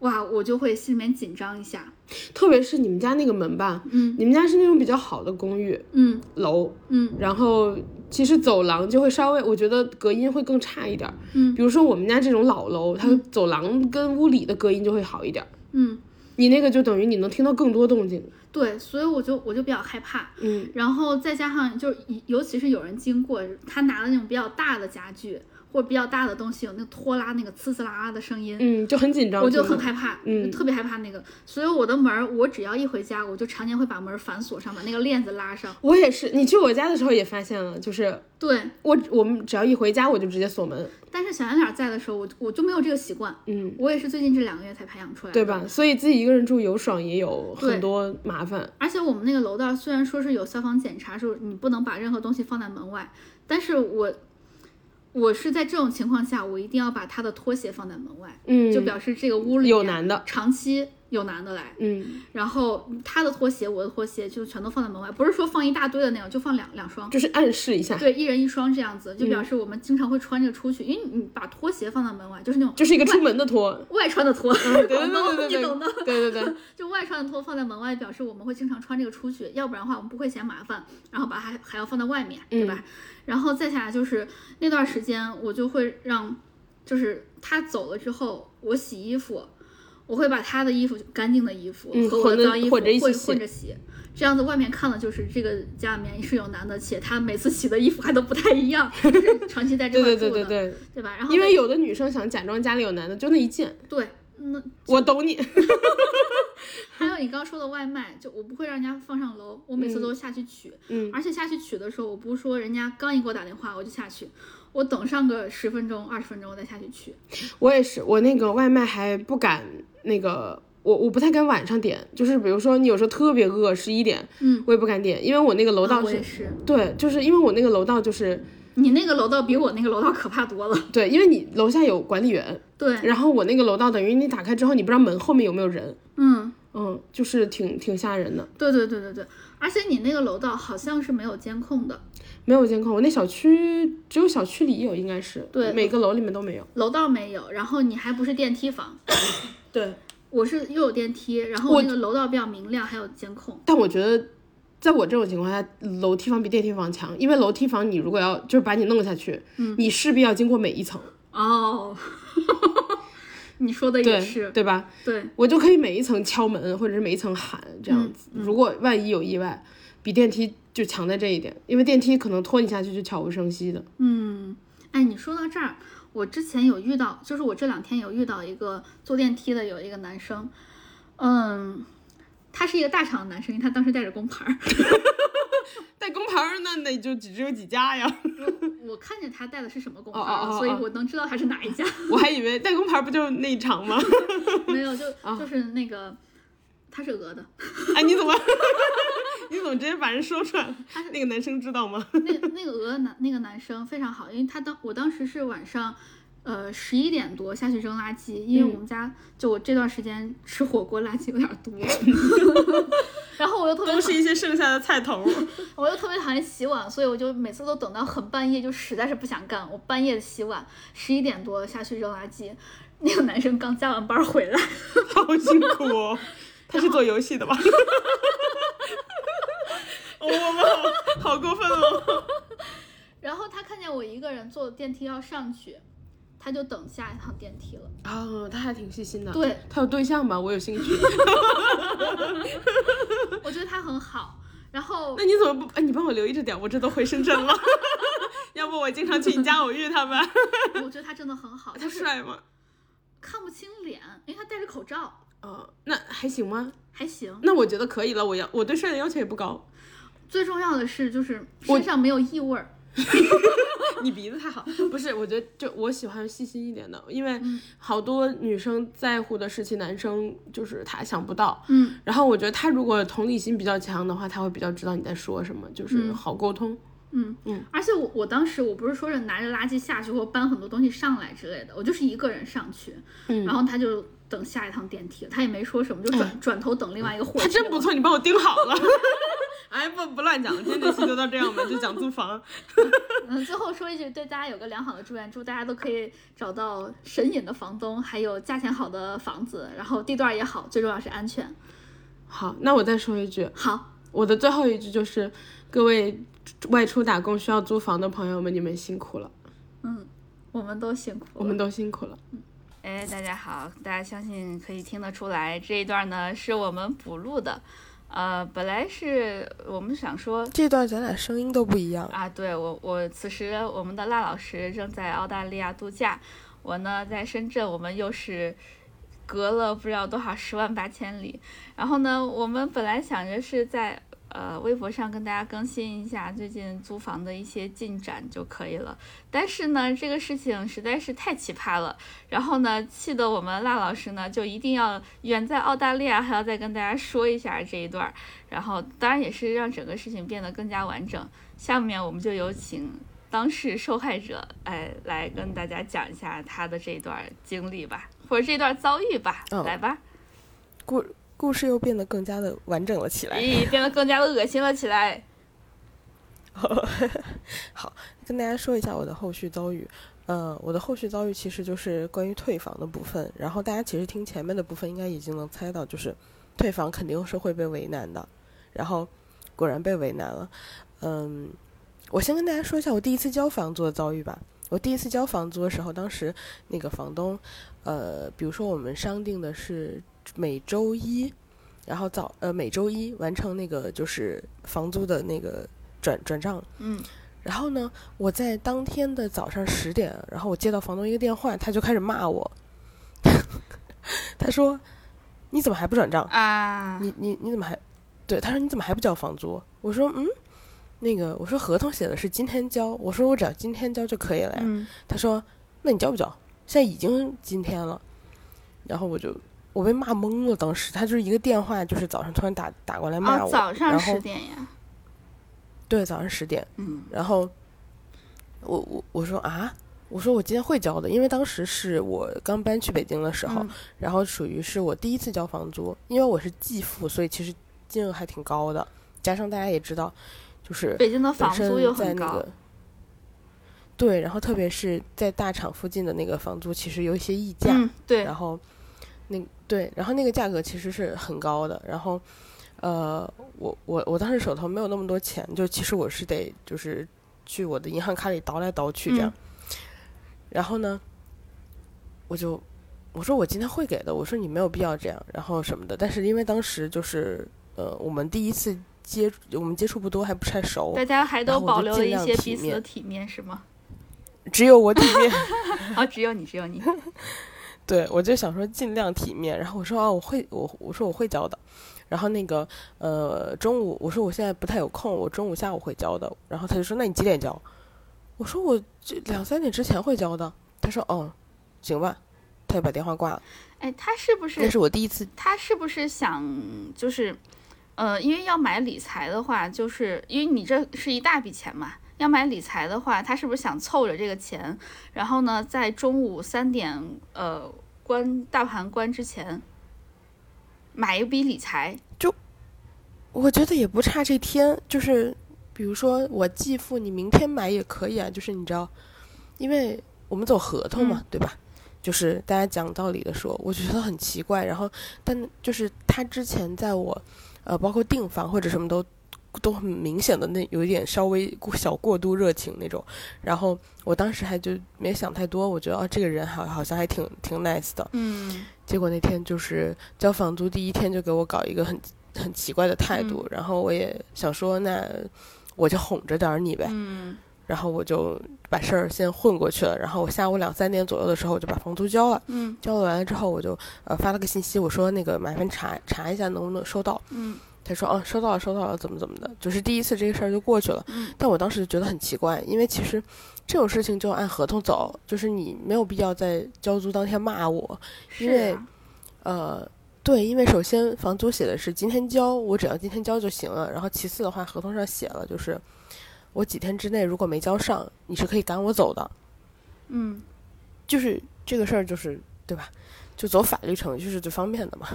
[SPEAKER 3] 哇，我就会心里面紧张一下。
[SPEAKER 1] 特别是你们家那个门吧，
[SPEAKER 3] 嗯
[SPEAKER 1] 你们家是那种比较好的公寓
[SPEAKER 3] 嗯
[SPEAKER 1] 楼，
[SPEAKER 3] 嗯
[SPEAKER 1] 然后其实走廊就会稍微，我觉得隔音会更差一点儿。
[SPEAKER 3] 嗯
[SPEAKER 1] 比如说我们家这种老楼，它走廊跟屋里的隔音就会好一点儿。
[SPEAKER 3] 嗯，
[SPEAKER 1] 你那个就等于你能听到更多动静。
[SPEAKER 3] 对，所以我就我就比较害怕。
[SPEAKER 1] 嗯，
[SPEAKER 3] 然后再加上就是一，尤其是有人经过，他拿的那种比较大的家具或者比较大的东西，有那个拖拉那个呲呲啦啦的声音，
[SPEAKER 1] 嗯，就很紧张。
[SPEAKER 3] 我就很
[SPEAKER 1] 听着
[SPEAKER 3] 害怕，
[SPEAKER 1] 嗯
[SPEAKER 3] 特别害怕那个。所以我的门儿，我只要一回家，我就常年会把门儿反锁上，把那个链子拉上。
[SPEAKER 1] 嗯我也是，你去我家的时候也发现了，就是
[SPEAKER 3] 对，
[SPEAKER 1] 我我们只要一回家我就直接锁门，
[SPEAKER 3] 但是小圆脸儿在的时候，我我就没有这个习惯。
[SPEAKER 1] 嗯，
[SPEAKER 3] 我也是最近这两个月才培养出来的。
[SPEAKER 1] 对吧？所以自己一个人住有爽也有
[SPEAKER 3] 对
[SPEAKER 1] 很多麻烦。
[SPEAKER 3] 而且我们那个楼道虽然说是有消防检查，说你不能把任何东西放在门外，但是我我是在这种情况下，我一定要把他的拖鞋放在门外，
[SPEAKER 1] 嗯，
[SPEAKER 3] 就表示这个屋里
[SPEAKER 1] 有
[SPEAKER 3] 面
[SPEAKER 1] 男的
[SPEAKER 3] 长期有男的来，
[SPEAKER 1] 嗯，
[SPEAKER 3] 然后他的拖鞋、我的拖鞋就全都放在门外，不是说放一大堆的那种，就放两两双。
[SPEAKER 1] 就是暗示一 下，
[SPEAKER 3] 对，一人一双这样子，就表
[SPEAKER 1] 嗯
[SPEAKER 3] 示我们经常会穿这个出去，因为你把拖鞋放在门外，就是那种
[SPEAKER 1] 就是一个出门的 托。
[SPEAKER 3] 外穿的拖，
[SPEAKER 1] 嗯对对
[SPEAKER 3] 广
[SPEAKER 1] 对
[SPEAKER 3] 东
[SPEAKER 1] 对
[SPEAKER 3] 你
[SPEAKER 1] 对
[SPEAKER 3] 懂的。
[SPEAKER 1] 对对对，
[SPEAKER 3] 就外穿的拖放在门外，表示我们会经常穿这个出去，要不然的话我们不会嫌麻烦，然后把它还还要放在外面，对
[SPEAKER 1] 嗯
[SPEAKER 3] 吧？然后再下来就是那段时间，我就会让，就是他走了之后，我洗衣服，我会把他的衣服干净的衣服
[SPEAKER 1] 嗯
[SPEAKER 3] 和我
[SPEAKER 1] 混着
[SPEAKER 3] 的脏衣服
[SPEAKER 1] 混
[SPEAKER 3] 混
[SPEAKER 1] 着一起洗
[SPEAKER 3] 混着洗，这样子外面看的就是这个家里面是有男的，且他每次洗的衣服还都不太一样，就是长 期在这
[SPEAKER 1] 对
[SPEAKER 3] 块
[SPEAKER 1] 对
[SPEAKER 3] 住
[SPEAKER 1] 对
[SPEAKER 3] 的，
[SPEAKER 1] 对对，
[SPEAKER 3] 对吧？然后
[SPEAKER 1] 因为
[SPEAKER 3] 再
[SPEAKER 1] 有的女生想假装家里有男的，就那一件，
[SPEAKER 3] 对。嗯那
[SPEAKER 1] 我懂你。
[SPEAKER 3] 还有你刚刚说的外卖，就我不会让人家放上楼，我每次都下去取。
[SPEAKER 1] 嗯
[SPEAKER 3] 而且下去取的时候，我不是说人家刚一给我打电话我就下去，我等上个十分钟、二十分钟我再下去取。
[SPEAKER 1] 我也是，我那个外卖还不敢那个，我我不太敢晚上点，就是比如说你有时候特别饿，十一点，
[SPEAKER 3] 嗯，
[SPEAKER 1] 我也不敢点，因为我那个楼
[SPEAKER 3] 啊
[SPEAKER 1] 道
[SPEAKER 3] 我
[SPEAKER 1] 是，
[SPEAKER 3] 也是，
[SPEAKER 1] 对，就是因为我那个楼道就是
[SPEAKER 3] 你那个楼道比我那个楼道可怕多了。
[SPEAKER 1] 对，因为你楼下有管理员，
[SPEAKER 3] 对，
[SPEAKER 1] 然后我那个楼道等于你打开之后，你不知道门后面有没有人，
[SPEAKER 3] 嗯，
[SPEAKER 1] 嗯，就是挺挺吓人的，
[SPEAKER 3] 对对对对对，而且你那个楼道好像是没有监控的，
[SPEAKER 1] 没有监控，我那小区只有小区里有，应该是，
[SPEAKER 3] 对
[SPEAKER 1] 每个楼里面都没有，
[SPEAKER 3] 楼道没有，然后你还不是电梯房，
[SPEAKER 1] 对，
[SPEAKER 3] 我是又有电梯，然后
[SPEAKER 1] 我
[SPEAKER 3] 我那个楼道比较明亮，还有监控。
[SPEAKER 1] 但我觉得。在我这种情况下，楼梯房比电梯房强，因为楼梯房你如果要就是把你弄下去，嗯、你势必要经过每一层，
[SPEAKER 3] 哦，你说的也
[SPEAKER 1] 对
[SPEAKER 3] 是，
[SPEAKER 1] 对吧？
[SPEAKER 3] 对
[SPEAKER 1] 我就可以每一层敲门，或者是每一层喊这样
[SPEAKER 3] 嗯
[SPEAKER 1] 子。如果万一有意外，比电梯就强在这一点，因为电梯可能拖你下去就悄无声息的。
[SPEAKER 3] 嗯，哎，你说到这儿，我之前有遇到，就是我这两天有遇到一个坐电梯的有一个男生，嗯，他是一个大厂的男生，因为他当时带着工牌儿，
[SPEAKER 1] 带工牌儿那那就只只有几家呀，
[SPEAKER 3] 我看见他带的是什么工牌
[SPEAKER 1] 哦
[SPEAKER 3] 儿
[SPEAKER 1] 哦
[SPEAKER 3] 了，
[SPEAKER 1] 哦
[SPEAKER 3] 所以
[SPEAKER 1] 哦
[SPEAKER 3] 我能知道他是哪一 家，
[SPEAKER 1] 我还以为带工牌儿不就是那一场吗？
[SPEAKER 3] 没有，就
[SPEAKER 1] 哦
[SPEAKER 3] 就是那个他是俄的，
[SPEAKER 1] 哎，你怎么你怎么直接把人说出来？那个男生知道吗？
[SPEAKER 3] 那那个俄男那个男生非常好，因为他当我当时是晚上。呃，十一点多下去扔垃圾，
[SPEAKER 1] 嗯
[SPEAKER 3] 因为我们家、就我这段时间吃火锅垃圾有点儿 多， 然后我又特别
[SPEAKER 1] 都是一些剩下的菜头儿。
[SPEAKER 3] 我又特别讨厌洗碗，所以我就每次都等到很半夜，就实在是不想干。我半夜洗碗，十一点多下去扔垃圾。那个男生刚加完班回来，
[SPEAKER 1] 好辛苦哦。他是做游戏的吧？ 哦我们好好过分哦！
[SPEAKER 3] 然后他看见我一个人坐电梯要上去，他就等下一趟电梯了。
[SPEAKER 1] 哦，他还挺细心的。
[SPEAKER 3] 对，
[SPEAKER 1] 他有对象吗？我有兴趣。
[SPEAKER 3] 我觉得他很好。然后
[SPEAKER 1] 那你怎么不？哎，你帮我留意着点，我这都回深圳了， 要不我经常去你家偶遇他们。
[SPEAKER 3] 我觉得他真的很好，
[SPEAKER 1] 他
[SPEAKER 3] 就是
[SPEAKER 1] 帅吗？
[SPEAKER 3] 看不清脸，因为他戴着口罩，
[SPEAKER 1] 哦，那还行吗？
[SPEAKER 3] 还行。
[SPEAKER 1] 那我觉得可以了。我要我对帅的要求也不高，
[SPEAKER 3] 最重要的是，就是
[SPEAKER 1] 我
[SPEAKER 3] 身上没有异味儿。
[SPEAKER 1] 你鼻子太好。不是，我觉得就我喜欢细心一点的，因为好多女生在乎的事情，男生就是他想不到。
[SPEAKER 3] 嗯，
[SPEAKER 1] 然后我觉得他如果同理心比较强的话，他会比较知道你在说什么，就是好沟通。
[SPEAKER 3] 而且我我当时我不是说是拿着垃圾下去或搬很多东西上来之类的，我就是一个人上去，
[SPEAKER 1] 嗯
[SPEAKER 3] 然后他就等下一趟电梯，他也没说什么，就转、转头等另外一个货
[SPEAKER 1] 嗯他
[SPEAKER 3] 车。
[SPEAKER 1] 真不错，你帮我盯好了。 哎，不不乱讲了，今天这期就到这样吧，就讲租房。
[SPEAKER 3] 嗯，最后说一句，对大家有个良好的祝愿，祝大家都可以找到神隐的房东，还有价钱好的房子，然后地段也好，最重要是安全。
[SPEAKER 1] 好，那我再说一句，
[SPEAKER 3] 好，
[SPEAKER 1] 我的最后一句就是，各位外出打工需要租房的朋友们，你们辛苦了，
[SPEAKER 3] 我们都辛苦了。
[SPEAKER 1] 我们都辛苦了。
[SPEAKER 2] 哎，大家好，大家相信可以听得出来，这一段呢是我们补录的。呃，本来是我们想说
[SPEAKER 4] 这段咱俩声音都不一样，
[SPEAKER 2] 啊，对我我此时我们的辣老师正在澳大利亚度假，我呢在深圳，我们又是隔了不知道多少十万八千里。然后呢，我们本来想着是在呃微博上跟大家更新一下最近租房的一些进展就可以了。但是呢，这个事情实在是太奇葩了，然后呢，气得我们辣老师呢就一定要远在澳大利亚，还要再跟大家说一下这一段儿。然后当然也是让整个事情变得更加完整。下面我们就有请当事受害者，哎，来跟大家讲一下他的这段经历吧，或者这段遭遇吧。
[SPEAKER 4] 嗯
[SPEAKER 2] 来吧，
[SPEAKER 4] 故故事又变得更加的完整了起来。
[SPEAKER 2] 咦，变得更加的恶心了起来。
[SPEAKER 4] 好，跟大家说一下我的后续遭遇。呃，我的后续遭遇其实就是关于退房的部分。然后大家其实听前面的部分，应该已经能猜到，就是退房肯定是会被为难的。然后果然被为难了。嗯，我先跟大家说一下我第一次交房租的遭遇吧。我第一次交房租的时候，当时那个房东，呃，比如说我们商定的是每周一，然后早呃每周一完成那个就是房租的那个转转账，
[SPEAKER 2] 嗯，
[SPEAKER 4] 然后呢，我在当天的早上十点，然后我接到房东一个电话，他就开始骂我， 他说：“你怎么还不转账？
[SPEAKER 2] 啊，
[SPEAKER 4] 哦你你你怎么还？”对，他说：“你怎么还不交房租？”我说：“嗯，那个，我说合同写的是今天交，我说我只要今天交就可以了呀。
[SPEAKER 2] 嗯，
[SPEAKER 4] 他说：“那你交不交？现在已经今天了。”然后我就我被骂懵了，当时他就是一个电话，就是早上突然打打过来骂我，
[SPEAKER 2] 哦，早上
[SPEAKER 4] 然后
[SPEAKER 2] 十点呀，
[SPEAKER 4] 对早上十点，
[SPEAKER 2] 嗯，
[SPEAKER 4] 然后我我我说啊，我说我今天会交的，因为当时是我刚搬去北京的时候，
[SPEAKER 2] 嗯
[SPEAKER 4] 然后属于是我第一次交房租，因为我是继付，所以其实金额还挺高的，加上大家也知道，就是
[SPEAKER 2] 北京的
[SPEAKER 4] 本
[SPEAKER 2] 房
[SPEAKER 4] 身
[SPEAKER 2] 租又
[SPEAKER 4] 在
[SPEAKER 2] 很
[SPEAKER 4] 那
[SPEAKER 2] 高
[SPEAKER 4] 个，。对，然后特别是在大厂附近的那个房租，其实有一些溢价，
[SPEAKER 2] 嗯，对
[SPEAKER 4] 然，后那对，然后那个价格其实是很高的。然后，呃，我我我当时手头没有那么多钱，就其实我是得就是去我的银行卡里倒来倒去这样。然后呢，我就我说我今天会给的，我说你没有必要这样，然后什么的。但是因为当时就是呃，我们第一次接我们接触不多，还不太熟
[SPEAKER 2] 大，家还
[SPEAKER 4] 然
[SPEAKER 2] 都
[SPEAKER 4] 后我就
[SPEAKER 2] 保留了
[SPEAKER 4] 尽
[SPEAKER 2] 一
[SPEAKER 4] 量
[SPEAKER 2] 些
[SPEAKER 4] 体
[SPEAKER 2] 彼此的
[SPEAKER 4] 面
[SPEAKER 2] 体面是吗？
[SPEAKER 4] 只有我体面。
[SPEAKER 2] 哦，只有你，只有 你，
[SPEAKER 4] 对，我就想说尽量体面，然后我说啊，我会，我我说我会教的，然后那个呃中午我说我现在不太有空，我中午下午会教的，然后他就说那你几点教？我说我这两三点之前会教的，他说哦，行吧，他就把电话挂了。
[SPEAKER 2] 哎，他是不是
[SPEAKER 4] 那是我第一次，
[SPEAKER 2] 他是不是想就是，呃，因为要买理财的话，就是因为你这是一大笔钱嘛，要买理财的话，他是不是想凑着这个钱，然后呢，在中午三点呃关大盘关之前，买一笔理财？
[SPEAKER 4] 我觉得也不差这天，就是比如说我继父，你明天买也可以啊，就是你知道，因为我们走合同嘛，对吧？就是大家讲道理的说，我觉得很奇怪。然后，但就是他之前在我，呃，包括订房或者什么都都很明显的那有一点稍微过小过度热情那种。然后我当时还就没想太多，我觉得啊这个人好好像还挺挺 nice 的。
[SPEAKER 3] 嗯，
[SPEAKER 4] 结果那天就是交房租第一天就给我搞一个很很奇怪的态
[SPEAKER 3] 嗯
[SPEAKER 4] 度，然后我也想说那我就哄着点儿你呗，
[SPEAKER 3] 嗯
[SPEAKER 4] 然后我就把事儿先混过去了。然后我下午两三点左右的时候我就把房租交了，
[SPEAKER 3] 嗯
[SPEAKER 4] 交了完了之后我就呃发了个信息，我说那个麻烦查查一下能不能收到。
[SPEAKER 3] 嗯
[SPEAKER 4] 他说：“哦，收到了，收到了，怎么怎么的，就是第一次这个事儿就过去了。
[SPEAKER 3] 嗯
[SPEAKER 4] 但我当时就觉得很奇怪，因为其实这种事情就按合同走，就是你没有必要在交租当天骂我。
[SPEAKER 3] 是
[SPEAKER 4] 因为
[SPEAKER 3] 啊
[SPEAKER 4] 呃，对，因为首先房租写的是今天交，我只要今天交就行了。然后其次的话，合同上写了就是我几天之内如果没交上，你是可以赶我走的。
[SPEAKER 3] 嗯
[SPEAKER 4] 就是这个事儿，就是对吧？就走法律程序是最方便的嘛。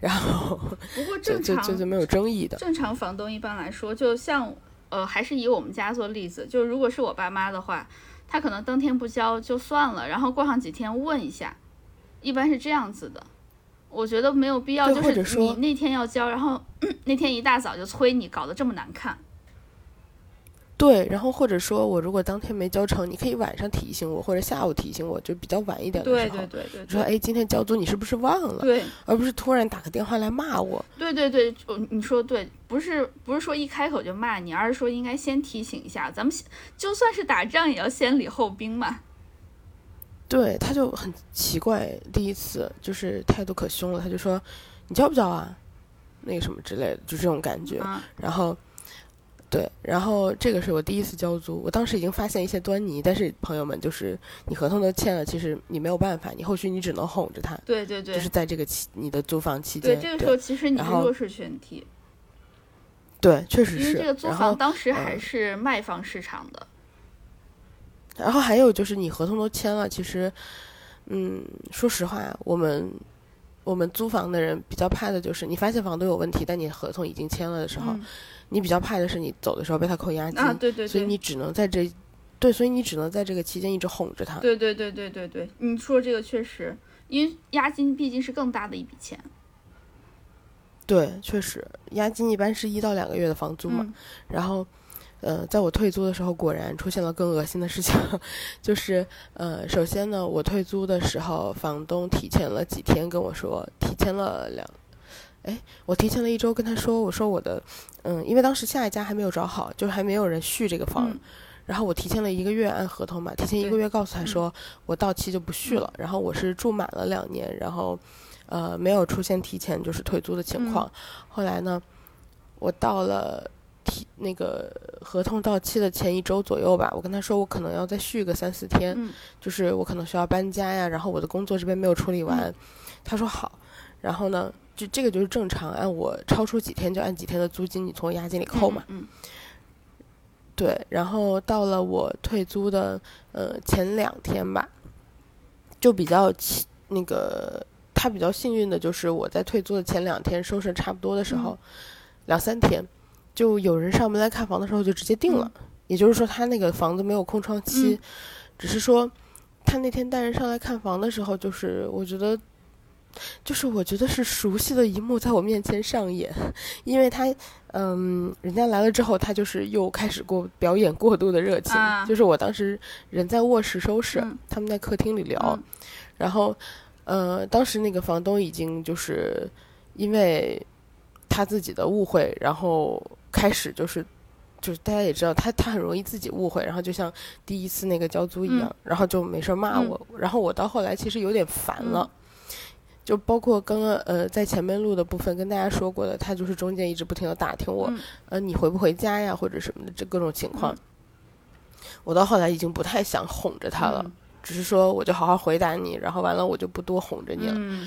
[SPEAKER 4] 然后
[SPEAKER 3] 不过
[SPEAKER 4] 就
[SPEAKER 3] 正
[SPEAKER 4] 就
[SPEAKER 3] 常
[SPEAKER 4] 就就没有争议的。
[SPEAKER 3] 正常房东一般来说，就像呃，还是以我们家做例子，就如果是我爸妈的话，他可能当天不交就算了，然后过上几天问一下，一般是这样子的。我觉得没有必要，
[SPEAKER 4] 对
[SPEAKER 3] 就
[SPEAKER 4] 或者
[SPEAKER 3] 是你
[SPEAKER 4] 说
[SPEAKER 3] 那天要交，然后 那天一大早就催你，搞得这么难看。
[SPEAKER 4] 对，然后或者说我如果当天没交成，你可以晚上提醒我，或者下午提醒我，就比较晚一点的
[SPEAKER 3] 对
[SPEAKER 4] 时候，
[SPEAKER 3] 对对对对
[SPEAKER 4] 说哎，今天交租你是不是忘了，
[SPEAKER 3] 对
[SPEAKER 4] 而不是突然打个电话来骂我。
[SPEAKER 3] 对对对，哦你说得对，不是不是说一开口就骂你，而是说应该先提醒一下，咱们先就算是打仗也要先礼后兵嘛。
[SPEAKER 4] 对，他就很奇怪，第一次就是态度可凶了，他就说你交不交啊，那个什么之类的，就这种感觉。
[SPEAKER 3] 啊，
[SPEAKER 4] 然后，对，然后这个是我第一次交租，我当时已经发现一些端倪，但是朋友们就是你合同都签了，其实你没有办法，你后续你只能哄着他，
[SPEAKER 3] 对对对，
[SPEAKER 4] 就是在这个期你的租房期
[SPEAKER 3] 对，
[SPEAKER 4] 间，
[SPEAKER 3] 这个时候其实你
[SPEAKER 4] 然
[SPEAKER 3] 是
[SPEAKER 4] 后
[SPEAKER 3] 弱势群体，
[SPEAKER 4] 对，确
[SPEAKER 3] 因
[SPEAKER 4] 实
[SPEAKER 3] 为
[SPEAKER 4] 是。
[SPEAKER 3] 这个租
[SPEAKER 4] 然
[SPEAKER 3] 房
[SPEAKER 4] 后，
[SPEAKER 3] 当时
[SPEAKER 4] 嗯
[SPEAKER 3] 还是卖方市场的。
[SPEAKER 4] 然后还有就是你合同都签了，其实，嗯，说实话，我们我们租房的人比较怕的就是你发现房东有问题，但你合同已经签了的时候，
[SPEAKER 3] 嗯
[SPEAKER 4] 你比较怕的是你走的时候被他扣押金，
[SPEAKER 3] 啊，对对
[SPEAKER 4] 所以
[SPEAKER 3] 对，
[SPEAKER 4] 你只能在这，对，所以你只能在这个期间一直哄着他。
[SPEAKER 3] 对对对对对对，你说这个确实，因为押金毕竟是更大的一笔钱。
[SPEAKER 4] 对，确实，押金一般是一到两个月的房租嘛，
[SPEAKER 3] 嗯
[SPEAKER 4] 然后，呃，在我退租的时候，果然出现了更恶心的事情， 就是，呃，首先呢，我退租的时候，房东提前了几天跟我说，提前了两，哎，我提前了一周跟他说，我说我的，嗯，因为当时下一家还没有找好，就是还没有人续这个房。
[SPEAKER 3] 嗯
[SPEAKER 4] 然后我提前了一个月按合同嘛，提前一个
[SPEAKER 3] 对嗯
[SPEAKER 4] 月告诉他说我到期就不续了。然后我是住满了两年，然后呃没有出现提前就是退租的情况。
[SPEAKER 3] 嗯
[SPEAKER 4] 后来呢，我到了提那个合同到期的前一周左右吧，我跟他说我可能要再续个三四天，
[SPEAKER 3] 嗯
[SPEAKER 4] 就是我可能需要搬家呀，然后我的工作这边没有处理完。他说好，然后呢，就这个就是正常，按我超出几天就按几天的租金你从我押金里扣嘛。
[SPEAKER 3] 嗯，
[SPEAKER 4] 对，然后到了我退租的呃前两天吧，就比较奇那个他比较幸运的就是我在退租的前两天收拾差不多的时候，两三天就有人上门来看房的时候就直接定了，也就是说他那个房子没有空窗期，
[SPEAKER 3] 嗯
[SPEAKER 4] 只是说他那天带人上来看房的时候，就是我觉得。就是我觉得是熟悉的一幕在我面前上演，因为他嗯，人家来了之后，他就是又开始过表演过度的热情。
[SPEAKER 3] 啊
[SPEAKER 4] 就是我当时人在卧室收拾，
[SPEAKER 3] 嗯
[SPEAKER 4] 他们在客厅里聊，
[SPEAKER 3] 嗯
[SPEAKER 4] 然后，呃，当时那个房东已经就是因为他自己的误会，然后开始就是。就是大家也知道，他他很容易自己误会，然后就像第一次那个交租一样，然后就没事儿骂我，然后我到后来其实有点烦了，就包括刚刚呃在前面录的部分跟大家说过的，他就是中间一直不停的打听我，
[SPEAKER 3] 嗯
[SPEAKER 4] 呃你回不回家呀或者什么的这各种情况，我到后来已经不太想哄着他了，
[SPEAKER 3] 嗯
[SPEAKER 4] 只是说我就好好回答你，然后完了我就不多哄着你了。
[SPEAKER 3] 嗯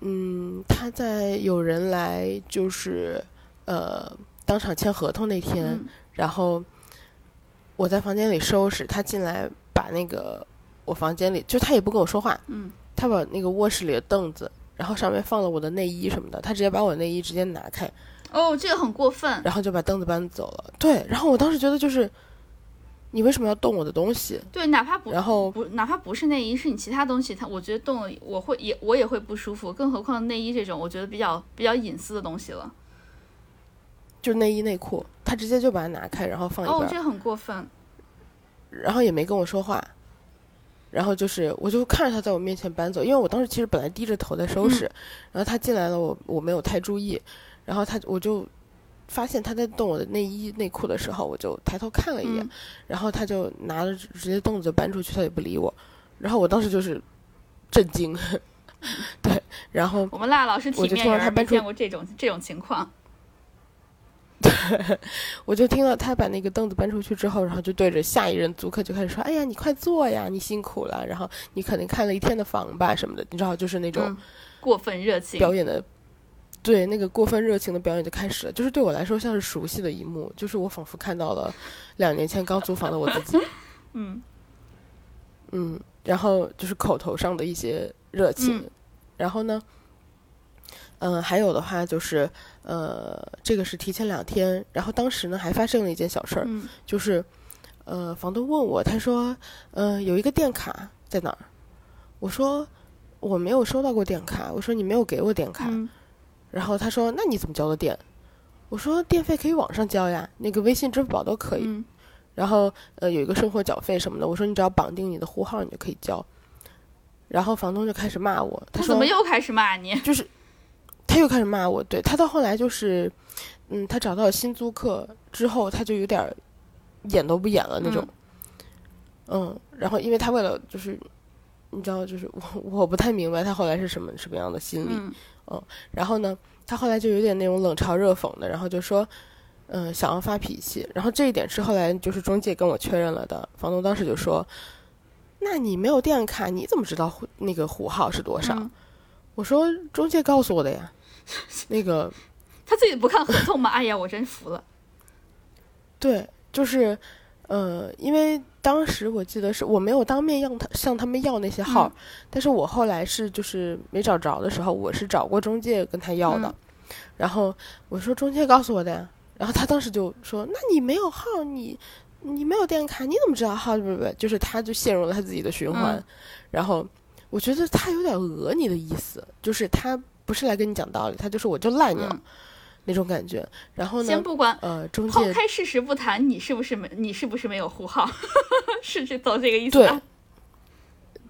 [SPEAKER 4] 嗯，他在有人来就是呃当场签合同那天，
[SPEAKER 3] 嗯
[SPEAKER 4] 然后我在房间里收拾，他进来把那个我房间里，就他也不跟我说话，
[SPEAKER 3] 嗯，
[SPEAKER 4] 他把那个卧室里的凳子，然后上面放了我的内衣什么的，他直接把我内衣直接拿开，
[SPEAKER 3] 哦，这个很过分。
[SPEAKER 4] 然后就把凳子搬走了。对，然后我当时觉得就是，你为什么要动我的东西？
[SPEAKER 3] 对，哪怕不
[SPEAKER 4] 然后
[SPEAKER 3] 不，哪怕不是内衣，是你其他东西，它我觉得动了，我会也我也会不舒服，更何况内衣这种，我觉得比较比较隐私的东西了。
[SPEAKER 4] 就内衣内裤，他直接就把它拿开，然后放一边
[SPEAKER 2] 哦
[SPEAKER 4] 儿，，
[SPEAKER 2] 这很过分。
[SPEAKER 4] 然后也没跟我说话，然后就是我就看着他在我面前搬走，因为我当时其实本来低着头在收拾，然后他进来了，我我没有太注意，然后他我就发现他在动我的内衣内裤的时候，我就抬头看了一眼，
[SPEAKER 2] 嗯
[SPEAKER 4] 然后他就拿着直接动着搬出去，他也不理我，然后我当时就是震惊， 对，然后
[SPEAKER 2] 我们辣老师体
[SPEAKER 4] 我就
[SPEAKER 2] 面
[SPEAKER 4] 突
[SPEAKER 2] 人
[SPEAKER 4] 然
[SPEAKER 2] 儿
[SPEAKER 4] 他
[SPEAKER 2] 没
[SPEAKER 4] 搬出
[SPEAKER 2] 见过这种这种情况。
[SPEAKER 4] 我就听到他把那个凳子搬出去之后，然后就对着下一任租客就开始说：“哎呀，你快坐呀，你辛苦了，然后你肯定看了一天的房吧什么的，你知道，就是那种
[SPEAKER 2] 嗯，过分热情。
[SPEAKER 4] 表演的，对那个过分热情的表演就开始了。就是对我来说像是熟悉的一幕，就是我仿佛看到了两年前刚租房的我自 己。
[SPEAKER 2] 嗯，
[SPEAKER 4] 嗯，然后就是口头上的一些热情，
[SPEAKER 2] 嗯
[SPEAKER 4] 然后呢，嗯、还有的话就是，呃，这个是提前两天，然后当时呢还发生了一件小事儿，
[SPEAKER 2] 嗯
[SPEAKER 4] 就是，呃，房东问我，他说，呃，有一个电卡在哪儿？我说我没有收到过电卡，我说你没有给我电卡，
[SPEAKER 2] 嗯
[SPEAKER 4] 然后他说那你怎么交的电？我说电费可以网上交呀，那个微信、支付宝都可以。
[SPEAKER 2] 嗯
[SPEAKER 4] 然后呃有一个生活缴费什么的，我说你只要绑定你的户号，你就可以交。然后房东就开始骂我，
[SPEAKER 2] 他
[SPEAKER 4] 说
[SPEAKER 2] 怎么又开始骂你？
[SPEAKER 4] 就是他又开始骂我，对他到后来就是，嗯，他找到新租客之后，他就有点儿演都不演了那种，嗯然后因为他为了就是。你知道，就是我我不太明白他后来是什么什么样的心理，
[SPEAKER 2] 嗯，
[SPEAKER 4] 然后呢，他后来就有点那种冷嘲热讽的，然后就说，嗯、想要发脾气。然后这一点是后来就是中介跟我确认了的，房东当时就说，那你没有电卡，你怎么知道户那个户号是多少？
[SPEAKER 2] 嗯
[SPEAKER 4] 我说中介告诉我的呀，那个
[SPEAKER 2] 他自己不看合同吗？ 哎呀，我真服了。
[SPEAKER 4] 对，就是，呃，因为当时我记得是我没有当面让他向他们要那些号，
[SPEAKER 2] 嗯
[SPEAKER 4] 但是我后来是就是没找着的时候，我是找过中介跟他要的，
[SPEAKER 2] 嗯
[SPEAKER 4] 然后我说中介告诉我的呀，然后他当时就说，那你没有号，你你没有电卡，你怎么知道号？不不不，就是他就陷入了他自己的循环，
[SPEAKER 2] 嗯
[SPEAKER 4] 然后我觉得他有点讹你的意思，就是他不是来跟你讲道理，他就是我就赖你了、
[SPEAKER 2] 嗯
[SPEAKER 4] 那种感觉，然后
[SPEAKER 2] 先
[SPEAKER 4] 呢？
[SPEAKER 2] 不管，
[SPEAKER 4] 呃，中
[SPEAKER 2] 抛
[SPEAKER 4] 介
[SPEAKER 2] 开事实不谈，你是不是没你是不是没有户号？ 是这走这个意思啊
[SPEAKER 4] 对
[SPEAKER 2] 吧？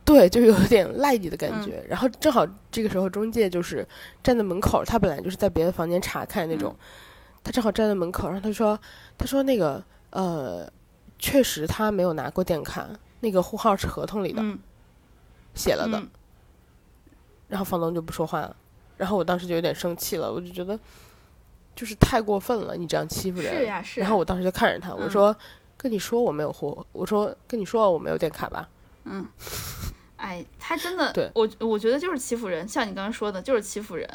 [SPEAKER 4] 对，就有点赖你的感
[SPEAKER 2] 嗯
[SPEAKER 4] 觉。然后正好这个时候，中介就是站在门口，他本来就是在别的房间查看那
[SPEAKER 2] 嗯
[SPEAKER 4] 种，他正好站在门口，然后他说：“他说那个呃，确实他没有拿过电卡，那个户号是合同里的、
[SPEAKER 2] 嗯
[SPEAKER 4] 写了的。
[SPEAKER 2] 嗯
[SPEAKER 4] 然后房东就不说话了，然后我当时就有点生气了，我就觉得就是太过分了，你这样欺负人。
[SPEAKER 2] 是呀是呀
[SPEAKER 4] 然后我当时就看着他，我
[SPEAKER 2] 嗯
[SPEAKER 4] 说：“跟你说我没有户，我说跟你说我没有电卡吧。”
[SPEAKER 2] 嗯，哎，他真的，
[SPEAKER 4] 对
[SPEAKER 2] 我我觉得就是欺负人，像你刚刚说的，就是欺负人。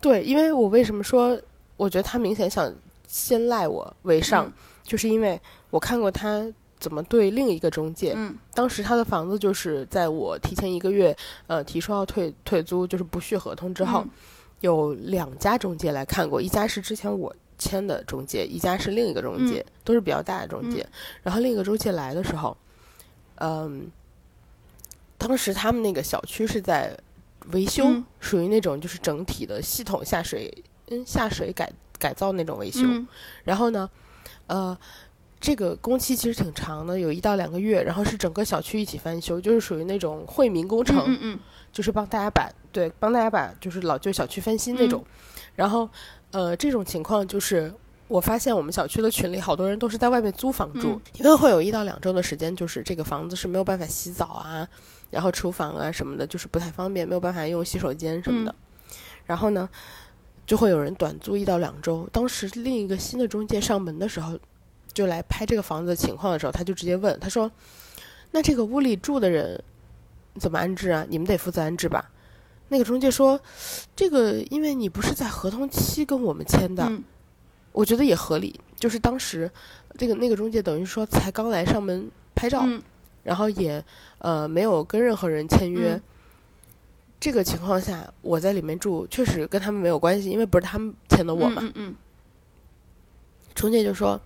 [SPEAKER 4] 对，因为我为什么说，我觉得他明显想先赖我为上，
[SPEAKER 2] 嗯
[SPEAKER 4] 就是因为我看过他怎么对另一个中介。
[SPEAKER 2] 嗯
[SPEAKER 4] 当时他的房子就是在我提前一个月，呃，提出要退退租，就是不续合同之后，
[SPEAKER 2] 嗯
[SPEAKER 4] 有两家中介来看过，一家是之前我签的中介，一家是另一个中介，
[SPEAKER 2] 嗯
[SPEAKER 4] 都是比较大的中介。然后另一个中介来的时候，嗯，当时他们那个小区是在维修，
[SPEAKER 2] 嗯
[SPEAKER 4] 属于那种就是整体的系统下水，嗯，下水改改造那种维修。
[SPEAKER 2] 嗯
[SPEAKER 4] 然后呢，呃，这个工期其实挺长的，有一到两个月，然后是整个小区一起翻修，就是属于那种惠民工程，
[SPEAKER 2] 嗯嗯
[SPEAKER 4] 就是帮大家把对帮大家把就是老旧小区翻新那种。然后，呃，这种情况就是。我发现我们小区的群里好多人都是在外面租房住，
[SPEAKER 2] 嗯
[SPEAKER 4] 因为会有一到两周的时间，就是这个房子是没有办法洗澡啊，然后厨房啊什么的，就是不太方便，没有办法用洗手间什么的。然后呢，就会有人短租一到两周。当时另一个新的中介上门的时候，就来拍这个房子的情况的时候，他就直接问他说：“那这个屋里住的人怎么安置啊？你们得负责安置吧？”那个中介说：“这个因为你不是在合同期跟我们签的，
[SPEAKER 2] 嗯
[SPEAKER 4] 我觉得也合理。就是当时这个那个中介等于说才刚来上门拍照，
[SPEAKER 2] 嗯
[SPEAKER 4] 然后也呃没有跟任何人签约。
[SPEAKER 2] 嗯
[SPEAKER 4] 这个情况下，我在里面住，确实跟他们没有关系，因为不是他们签的我嘛。
[SPEAKER 2] 嗯嗯
[SPEAKER 4] 中介就说：“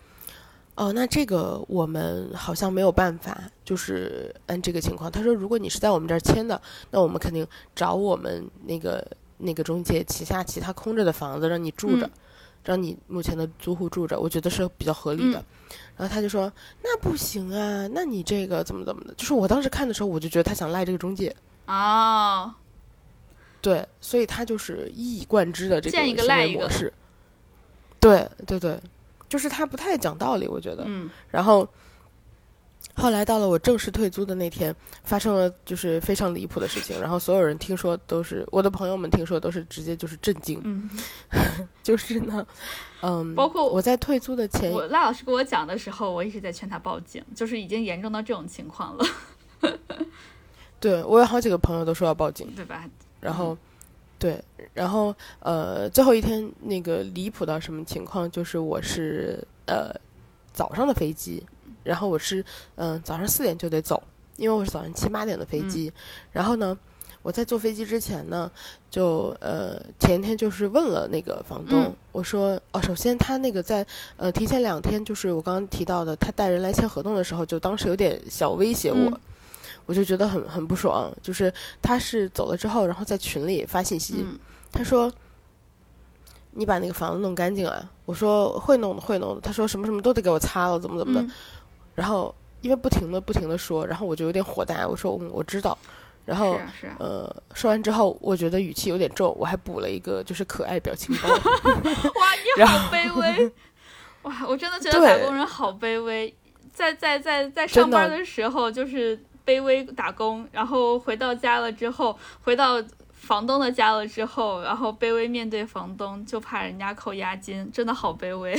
[SPEAKER 4] 哦，那这个我们好像没有办法，就是按这个情况。”他说：“如果你是在我们这儿签的，那我们肯定找我们那个那个中介旗下其他空着的房子让你住着。
[SPEAKER 2] 嗯
[SPEAKER 4] 让你目前的租户住着，我觉得是比较合
[SPEAKER 3] 嗯
[SPEAKER 4] 理的。然后他就说：“那不行啊，那你这个怎么怎么的？”就是我当时看的时候，我就觉得他想赖这个中介，
[SPEAKER 2] 嗯
[SPEAKER 3] 哦，
[SPEAKER 4] 对，所以他就是一以贯之的这
[SPEAKER 3] 见一个
[SPEAKER 4] 行
[SPEAKER 3] 赖
[SPEAKER 4] 为
[SPEAKER 3] 一
[SPEAKER 4] 模
[SPEAKER 3] 个
[SPEAKER 4] 式。对对对，就是他不太讲道理，我觉得。
[SPEAKER 3] 嗯
[SPEAKER 4] 然后后来到了我正式退租的那天，发生了就是非常离谱的事情，然后所有人听说都是我的朋友们听说都是直接就是震惊，
[SPEAKER 3] 嗯，
[SPEAKER 4] 就是呢，嗯，
[SPEAKER 3] 包括
[SPEAKER 4] 我在退租的前
[SPEAKER 3] 我赖老师跟我讲的时候，我一直在劝他报警，就是已经严重到这种情况了，
[SPEAKER 4] 对我有好几个朋友都说要报警。
[SPEAKER 3] 对吧？
[SPEAKER 4] 然后，
[SPEAKER 3] 嗯
[SPEAKER 4] 对，然后呃，最后一天那个离谱到什么情况？就是我是呃早上的飞机，然后我是嗯、呃早上四点就得走，因为我是早上七八点的
[SPEAKER 3] 嗯
[SPEAKER 4] 飞机。然后呢，我在坐飞机之前呢，就呃前一天就是问了那个房东，
[SPEAKER 3] 嗯
[SPEAKER 4] 我说哦，首先他那个在呃提前两天，就是我刚刚提到的，他带人来签合同的时候，就当时有点小威胁我。
[SPEAKER 3] 嗯
[SPEAKER 4] 我就觉得很很不爽，就是他是走了之后，然后在群里发信息，
[SPEAKER 3] 嗯
[SPEAKER 4] 他说：“你把那个房子弄干净啊！”我说：“会弄的，会弄的。”他说：“什么什么都得给我擦了，怎么怎么的。
[SPEAKER 3] 嗯
[SPEAKER 4] 然后因为不停的不停的说，然后我就有点火大，我说：“嗯，我知道。”然后
[SPEAKER 3] 是啊是 啊，
[SPEAKER 4] 呃，说完之后，我觉得语气有点重，我还补了一个就是可爱表情包。
[SPEAKER 3] 哇，你好卑 微，哇，我真的觉得
[SPEAKER 4] 对
[SPEAKER 3] 打工人好卑微，在在在在上
[SPEAKER 4] 真的
[SPEAKER 3] 班的时候就是卑微打工，然后回到家了之后，回到房东的家了之后，然后卑微面对房东，就怕人家扣押金，真的好卑微。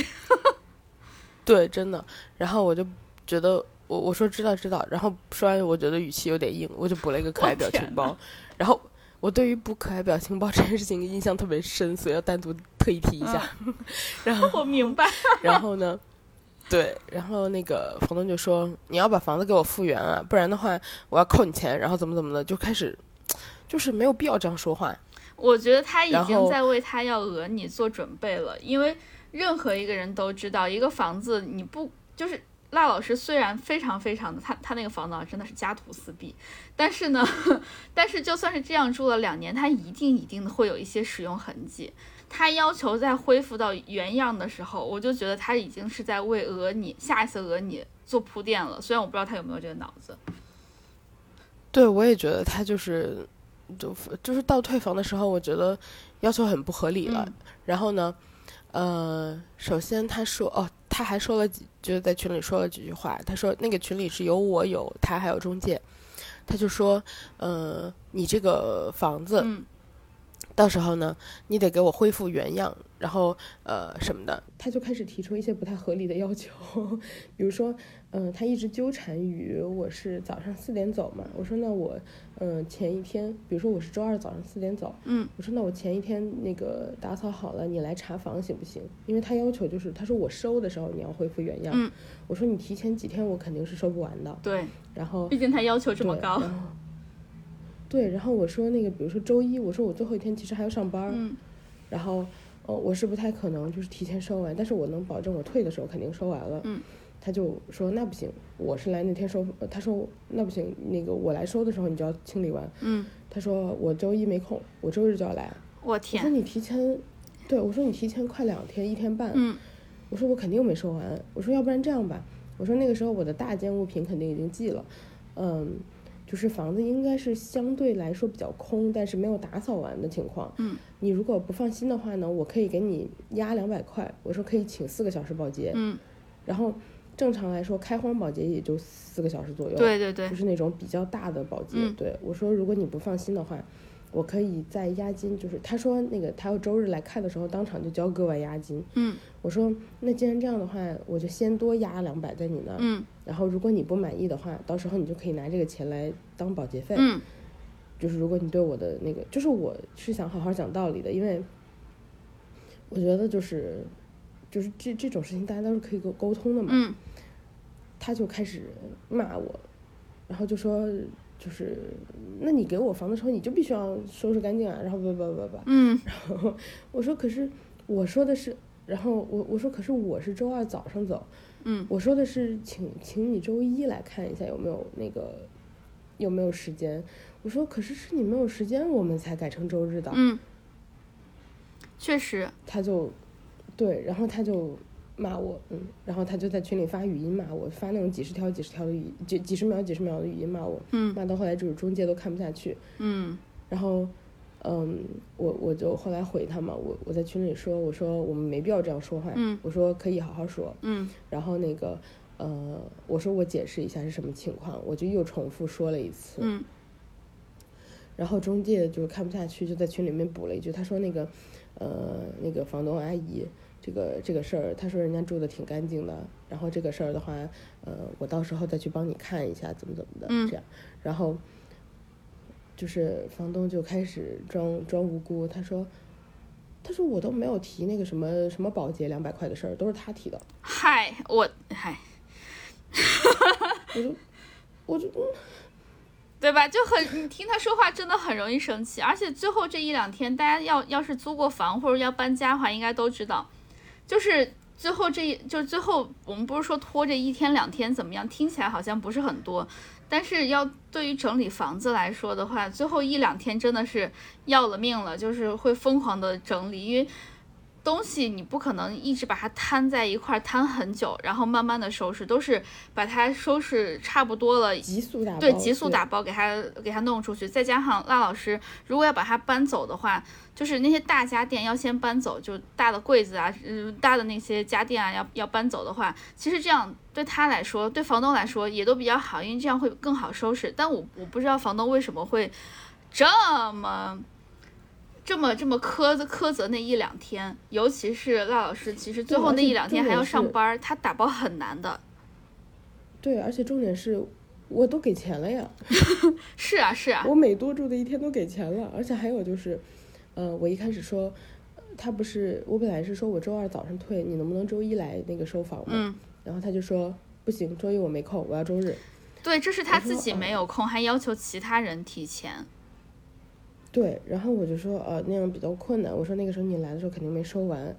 [SPEAKER 4] 对，真的。然后我就觉得，我我说知道知道，然后说完我觉得语气有点硬，我就补了一个可
[SPEAKER 3] 我
[SPEAKER 4] 爱表
[SPEAKER 3] 天
[SPEAKER 4] 情包。然后我对于补可爱表情包这件事情印象特别深，所以要单独特意提一
[SPEAKER 3] 嗯
[SPEAKER 4] 下。然后
[SPEAKER 3] 我明白，
[SPEAKER 4] 然后呢，对，然后那个房东就说你要把房子给我复原啊，不然的话我要扣你钱，然后怎么怎么的，就开始就是没有必要这样说话。
[SPEAKER 3] 我觉得他已
[SPEAKER 4] 然
[SPEAKER 3] 经
[SPEAKER 4] 后
[SPEAKER 3] 在为他要讹你做准备了，因为任何一个人都知道，一个房子你不就是赖老师虽然非常非常的他他那个房子啊真的是家徒四壁， 但是呢，但是就算是这样住了两年，他一定一定的会有一些使用痕迹。他要求在恢复到原样的时候，我就觉得他已经是在为讹你下一次讹你做铺垫了。虽然我不知道他有没有这个脑子，
[SPEAKER 4] 对，我也觉得他就是，就就是到退房的时候，我觉得要求很不合理了。
[SPEAKER 3] 嗯
[SPEAKER 4] 然后呢，呃，首先他说，哦，他还说了几，就是在群里说了几句话。他说那个群里是有我有他还有中介，他就说，呃，你这个房子，
[SPEAKER 3] 嗯
[SPEAKER 4] 到时候呢，你得给我恢复原样，然后呃什么的。他就开始提出一些不太合理的要求， 比如说，嗯、他一直纠缠于我是早上四点走嘛，我说那我，嗯、前一天，比如说我是周二早上四点走，
[SPEAKER 3] 嗯，
[SPEAKER 4] 我说那我前一天那个打扫好了，你来查房行不行？因为他要求就是，他说我收的时候你要恢复原样，
[SPEAKER 3] 嗯
[SPEAKER 4] 我说你提前几天我肯定是收不完的，
[SPEAKER 3] 对，
[SPEAKER 4] 然后
[SPEAKER 3] 毕竟他要求这么
[SPEAKER 4] 对
[SPEAKER 3] 高，
[SPEAKER 4] 然后对，然后我说那个，比如说周一，我说我最后一天其实还要上班儿，
[SPEAKER 3] 嗯
[SPEAKER 4] 然后呃，我是不太可能就是提前收完，但是我能保证我退的时候肯定收完了。
[SPEAKER 3] 嗯，
[SPEAKER 4] 他就说那不行，我是来那天收，呃他说那不行，那个我来收的时候你就要清理完。
[SPEAKER 3] 嗯，
[SPEAKER 4] 他说我周一没空，我周日就要来。
[SPEAKER 3] 我
[SPEAKER 4] 我说
[SPEAKER 3] 天，
[SPEAKER 4] 你提前，对我说你提前快两天，一天半。
[SPEAKER 3] 嗯。
[SPEAKER 4] 我说我肯定没收完，我说要不然这样吧，我说那个时候我的大件物品肯定已经寄了，嗯，就是房子应该是相对来说比较空，但是没有打扫完的情况，
[SPEAKER 3] 嗯，
[SPEAKER 4] 你如果不放心的话呢，我可以给你压两百块，我说可以请四个小时保洁，
[SPEAKER 3] 嗯，
[SPEAKER 4] 然后正常来说开荒保洁也就四个小时左右，
[SPEAKER 3] 对对对
[SPEAKER 4] 就，是那种比较大的保洁。
[SPEAKER 3] 嗯
[SPEAKER 4] 对我说，如果你不放心的话，我可以在押金，就是他说那个他要周日来看的时候，当场就交各万押金。
[SPEAKER 3] 嗯
[SPEAKER 4] 我说，那既然这样的话，我就先多押两百在你那儿，
[SPEAKER 3] 嗯
[SPEAKER 4] 然后如果你不满意的话，到时候你就可以拿这个钱来当保洁费。
[SPEAKER 3] 嗯，
[SPEAKER 4] 就是如果你对我的那个，就是我是想好好讲道理的，因为我觉得就是就是这这种事情大家都是可以沟沟通的嘛。
[SPEAKER 3] 嗯
[SPEAKER 4] 他就开始骂我，然后就说就是那你给我房的时候你就必须要收拾干净啊，然后叭叭叭叭，
[SPEAKER 3] 嗯
[SPEAKER 4] 我说可是我说的是，然后我我说可是我是周二早上走，
[SPEAKER 3] 嗯，
[SPEAKER 4] 我说的是请请你周一来看一下有没有那个有没有时间，我说可是是你没有
[SPEAKER 3] 嗯
[SPEAKER 4] 时间我们才改成周日的，
[SPEAKER 3] 嗯，确实，
[SPEAKER 4] 他就对，然后他就骂我，嗯，然后他就在群里发语音骂我，发那种几十条、几十条的语，几几十秒、几十秒的语音骂我，
[SPEAKER 5] 嗯，
[SPEAKER 4] 骂到后来就是中介都看不下去，
[SPEAKER 5] 嗯
[SPEAKER 4] 然后，嗯，我我就后来回他嘛，我我在群里说，我说我们没必要这样说话，
[SPEAKER 5] 嗯
[SPEAKER 4] 我说可以好好说，
[SPEAKER 5] 嗯
[SPEAKER 4] 然后那个，呃，我说我解释一下是什么情况，我就又重复说了一次，
[SPEAKER 5] 嗯
[SPEAKER 4] 然后中介就是看不下去，就在群里面补了一句，他说那个，呃，那个房东阿姨，这个这个事儿，他说人家住的挺干净的，然后这个事儿的话，呃，我到时候再去帮你看一下，怎么怎么的，
[SPEAKER 5] 嗯
[SPEAKER 4] 这样，然后就是房东就开始装装无辜，他说。他说我都没有提那个什么什么保洁两百块的事儿，都是他提的。
[SPEAKER 3] 嗨，我嗨，
[SPEAKER 4] 我就我就嗯
[SPEAKER 3] 对吧？就很，你 听他说话真的很容易生气，而且最后这一两天，大家要要是租过房或者要搬家的话，应该都知道，就是最后这一，就是最后我们不是说拖这一天两天怎么样，听起来好像不是很多，但是要对于整理房子来说的话，最后一两天真的是要了命了，就是会疯狂的整理，因为。东西你不可能一直把它摊在一块儿摊很久，然后慢慢的收拾，都是把它收拾差不多了，
[SPEAKER 4] 急速打包，
[SPEAKER 3] 对，急速打包给它给它弄出去，再加上辣老师，如果要把它搬走的话，就是那些大家电要先搬走，就大的柜子啊，嗯，大的那些家电啊，要要搬走的话，其实这样对他来说，对房东来说也都比较好，因为这样会更好收拾。但我我不知道房东为什么会这么。这么这么苛责苛责那一两天，尤其是辣老师，其实最
[SPEAKER 4] 对
[SPEAKER 3] 后
[SPEAKER 4] 而
[SPEAKER 3] 那
[SPEAKER 4] 且
[SPEAKER 3] 一两天
[SPEAKER 4] 重
[SPEAKER 3] 还
[SPEAKER 4] 点
[SPEAKER 3] 要上
[SPEAKER 4] 是
[SPEAKER 3] 班儿，他打包很难的。
[SPEAKER 4] 对，而且重点是，我都给钱了呀，
[SPEAKER 3] 是啊，是啊，
[SPEAKER 4] 我每多住的一天都给钱了，而且还有就是，呃，我一开始说，呃他不是我本来是说我周二早上退，你能不能周一来那个收房嘛？
[SPEAKER 3] 嗯，
[SPEAKER 4] 然后他就说不行，周一我没空，我要周日。
[SPEAKER 3] 对，这是他
[SPEAKER 4] 我
[SPEAKER 3] 自
[SPEAKER 4] 说
[SPEAKER 3] 己没有空，还要求其他人提前。
[SPEAKER 4] 对，然后我就说呃那样比较困难，我说那个时候你来的时候肯定没收完，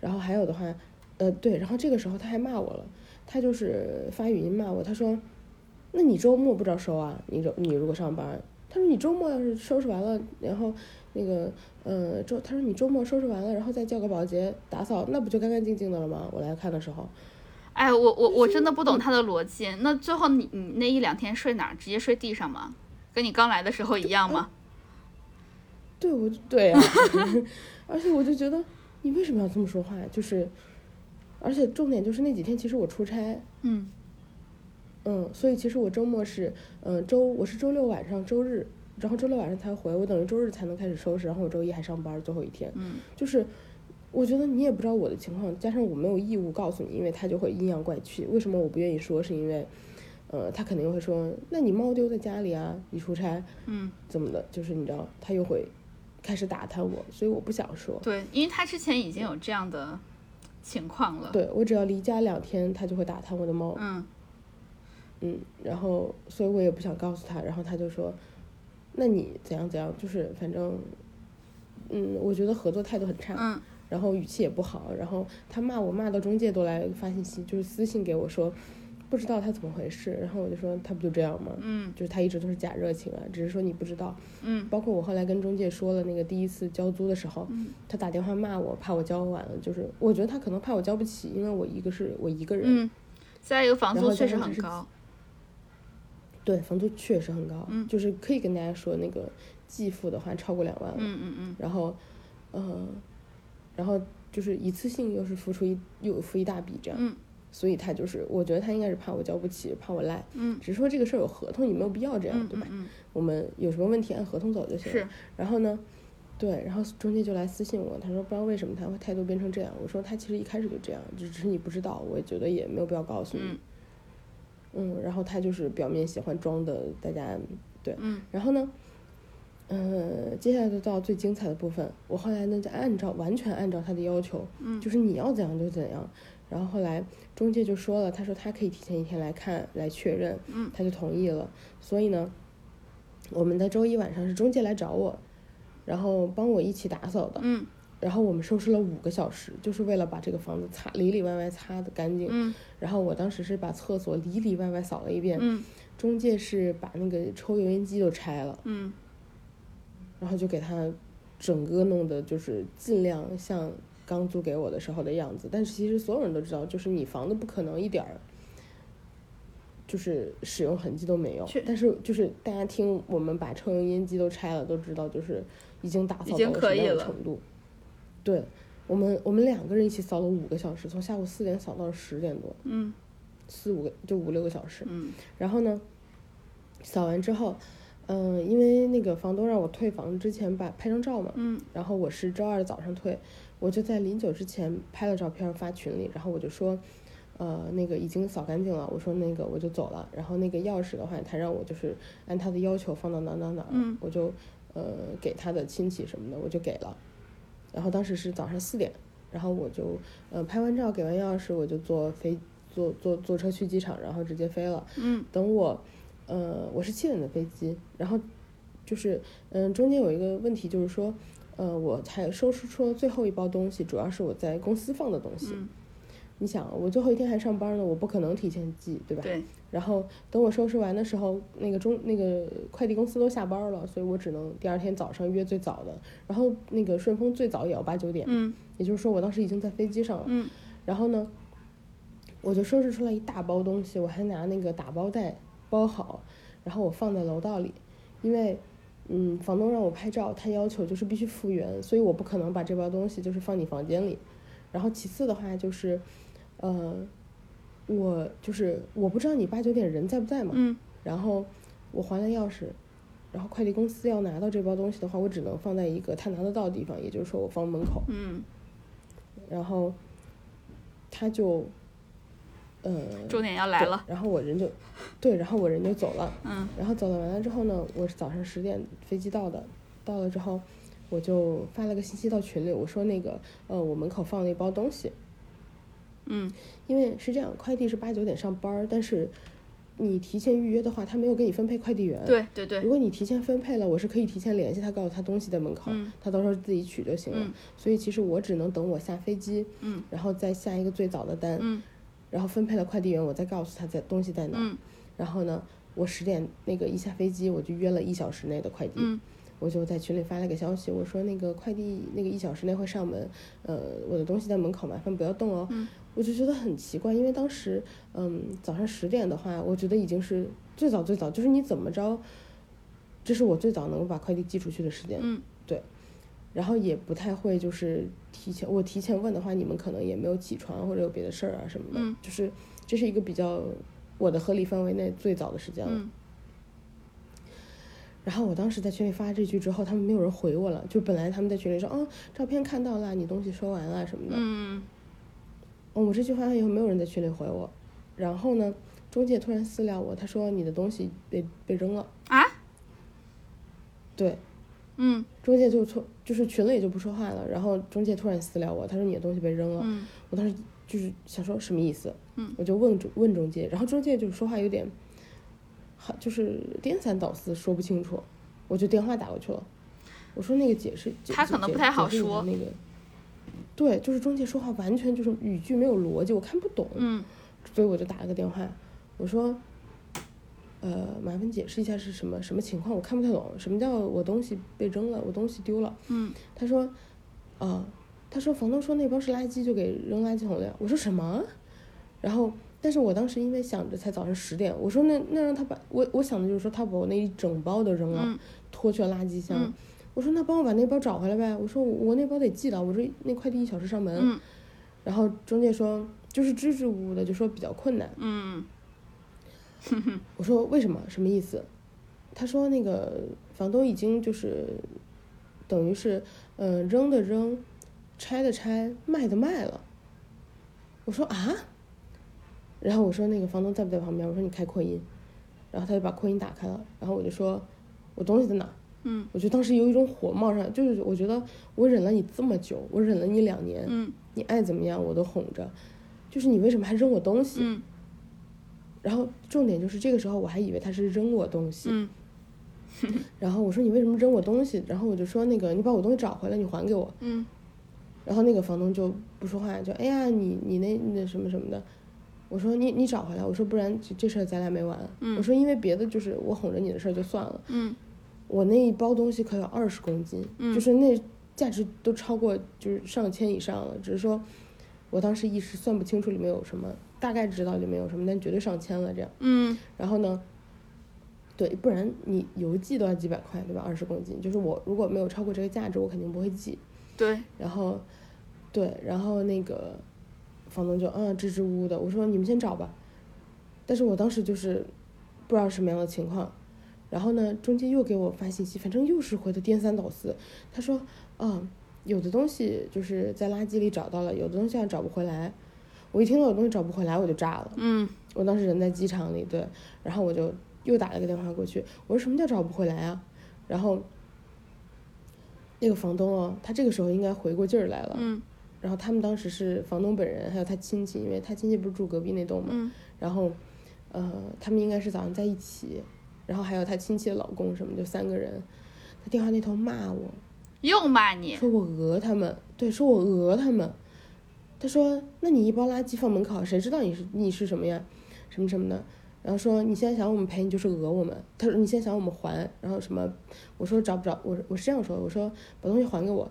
[SPEAKER 4] 然后还有的话，呃对，然后这个时候他还骂我了，他就是发语音骂我，他说，那你周末不知道收啊？你周你如果上班，他说你周末要是收拾完了，然后那个呃周他说你周末收拾完了，然后再叫个保洁打扫，那不就干干净净的了吗？我来看的时候，
[SPEAKER 3] 哎，我我我真的不
[SPEAKER 4] 嗯
[SPEAKER 3] 懂他的逻辑。那最后你你那一两天睡哪儿？直接睡地上吗？跟你刚来的时候一样吗？
[SPEAKER 4] 对，我就对啊， 而且我就觉得你为什么要这么说话？就是，而且重点就是那几天其实我出差，
[SPEAKER 3] 嗯
[SPEAKER 4] 嗯，所以其实我周末是，嗯、周我是周六晚上、周日，然后周六晚上才回，我等于周日才能开始收拾，然后我周一还上班，最后一天，
[SPEAKER 3] 嗯，
[SPEAKER 4] 就是我觉得你也不知道我的情况，加上我没有义务告诉你，因为他就会阴阳怪气。为什么我不愿意说？是因为，呃，他肯定会说，那你猫丢在家里啊，你出差，
[SPEAKER 3] 嗯，
[SPEAKER 4] 怎么的？就是你知道，他又会开始打探我，所以我不想说。
[SPEAKER 3] 对，因为他之前已经有这样的情况了。
[SPEAKER 4] 对我只要离家两天，他就会打探我的猫。
[SPEAKER 3] 嗯，
[SPEAKER 4] 嗯，然后所以我也不想告诉他，然后他就说，那你怎样怎样，就是反正，嗯，我觉得合作态度很差，
[SPEAKER 3] 嗯，
[SPEAKER 4] 然后语气也不好，然后他骂我骂到中介都来发信息，就是私信给我说，不知道他怎么回事，然后我就说他不就这样吗？
[SPEAKER 3] 嗯，
[SPEAKER 4] 就是他一直都是假热情啊，只是说你不知道，
[SPEAKER 3] 嗯，
[SPEAKER 4] 包括我后来跟中介说了那个第一次交租的时候，他打电话骂我，怕我交晚了，就是我觉得他可能怕我交不起，因为我一个是我一个人，
[SPEAKER 3] 嗯，再一个房
[SPEAKER 4] 然
[SPEAKER 3] 租
[SPEAKER 4] 后
[SPEAKER 3] 确
[SPEAKER 4] 加
[SPEAKER 3] 实
[SPEAKER 4] 上
[SPEAKER 3] 很
[SPEAKER 4] 只是
[SPEAKER 3] 高。
[SPEAKER 4] 对，房租确实很高，
[SPEAKER 3] 嗯
[SPEAKER 4] 就是可以跟大家说，那个继父的话超过两万了，
[SPEAKER 3] 嗯嗯嗯，
[SPEAKER 4] 然后，呃，然后就是一次性又是付出一又付一大笔这样，
[SPEAKER 3] 嗯
[SPEAKER 4] 所以他就是，我觉得他应该是怕我交不起，怕我赖，
[SPEAKER 3] 嗯
[SPEAKER 4] 只是说这个事儿有合同，你没有必要这样，
[SPEAKER 3] 嗯
[SPEAKER 4] 哦对吧
[SPEAKER 3] 嗯？嗯，
[SPEAKER 4] 我们有什么问题按合同走就行了。
[SPEAKER 3] 是，
[SPEAKER 4] 然后呢，对，然后中介就来私信我，他说不知道为什么他会态度变成这样。我说他其实一开始就这样，只只是你不知道，我也觉得也没有必要告诉你。
[SPEAKER 3] 嗯
[SPEAKER 4] 嗯然后他就是表面喜欢装的，大家对，
[SPEAKER 3] 嗯
[SPEAKER 4] 然后呢，呃，接下来就到最精彩的部分。我后来呢就按照完全按照他的要求，
[SPEAKER 3] 嗯
[SPEAKER 4] 就是你要怎样就怎样。然后后来中介就说了，他说他可以提前一天来看来确认，
[SPEAKER 3] 嗯
[SPEAKER 4] 他就同意了。所以呢，我们在周一晚上是中介来找我，然后帮我一起打扫的，
[SPEAKER 3] 嗯
[SPEAKER 4] 然后我们收拾了五个小时，就是为了把这个房子擦里里外外擦的干净。
[SPEAKER 3] 嗯
[SPEAKER 4] 然后我当时是把厕所里里外外扫了一遍，
[SPEAKER 3] 嗯
[SPEAKER 4] 中介是把那个抽油烟机都拆了，
[SPEAKER 3] 嗯，
[SPEAKER 4] 然后就给他整个弄的，就是尽量像刚租给我的时候的样子。但是其实所有人都知道，就是你房子不可能一点儿就是使用痕迹都没有
[SPEAKER 2] 确。
[SPEAKER 4] 但是就是大家听我们把抽油烟机都拆了，都知道就是已经打
[SPEAKER 2] 已
[SPEAKER 4] 扫
[SPEAKER 2] 经可
[SPEAKER 4] 到了什么
[SPEAKER 2] 以
[SPEAKER 4] 样的
[SPEAKER 2] 了
[SPEAKER 4] 程度。对，我们我们两个人一起扫了五个小时，从下午四点扫到十点多，
[SPEAKER 2] 嗯
[SPEAKER 4] 四五个就五六个小时。
[SPEAKER 2] 嗯，
[SPEAKER 4] 然后呢，扫完之后，嗯、因为那个房东让我退房之前把拍张照嘛，
[SPEAKER 2] 嗯，
[SPEAKER 4] 然后我是周二早上退，我就在临走之前拍了照片发群里，然后我就说，呃，那个已经扫干净了，我说那个我就走了，然后那个钥匙的话，他让我就是按他的要求放到哪儿哪儿哪儿，
[SPEAKER 2] 嗯
[SPEAKER 4] 我就呃给他的亲戚什么的我就给了，然后当时是早上四点，然后我就呃拍完照给完钥匙我就坐飞坐坐坐车去机场，然后直接飞了。
[SPEAKER 2] 嗯，
[SPEAKER 4] 等我，呃，我是七点的飞机，然后就是，嗯、中间有一个问题就是说，呃，我才收拾出了最后一包东西，主要是我在公司放的东西。
[SPEAKER 2] 嗯
[SPEAKER 4] 你想，我最后一天还上班呢，我不可能提前寄，对吧？
[SPEAKER 2] 对，
[SPEAKER 4] 然后等我收拾完的时候，那个中那个快递公司都下班了，所以我只能第二天早上约最早的。然后那个顺丰最早也要八九点，
[SPEAKER 2] 嗯
[SPEAKER 4] 也就是说我当时已经在飞机上了。
[SPEAKER 2] 嗯
[SPEAKER 4] 然后呢，我就收拾出来一大包东西，我还拿那个打包袋包好，然后我放在楼道里，因为。嗯，房东让我拍照，他要求就是必须复原，所以我不可能把这包东西就是放你房间里。然后其次的话就是，呃，我就是我不知道你八九点人在不在嘛，
[SPEAKER 2] 嗯
[SPEAKER 4] 然后我还了钥匙，然后快递公司要拿到这包东西的话，我只能放在一个他拿得到的地方，也就是说我放门口。
[SPEAKER 2] 嗯，
[SPEAKER 4] 然后他就，呃，
[SPEAKER 2] 重点要来
[SPEAKER 4] 对
[SPEAKER 2] 了，
[SPEAKER 4] 然后我人就，对，然后我人就走了。
[SPEAKER 2] 嗯
[SPEAKER 4] 然后走了完了之后呢，我是早上十点飞机到的，到了之后我就发了个信息到群里，我说那个呃，我门口放了一包东西，
[SPEAKER 2] 嗯
[SPEAKER 4] 因为是这样，快递是八九点上班儿，但是你提前预约的话，他没有给你分配快递员。。
[SPEAKER 2] 对对对
[SPEAKER 4] 如，果你提前分配了，我是可以提前联系他，告诉他东西在门口，
[SPEAKER 2] 嗯
[SPEAKER 4] 他到时候自己取就行了。
[SPEAKER 2] 嗯
[SPEAKER 4] 所以其实我只能等我下飞机，
[SPEAKER 2] 嗯
[SPEAKER 4] 然后再下一个最早的单，
[SPEAKER 2] 嗯
[SPEAKER 4] 然后分配了快递员，我再告诉他在东西在哪。
[SPEAKER 2] 嗯
[SPEAKER 4] 然后呢，我十点那个一下飞机，我就约了一小时内的快递。
[SPEAKER 2] 嗯
[SPEAKER 4] 我就在群里发了个消息，我说那个快递那个一小时内会上门，呃，我的东西在门口，麻烦不要动哦。
[SPEAKER 2] 嗯
[SPEAKER 4] 我就觉得很奇怪，因为当时，嗯，早上十点的话，我觉得已经是最早最早，就是你怎么着，这是我最早能把快递寄出去的时间。
[SPEAKER 2] 嗯
[SPEAKER 4] 然后也不太会就是提前，我提前问的话，你们可能也没有起床或者有别的事儿啊什么的，
[SPEAKER 2] 嗯
[SPEAKER 4] 就是这是一个比较我的合理范围内最早的时间了。
[SPEAKER 2] 嗯
[SPEAKER 4] 然后我当时在群里发这句之后，他们没有人回我了。就本来他们在群里说，哦，照片看到了，你东西收完了什么的。
[SPEAKER 2] 嗯
[SPEAKER 4] 哦，我这句话以后没有人在群里回我。然后呢，中介突然私聊我，他说你的东西被被扔了。
[SPEAKER 2] 啊
[SPEAKER 4] 对，
[SPEAKER 2] 嗯
[SPEAKER 4] 中介就突就是群里就不说话了。然后中介突然私聊我，他说你的东西被扔了。
[SPEAKER 2] 嗯
[SPEAKER 4] 我当时就是想说什么意思，
[SPEAKER 2] 嗯
[SPEAKER 4] 我就问中问中介，然后中介就是说话有点，好就是颠三倒四，说不清楚，我就电话打过去了，我说那个解释，解
[SPEAKER 2] 他可能
[SPEAKER 4] 解
[SPEAKER 2] 不太好
[SPEAKER 4] 解释一下
[SPEAKER 2] 说
[SPEAKER 4] 那个，对，就是中介说话完全就是语句没有逻辑，我看不懂，
[SPEAKER 2] 嗯
[SPEAKER 4] 所以我就打了个电话，我说，呃，麻烦解释一下是什么什么情况，我看不太懂，什么叫我东西被扔了，我东西丢了。
[SPEAKER 2] 嗯
[SPEAKER 4] 他说，啊，他说房东说那包是垃圾，就给扔垃圾桶了呀。我说什么？然后，但是我当时因为想着才早上十点，我说那那让他把我我想的就是说他把我那一整包都扔了，
[SPEAKER 2] 嗯
[SPEAKER 4] 拖去了垃圾箱。
[SPEAKER 2] 嗯
[SPEAKER 4] 我说那帮我把那包找回来呗。我说我我那包得寄到，我说那快递一小时上门。
[SPEAKER 2] 嗯
[SPEAKER 4] 然后中介说就是支支吾吾的，就说比较困难。
[SPEAKER 2] 嗯
[SPEAKER 4] 我说为什么？什么意思？他说那个房东已经就是等于是嗯、呃扔的扔，拆的拆，卖的卖了。我说啊，然后我说那个房东在不在旁边？我说你开扩音，然后他就把扩音打开了，然后我就说我东西在哪？
[SPEAKER 2] 嗯，
[SPEAKER 4] 我就当时有一种火冒上来，就是我觉得我忍了你这么久，我忍了你两年，
[SPEAKER 2] 嗯
[SPEAKER 4] 你爱怎么样我都哄着，就是你为什么还扔我东西？
[SPEAKER 2] 嗯
[SPEAKER 4] 然后重点就是这个时候我还以为他是扔我东西，
[SPEAKER 2] 嗯
[SPEAKER 4] 然后我说你为什么扔我东西？然后我就说那个你把我东西找回来，你还给我。
[SPEAKER 2] 嗯
[SPEAKER 4] 然后那个房东就不说话，就哎呀你你那那什么什么的。我说你你找回来，我说不然这这事儿咱俩没完。
[SPEAKER 2] 嗯
[SPEAKER 4] 我说因为别的就是我哄着你的事儿就算了，
[SPEAKER 2] 嗯
[SPEAKER 4] 我那一包东西可有二十公斤，
[SPEAKER 2] 嗯
[SPEAKER 4] 就是那价值都超过就是上千以上了，只是说我当时一时算不清楚里面有什么，大概知道里面有什么，但绝对上千了这样。
[SPEAKER 3] 嗯，
[SPEAKER 4] 然后呢，对，不然你邮寄都要几百块，对吧？二十公斤，就是我如果没有超过这个价值，我肯定不会寄。
[SPEAKER 3] 对，
[SPEAKER 4] 然后，对，然后那个房东就嗯支支吾吾的，我说你们先找吧。但是我当时就是不知道什么样的情况，然后呢，中介又给我发信息，反正又是回的颠三倒四。他说，嗯，有的东西就是在垃圾里找到了，有的东西还找不回来。我一听到有东西找不回来，我就炸了。
[SPEAKER 3] 嗯，
[SPEAKER 4] 我当时人在机场里，对，然后我就又打了个电话过去，我说什么叫找不回来啊？然后那个房东哦，他这个时候应该回过劲儿来了，
[SPEAKER 3] 嗯，
[SPEAKER 4] 然后他们当时是房东本人还有他亲戚，因为他亲戚不是住隔壁那栋嘛，
[SPEAKER 3] 嗯
[SPEAKER 4] 然后呃，他们应该是早上在一起，然后还有他亲戚的老公什么，就三个人。他电话那头骂我，
[SPEAKER 3] 又骂你，
[SPEAKER 4] 说我讹他们，对，说我讹他们。他说：“那你一包垃圾放门口，谁知道你是你是什么呀，什么什么的。”然后说：“你现在想我们赔，你就是讹我们。”他说：“你现在想我们还，然后什么？”我说：“找不着，我我是这样说的，我说把东西还给我。”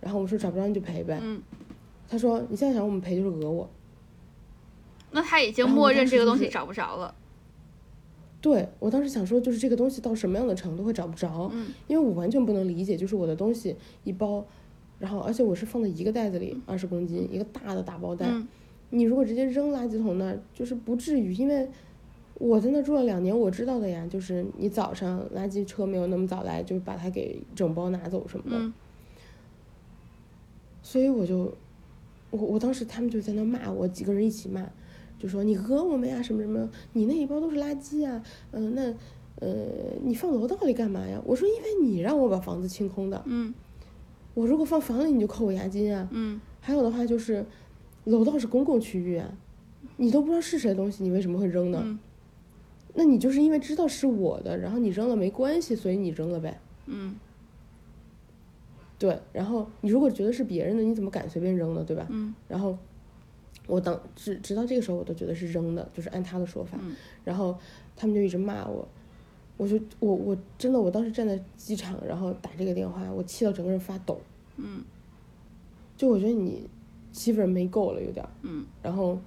[SPEAKER 4] 然后我说：“找不着你就赔呗。
[SPEAKER 3] 嗯
[SPEAKER 4] 他说：“你现在想我们赔就是讹我。
[SPEAKER 3] 那他已经
[SPEAKER 4] 然后
[SPEAKER 3] 默
[SPEAKER 4] 我
[SPEAKER 3] 认
[SPEAKER 4] 当时
[SPEAKER 3] 这个
[SPEAKER 4] 就
[SPEAKER 3] 东西
[SPEAKER 4] 是
[SPEAKER 3] 找不着了。
[SPEAKER 4] 对我当时想说，就是这个东西到什么样的程度会找不着，
[SPEAKER 3] 嗯
[SPEAKER 4] 因为我完全不能理解，就是我的东西一包，然后而且我是放在一个袋子里，二十公斤，一个大的大包袋，
[SPEAKER 3] 嗯
[SPEAKER 4] 你如果直接扔垃圾桶那儿，就是不至于，因为我在那儿住了两年，我知道的呀，就是你早上垃圾车没有那么早来，就把它给整包拿走什么的，
[SPEAKER 3] 嗯
[SPEAKER 4] 所以我就，我我当时他们就在那骂我，几个人一起骂，就说你讹我们呀，什么什么，你那一包都是垃圾呀，嗯、那。呃，你放楼道里干嘛呀？我说，因为你让我把房子清空的。
[SPEAKER 3] 嗯
[SPEAKER 4] 我如果放房里，你就扣我押金啊。
[SPEAKER 3] 嗯，
[SPEAKER 4] 还有的话就是，楼道是公共区域啊，你都不知道是谁的东西，你为什么会扔呢？
[SPEAKER 3] 嗯
[SPEAKER 4] 那你就是因为知道是我的，然后你扔了没关系，所以你扔了呗。
[SPEAKER 3] 嗯
[SPEAKER 4] 对，然后你如果觉得是别人的，你怎么敢随便扔呢？对吧？
[SPEAKER 3] 嗯
[SPEAKER 4] 然后我当直直到这个时候，我都觉得是扔的，就是按他的说法。
[SPEAKER 3] 嗯
[SPEAKER 4] 然后他们就一直骂我，我就我我真的我当时站在机场，然后打这个电话，我气到整个人发抖。
[SPEAKER 3] 嗯
[SPEAKER 4] 就我觉得你欺负人没够了，有点儿。
[SPEAKER 3] 嗯
[SPEAKER 4] 然后，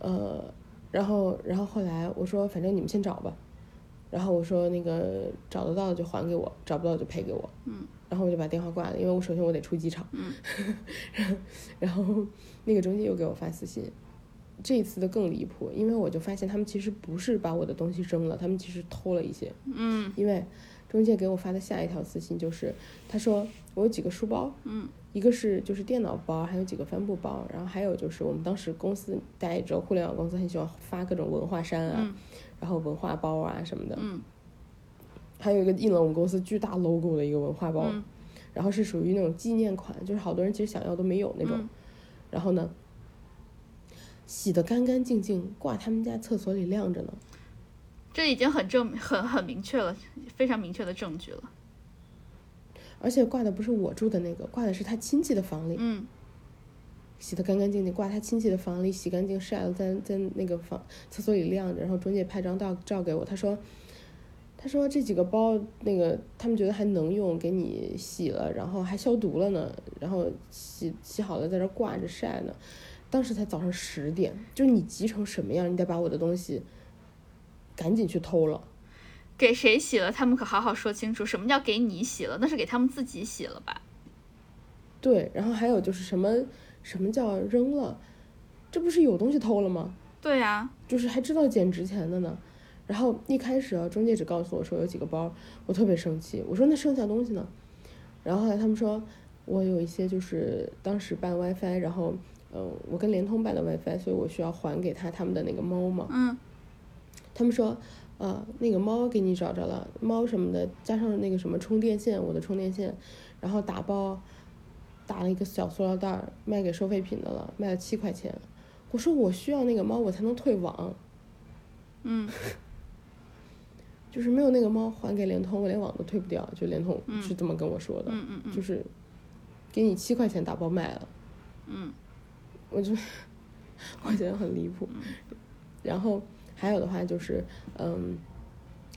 [SPEAKER 4] 呃，然后，然后后来我说，反正你们先找吧。然后我说那个找得到的就还给我，找不到的就赔给我。
[SPEAKER 3] 嗯。
[SPEAKER 4] 然后我就把电话挂了，因为我首先我得出机场。
[SPEAKER 3] 嗯。
[SPEAKER 4] 然后那个中介又给我发私信，这一次的更离谱，因为我就发现他们其实不是把我的东西扔了，他们其实偷了一些。
[SPEAKER 3] 嗯
[SPEAKER 4] 因为中介给我发的下一条私信就是，他说我有几个书包，
[SPEAKER 3] 嗯，
[SPEAKER 4] 一个是就是电脑包，还有几个帆布包，然后还有就是我们当时公司大家也知道，互联网公司很喜欢发各种文化衫啊，
[SPEAKER 3] 嗯
[SPEAKER 4] 然后文化包啊什么的，
[SPEAKER 3] 嗯
[SPEAKER 4] 还有一个印了我们公司巨大 logo 的一个文化包，
[SPEAKER 3] 嗯
[SPEAKER 4] 然后是属于那种纪念款，就是好多人其实想要都没有那种，
[SPEAKER 3] 嗯
[SPEAKER 4] 然后呢，洗得干干净净，挂他们家厕所里晾着呢。
[SPEAKER 3] 这已经很证很很明确了，非常明确的证据了。
[SPEAKER 4] 而且挂的不是我住的那个，挂的是他亲戚的房里，
[SPEAKER 3] 嗯
[SPEAKER 4] 洗得干干净净，挂他亲戚的房里洗干净晒了，在在那个房厕所里晾着，然后中介拍张照照给我，他说，他说这几个包那个他们觉得还能用，给你洗了，然后还消毒了呢，然后洗洗好了在这儿挂着晒呢，当时才早上十点，就是你急成什么样，你得把我的东西赶紧去偷了。
[SPEAKER 3] 给谁洗了？他们可好好说清楚，什么叫给你洗了？那是给他们自己洗了吧？
[SPEAKER 4] 对，然后还有就是什么什么叫扔了，这不是有东西偷了吗？
[SPEAKER 3] 对呀、
[SPEAKER 4] 就是还知道捡值钱的呢。然后一开始啊，中介只告诉我说有几个包，我特别生气，我说那剩下东西呢？然后后来他们说，我有一些就是当时办 WiFi，然后嗯、呃我跟联通办的 WiFi，所以我需要还给他他们的那个猫嘛。
[SPEAKER 3] 嗯
[SPEAKER 4] 他们说，呃，那个猫给你找着了，猫什么的，加上那个什么充电线，我的充电线，然后打包，打了一个小塑料袋儿，卖给收废品的了，卖了七块钱。我说我需要那个猫，我才能退网，
[SPEAKER 3] 嗯
[SPEAKER 4] 就是没有那个猫还给联通，我连网都退不掉。就联通
[SPEAKER 3] 嗯
[SPEAKER 4] 是这么跟我说的，
[SPEAKER 3] 嗯嗯嗯
[SPEAKER 4] 就是给你七块钱打包卖了，
[SPEAKER 3] 嗯
[SPEAKER 4] 我就 我觉得很离谱。然后还有的话就是，嗯，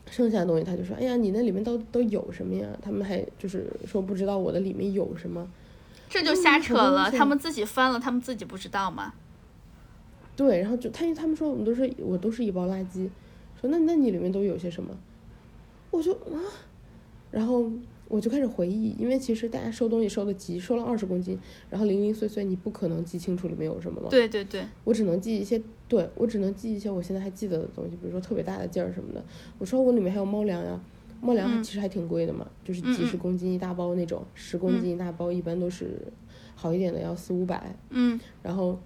[SPEAKER 4] 剩下的东西，他就说：“哎呀，你那里面都都有什么呀？”他们还就是说不知道我的里面有什么。
[SPEAKER 3] 这就瞎扯
[SPEAKER 4] 好
[SPEAKER 3] 了，
[SPEAKER 4] 嗯东西
[SPEAKER 3] 他们自己翻了，他们自己不知道嘛。
[SPEAKER 4] 对，然后就他因为他们说我们都是我都是一包垃圾，说那那你里面都有些什么？我就啊，然后我就开始回忆，因为其实大家收东西收的急，收了二十公斤，然后零零碎碎你不可能记清楚里面有什么了。
[SPEAKER 3] 对对对，
[SPEAKER 4] 我只能记一些，对我只能记一些我现在还记得的东西，比如说特别大的件儿什么的。我说我里面还有猫粮呀，猫粮
[SPEAKER 3] 嗯
[SPEAKER 4] 还其实还挺贵的嘛，就是几十公斤一大包那种，十公斤一大包，一般都是好一点的要四五百。
[SPEAKER 3] 嗯
[SPEAKER 4] 然后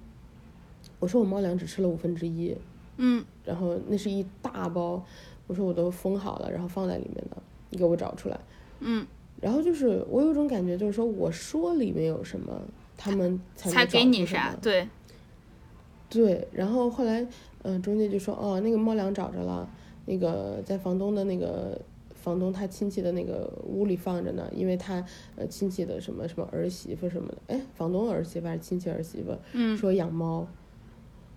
[SPEAKER 4] 我说我猫粮只吃了五分之一，
[SPEAKER 3] 嗯，
[SPEAKER 4] 然后那是一大包，我说我都封好了，然后放在里面的，你给我找出来。
[SPEAKER 3] 嗯，
[SPEAKER 4] 然后就是我有一种感觉，就是说我说里面有什么，他们才
[SPEAKER 3] 才
[SPEAKER 4] 能找
[SPEAKER 3] 给你
[SPEAKER 4] 出什
[SPEAKER 3] 啥
[SPEAKER 4] 么？
[SPEAKER 3] 对，
[SPEAKER 4] 对，然后后来，嗯、中介就说，哦，那个猫粮找着了，那个在房东的那个房东他亲戚的那个屋里放着呢，因为他呃亲戚的什么什么儿媳妇什么的，哎，房东儿媳妇还是亲戚儿媳妇，
[SPEAKER 3] 嗯
[SPEAKER 4] 说养猫，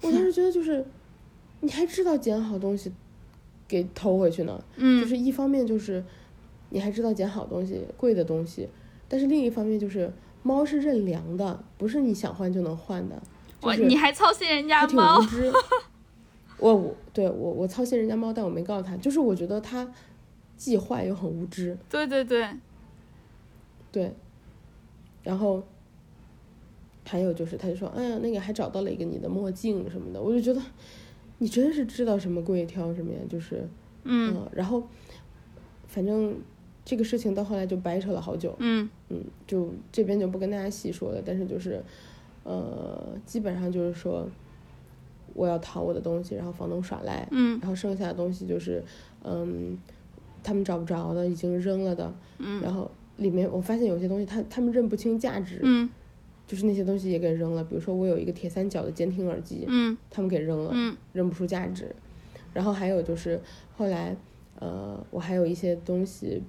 [SPEAKER 4] 我当时觉得就是，你还知道捡好东西给偷回去呢，就
[SPEAKER 3] 嗯
[SPEAKER 4] 是一方面就是你还知道捡好东西、贵的东西，但是另一方面就是猫是认粮的，不是你想换就能换的。
[SPEAKER 3] 我
[SPEAKER 4] 就是
[SPEAKER 3] 你还操心人
[SPEAKER 4] 他
[SPEAKER 3] 家
[SPEAKER 4] 挺无
[SPEAKER 3] 猫，
[SPEAKER 4] 知。我我对我我操心人家猫，但我没告诉他，就是我觉得他既坏又很无知，
[SPEAKER 3] 对对对，
[SPEAKER 4] 对。然后还有就是，他就说，哎呀，那个还找到了一个你的墨镜什么的，我就觉得你真是知道什么贵挑什么呀，就是
[SPEAKER 3] 嗯
[SPEAKER 4] 然后反正这个事情到后来就掰扯了好久，
[SPEAKER 3] 嗯
[SPEAKER 4] 嗯，就这边就不跟大家细说了，但是就是，呃，基本上就是说，我要讨我的东西，然后房东耍赖，
[SPEAKER 3] 嗯
[SPEAKER 4] 然后剩下的东西就是，嗯，他们找不着的，已经扔了的，
[SPEAKER 3] 嗯
[SPEAKER 4] 然后里面我发现有些东西他他们认不清价值，
[SPEAKER 3] 嗯
[SPEAKER 4] 就是那些东西也给扔了，比如说我有一个铁三角的监听耳机，
[SPEAKER 3] 嗯
[SPEAKER 4] 他们给扔了，
[SPEAKER 3] 嗯
[SPEAKER 4] 认不出价值。然后还有就是后来，呃，我还有一些东西，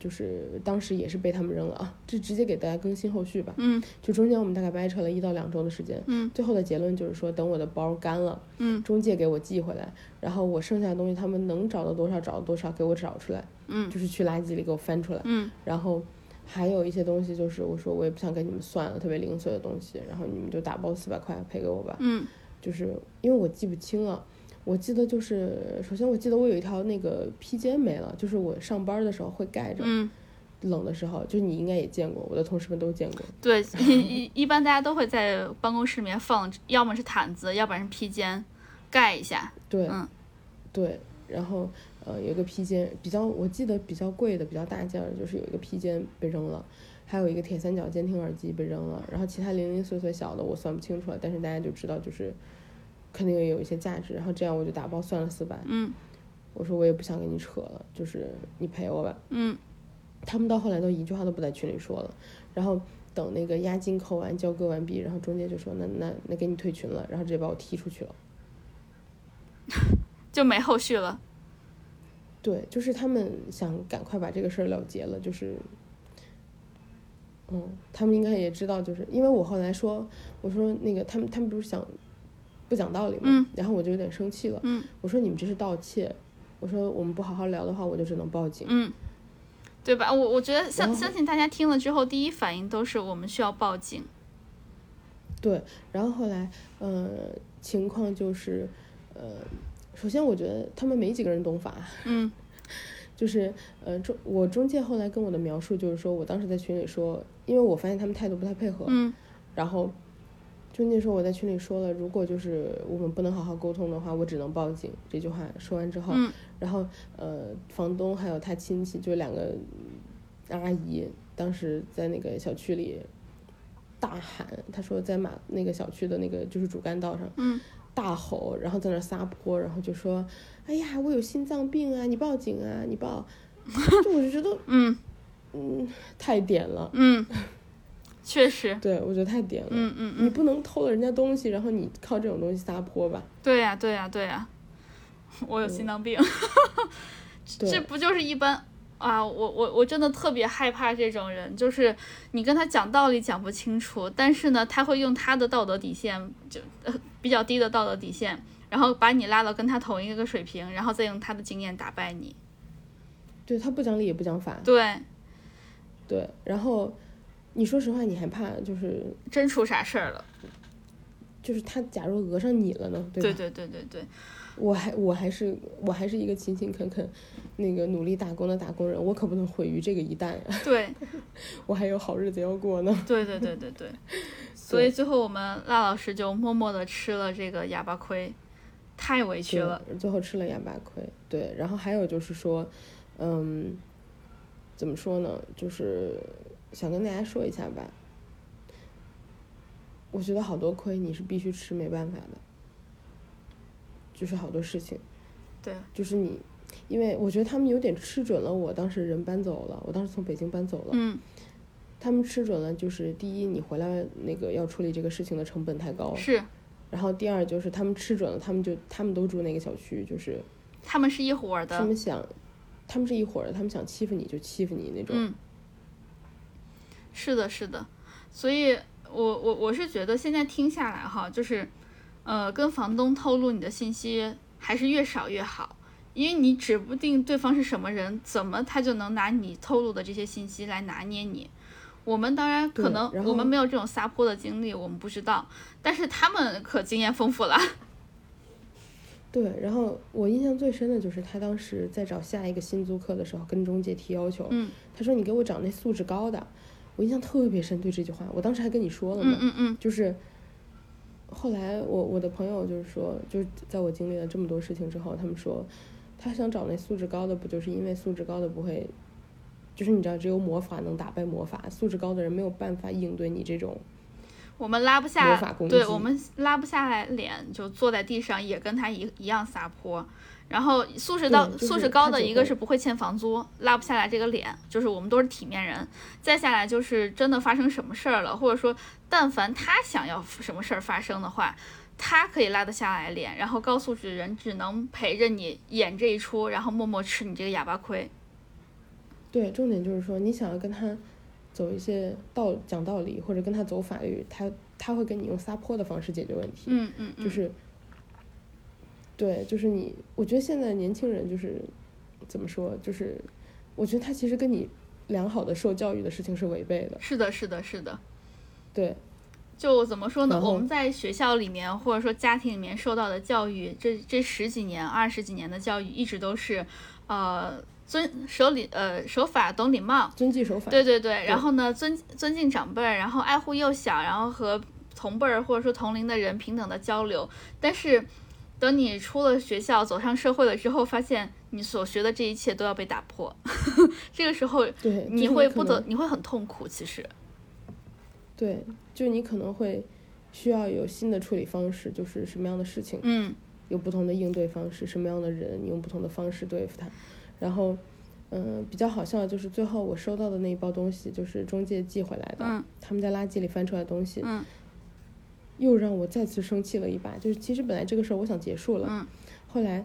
[SPEAKER 4] 就是当时也是被他们扔了啊。这直接给大家更新后续吧。
[SPEAKER 3] 嗯
[SPEAKER 4] 就中间我们大概掰扯了一到两周的时间。
[SPEAKER 3] 嗯
[SPEAKER 4] 最后的结论就是说，等我的包干了，
[SPEAKER 3] 嗯
[SPEAKER 4] 中介给我寄回来，然后我剩下的东西他们能找到多少找到多少，给我找出来，
[SPEAKER 3] 嗯
[SPEAKER 4] 就是去垃圾里给我翻出来。
[SPEAKER 3] 嗯
[SPEAKER 4] 然后还有一些东西就是我说我也不想跟你们算了，特别零碎的东西，然后你们就打包四百块赔给我吧。
[SPEAKER 3] 嗯
[SPEAKER 4] 就是因为我记不清了，我记得就是首先我记得我有一条那个披肩没了，就是我上班的时候会盖着，
[SPEAKER 3] 嗯，
[SPEAKER 4] 冷的时候就你应该也见过，我的同事们都见过。
[SPEAKER 3] 对，一一般大家都会在办公室里面放，要么是毯子，要不然是披肩，盖一下。
[SPEAKER 4] 对，
[SPEAKER 3] 嗯
[SPEAKER 4] 对，然后呃有一个披肩比较，我记得比较贵的比较大件儿，就是有一个披肩被扔了。还有一个铁三角监听耳机被扔了，然后其他零零碎碎小的我算不清楚了，但是大家就知道就是肯定有一些价值，然后这样我就打包算了四百，
[SPEAKER 3] 嗯
[SPEAKER 4] 我说我也不想跟你扯了，就是你赔我吧，
[SPEAKER 3] 嗯
[SPEAKER 4] 他们到后来都一句话都不在群里说了，然后等那个押金扣完、交割完毕，然后中介就说那那那给你退群了，然后直接把我踢出去了。
[SPEAKER 3] 就没后续了。
[SPEAKER 4] 对，就是他们想赶快把这个事儿了结了，就是，嗯，他们应该也知道，就是因为我后来说，我说那个他们他们不是想不讲道理嘛，
[SPEAKER 3] 嗯
[SPEAKER 4] 然后我就有点生气了，
[SPEAKER 3] 嗯
[SPEAKER 4] 我说你们这是盗窃，我说我们不好好聊的话，我就只能报警。
[SPEAKER 3] 嗯，对吧？我我觉得
[SPEAKER 4] 然
[SPEAKER 3] 相
[SPEAKER 4] 后
[SPEAKER 3] 相信大家听了之后，第一反应都是我们需要报警。
[SPEAKER 4] 对，然后后来，呃，情况就是，呃，首先我觉得他们没几个人懂法，
[SPEAKER 3] 嗯
[SPEAKER 4] 就是，呃，中我中介后来跟我的描述就是说，我当时在群里说，因为我发现他们态度不太配合，
[SPEAKER 3] 嗯
[SPEAKER 4] 然后中介说我在群里说了，如果就是我们不能好好沟通的话，我只能报警。这句话说完之后，
[SPEAKER 3] 嗯
[SPEAKER 4] 然后呃，房东还有他亲戚，就两个阿姨，当时在那个小区里大喊，他说在马那个小区的那个就是主干道上，
[SPEAKER 3] 嗯
[SPEAKER 4] 大吼，然后在那儿撒泼，然后就说：“哎呀，我有心脏病啊，你报警啊，你 报。”就我就觉得
[SPEAKER 3] 嗯
[SPEAKER 4] 太点了，
[SPEAKER 3] 嗯，确实。
[SPEAKER 4] 对我觉得太点了。
[SPEAKER 3] 嗯嗯
[SPEAKER 4] 你
[SPEAKER 3] 嗯，
[SPEAKER 4] 不能偷了人家东西，然后你靠这种东西撒泼吧？
[SPEAKER 3] 对呀、对呀、对呀、 我有心脏病。
[SPEAKER 4] 对
[SPEAKER 3] 这不就是一般啊？我我我真的特别害怕这种人，就是你跟他讲道理讲不清楚，但是呢，他会用他的道德底线，就、呃、比较低的道德底线，然后把你拉到跟他同一个水平，然后再用他的经验打败你。
[SPEAKER 4] 对他不讲理也不讲法，
[SPEAKER 3] 对，
[SPEAKER 4] 对。然后你说实话，你还怕就是
[SPEAKER 3] 真出啥事儿了？
[SPEAKER 4] 就是他假如讹上你了呢，对吧？
[SPEAKER 3] 对对对对对，
[SPEAKER 4] 我还我还是我还是一个勤勤恳恳、那个努力打工的打工人，我可不能毁于这个一旦呀、
[SPEAKER 3] 对
[SPEAKER 4] 我还有好日子要过呢。
[SPEAKER 3] 对对对对 对，所以最后我们辣老师就默默的吃了这个哑巴亏，太委屈了。
[SPEAKER 4] 对，最后吃了哑巴亏。对，然后还有就是说，嗯，怎么说呢？就是想跟大家说一下吧。我觉得好多亏你是必须吃，没办法的。就是好多事情，
[SPEAKER 3] 对，
[SPEAKER 4] 就是你，因为我觉得他们有点吃准了。我当时人搬走了，我当时从北京搬走了，
[SPEAKER 3] 嗯，
[SPEAKER 4] 他们吃准了，就是第一，你回来那个要处理这个事情的成本太高，
[SPEAKER 3] 是
[SPEAKER 4] 然后第二就是他们吃准了，他们就他们都住那个小区，就是
[SPEAKER 3] 他们是一伙儿
[SPEAKER 4] 他
[SPEAKER 3] 的，
[SPEAKER 4] 们想，他们是一伙儿的，他们想欺负你就欺负你那种。
[SPEAKER 3] 嗯，是的，是的，所以我我我是觉得现在听下来哈，就是，呃，跟房东透露你的信息还是越少越好，因为你指不定对方是什么人，怎么他就能拿你透露的这些信息来拿捏你。我们当然可
[SPEAKER 4] 对
[SPEAKER 3] 能
[SPEAKER 4] 然
[SPEAKER 3] 我们
[SPEAKER 4] 后
[SPEAKER 3] 没有这种撒泼的经历，我们不知道，但是他们可经验丰富了。
[SPEAKER 4] 对，然后我印象最深的就是他当时在找下一个新租客的时候，跟中介提要求，
[SPEAKER 3] 嗯
[SPEAKER 4] 他说你给我找那素质高的，我印象特别深，对这句话，我当时还跟你说了呢，
[SPEAKER 3] 嗯嗯嗯，
[SPEAKER 4] 就是后来我我的朋友就是说，就是在我经历了这么多事情之后，他们说他想找那素质高的，不就是因为素质高的不会，就是你知道，只有魔法能打败魔法，素质高的人没有办法应对你这种，
[SPEAKER 3] 我们拉不下
[SPEAKER 4] 魔法，攻击
[SPEAKER 3] 对我们拉不下来脸，就坐在地上也跟他一一样撒泼。然后素质到
[SPEAKER 4] 对就是
[SPEAKER 3] 素质高
[SPEAKER 4] 他
[SPEAKER 3] 的
[SPEAKER 4] 只
[SPEAKER 3] 一个
[SPEAKER 4] 会
[SPEAKER 3] 是不会欠房租，拉不下来这个脸，就是我们都是体面人。再下来就是真的发生什么事儿了，或者说但凡他想要什么事儿发生的话，他可以拉得下来脸。然后高素质人只能陪着你演这一出，然后默默吃你这个哑巴亏。
[SPEAKER 4] 对，重点就是说你想要跟他走一些道讲道理，或者跟他走法律，他他会跟你用撒泼的方式解决问题，
[SPEAKER 3] 嗯嗯嗯，
[SPEAKER 4] 就是。对，就是你。我觉得现在年轻人就是怎么说，就是我觉得他其实跟你良好的受教育的事情是违背的。
[SPEAKER 3] 是的，是的，是的。
[SPEAKER 4] 对，
[SPEAKER 3] 就怎么说呢？
[SPEAKER 4] 然后
[SPEAKER 3] 我们在学校里面或者说家庭里面受到的教育，这这十几年、二十几年的教育，一直都是，呃，遵守礼呃守法懂礼貌，
[SPEAKER 4] 遵纪守法。
[SPEAKER 3] 对对对。然后呢，尊尊敬长辈儿，然后爱护幼小，然后和同辈儿或者说同龄的人平等的交流。但是，等你出了学校，走上社会了之后，发现你所学的这一切都要被打破， 这个时候
[SPEAKER 4] 对，就是
[SPEAKER 3] 你会
[SPEAKER 4] 可
[SPEAKER 3] 不
[SPEAKER 4] 能
[SPEAKER 3] 得，你会很痛苦。其实，
[SPEAKER 4] 对，就你可能会需要有新的处理方式，就是什么样的事情
[SPEAKER 3] 嗯，
[SPEAKER 4] 有不同的应对方式，什么样的人你用不同的方式对付他。然后，嗯、比较好笑的就是最后我收到的那一包东西，就是中介寄回来的，
[SPEAKER 3] 嗯
[SPEAKER 4] 他们在垃圾里翻出来的东西，
[SPEAKER 3] 嗯
[SPEAKER 4] 又让我再次生气了一把。就是其实本来这个事儿我想结束了，
[SPEAKER 3] 嗯
[SPEAKER 4] 后来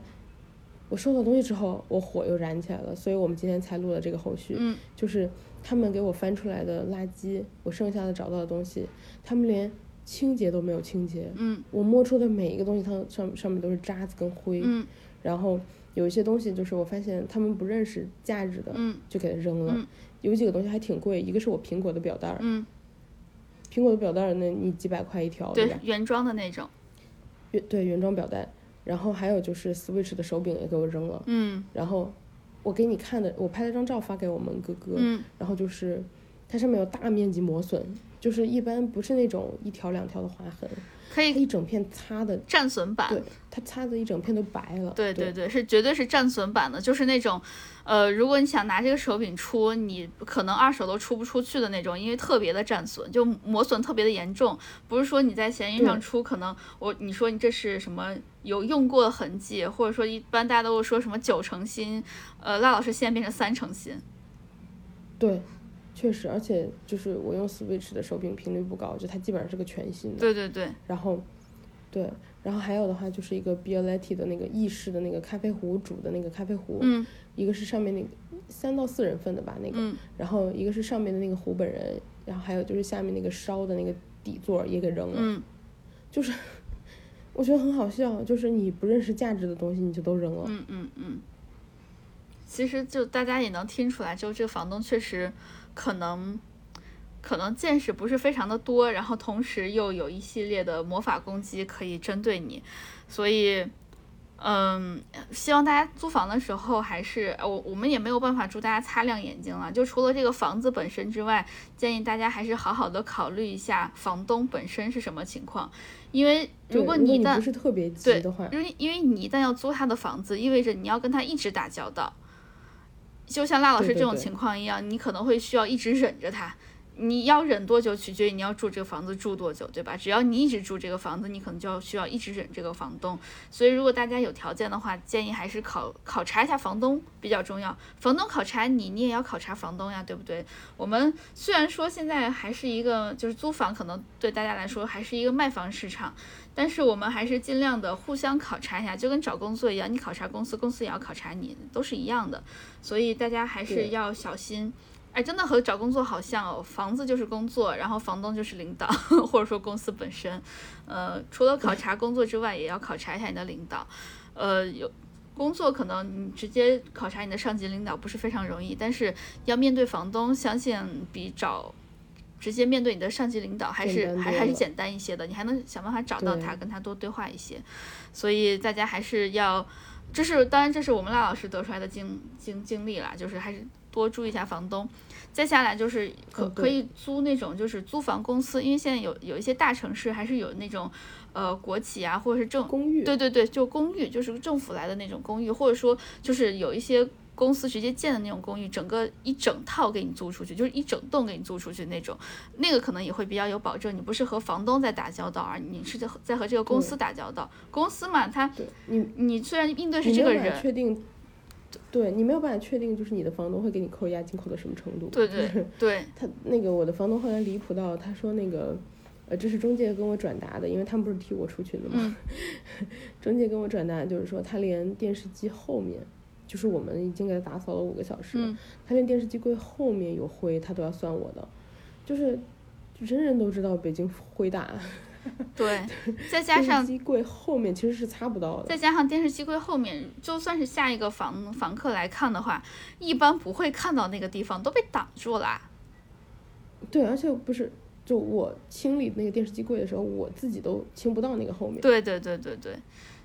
[SPEAKER 4] 我收到东西之后，我火又燃起来了，所以我们今天才录了这个后续。
[SPEAKER 3] 嗯，
[SPEAKER 4] 就是他们给我翻出来的垃圾，我剩下的找到的东西，他们连清洁都没有清洁。
[SPEAKER 3] 嗯，
[SPEAKER 4] 我摸出的每一个东西，它上上面都是渣子跟灰。
[SPEAKER 3] 嗯，
[SPEAKER 4] 然后有一些东西就是我发现他们不认识价值的，
[SPEAKER 3] 嗯
[SPEAKER 4] 就给它扔了。
[SPEAKER 3] 嗯
[SPEAKER 4] 有几个东西还挺贵，一个是我苹果的表带儿，
[SPEAKER 3] 嗯，
[SPEAKER 4] 苹果的表带儿那你几百块一条，对
[SPEAKER 3] 对
[SPEAKER 4] 吧，？
[SPEAKER 3] 原装的那种。
[SPEAKER 4] 原对原装表带，然后还有就是 Switch 的手柄也给我扔了，
[SPEAKER 3] 嗯
[SPEAKER 4] 然后我给你看的，我拍了张照发给我们哥哥，
[SPEAKER 3] 嗯
[SPEAKER 4] 然后就是它上面有大面积磨损，就是一般不是那种一条两条的划痕，，
[SPEAKER 3] 可
[SPEAKER 4] 它
[SPEAKER 3] 以
[SPEAKER 4] 一整片擦的，
[SPEAKER 3] 战损版。
[SPEAKER 4] 对，它擦的一整片都白了，
[SPEAKER 3] 对
[SPEAKER 4] 对
[SPEAKER 3] 对对，是绝对是战损版的，就是那种，呃，如果你想拿这个手柄出，你可能二手都出不出去的那种，因为特别的战损，就磨损特别的严重。不是说你在闲鱼上
[SPEAKER 4] 对
[SPEAKER 3] 出，可能我你说你这是什么有用过的痕迹，或者说一般大家都会说什么九成新，呃，赖老师现在变成三成新。
[SPEAKER 4] 对确实，而且就是我用 Switch 的手柄频率不高，就它基本上是个全新的，
[SPEAKER 3] 对对对，
[SPEAKER 4] 然后对，然后还有的话就是一个 Bialetti 的那个意式的那个咖啡壶煮的那个咖啡壶，
[SPEAKER 3] 嗯
[SPEAKER 4] 一个是上面那个三到四人份的吧，那个，
[SPEAKER 3] 嗯
[SPEAKER 4] 然后一个是上面的那个湖本人，然后还有就是下面那个烧的那个底座也给扔了，
[SPEAKER 3] 嗯，
[SPEAKER 4] 就是 我
[SPEAKER 3] 嗯
[SPEAKER 4] 觉得很好笑，就是你不认识价值的东西你就都扔了，
[SPEAKER 3] 嗯嗯嗯，其其实就大家也能听出来，就这个房东确实可能可能见识不是非常的多，然后同时又有一系列的魔法攻击可以针对你，所以。嗯，希望大家租房的时候还是呃我我们也没有办法祝大家擦亮眼睛了。就除了这个房子本身之外，建议大家还是好好的考虑一下房东本身是什么情况，因为如果你一旦
[SPEAKER 4] 不是特别急
[SPEAKER 3] 对嗯
[SPEAKER 4] 的话，
[SPEAKER 3] 因为因为你一旦要租他的房子，意味着你要跟他一直打交道，就像辣老师
[SPEAKER 4] 对对
[SPEAKER 3] 这种
[SPEAKER 4] 对
[SPEAKER 3] 情况一样，你可能会需要一直忍着他。你要忍多久，取决于你要住这个房子住多久，对吧？只要你一直住这个房子，你可能就要需要一直忍这个房东。所以，如果大家有条件的话，建议还是考考察一下房东比较重要。房东考察你，你也要考察房东呀，对不对？我们虽然说现在还是一个就是租房，可能对大家来说还是一个卖房市场，但是我们还是尽量的互相考察一下，就跟找工作一样，你考察公司，公司也要考察你，都是一样的。所以大家还是
[SPEAKER 4] 对
[SPEAKER 3] 要小心。哎，真的和找工作好像哦，房子就是工作，然后房东就是领导， 或者说公司本身。呃，除了考察工作之外，也要考察一下你的领导。呃，有工作可能你直接考察你的上级领导不是非常容易，但是要面对房东，相信比找直接面对你的上级领导还
[SPEAKER 4] 简
[SPEAKER 3] 是
[SPEAKER 4] 单
[SPEAKER 3] 还
[SPEAKER 4] 多
[SPEAKER 3] 还是
[SPEAKER 4] 了
[SPEAKER 3] 简单一些的，你还能想办法找到
[SPEAKER 4] 对
[SPEAKER 3] 他，跟他多对话一些。所以大家还是要，这是当然这是我们赖老师得出来的经经经历啦，就是还是多注意一下房东。再下来就是可
[SPEAKER 4] 嗯对
[SPEAKER 3] 可以租那种就是租房公司，因为现在有有一些大城市还是有那种，呃国企啊或者是政
[SPEAKER 4] 公寓
[SPEAKER 3] 对对对，就公寓，就是政府来的那种公寓，或者说就是有一些公司直接建的那种公寓，整个一整套给你租出去，就是一整栋给你租出去那种，那个可能也会比较有保证。你不是和房东在打交道，而你是在和在和这个公司打交道。公司嘛，它
[SPEAKER 4] 对你
[SPEAKER 3] 你虽然应对是
[SPEAKER 4] 你
[SPEAKER 3] 这
[SPEAKER 4] 没
[SPEAKER 3] 个
[SPEAKER 4] 有办法
[SPEAKER 3] 人，
[SPEAKER 4] 确定，对你没有办法确定，就是你的房东会给你扣押金扣到什么程度。
[SPEAKER 3] 对 对对，
[SPEAKER 4] 他那个我的房东后来离谱到他说那个，呃，这是中介跟我转达的，因为他们不是踢我出去的嘛。
[SPEAKER 3] 嗯
[SPEAKER 4] 中介跟我转达就是说，他连电视机后面，就是我们已经给他打扫了五个小时，
[SPEAKER 3] 嗯
[SPEAKER 4] 他连电视机柜后面有灰，他都要算我的，就是人人都知道北京灰大，
[SPEAKER 3] 对，再加
[SPEAKER 4] 电
[SPEAKER 3] 上
[SPEAKER 4] 视机柜后面其实是擦不到的
[SPEAKER 3] 再。加上电视机柜后面，就算是下一个房房客来看的话，一般不会看到那个地方，都被挡住了。
[SPEAKER 4] 对，而且不是，就我清理那个电视机柜的时候，我自己都清不到那个后面。
[SPEAKER 3] 对对对对对，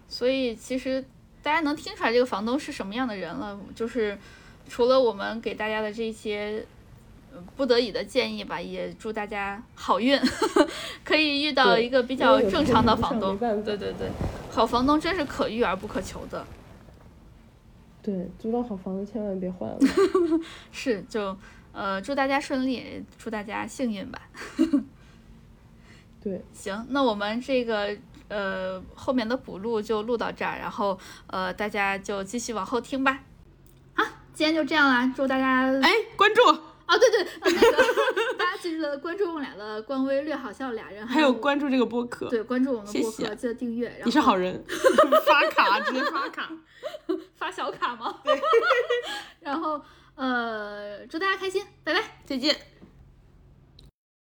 [SPEAKER 3] 所以其实大家能听出来这个房东是什么样的人了，就是除了我们给大家的这些呃不得已的建议吧，也祝大家好运， 可以遇到
[SPEAKER 4] 对
[SPEAKER 3] 一个比
[SPEAKER 4] 比
[SPEAKER 3] 较正常的房
[SPEAKER 4] 没
[SPEAKER 3] 东。
[SPEAKER 4] 办法
[SPEAKER 3] 对。对对，好房东真是可遇而不可求的。
[SPEAKER 4] 对，租到好房子千万别换了。
[SPEAKER 3] 是，就呃，祝大家顺利，祝大家幸运 吧。
[SPEAKER 4] 对，
[SPEAKER 3] 行，那我们这个呃后面的补录就录到这儿，然后呃大家就继续往后听吧。
[SPEAKER 6] 今啊天就这样啦，祝大家
[SPEAKER 1] 哎，关注
[SPEAKER 6] 啊，对对，呃那个大家记得关注我们俩的官微“略好笑俩人”，
[SPEAKER 1] 还有关注这个播客，
[SPEAKER 6] 对关注我们的
[SPEAKER 1] 谢
[SPEAKER 6] 博
[SPEAKER 1] 谢
[SPEAKER 6] 客，记得订阅。然后
[SPEAKER 1] 你是好人， 发卡直接发卡，
[SPEAKER 6] 发 小卡吗？然后呃，祝大家开心，拜拜。
[SPEAKER 1] 再见。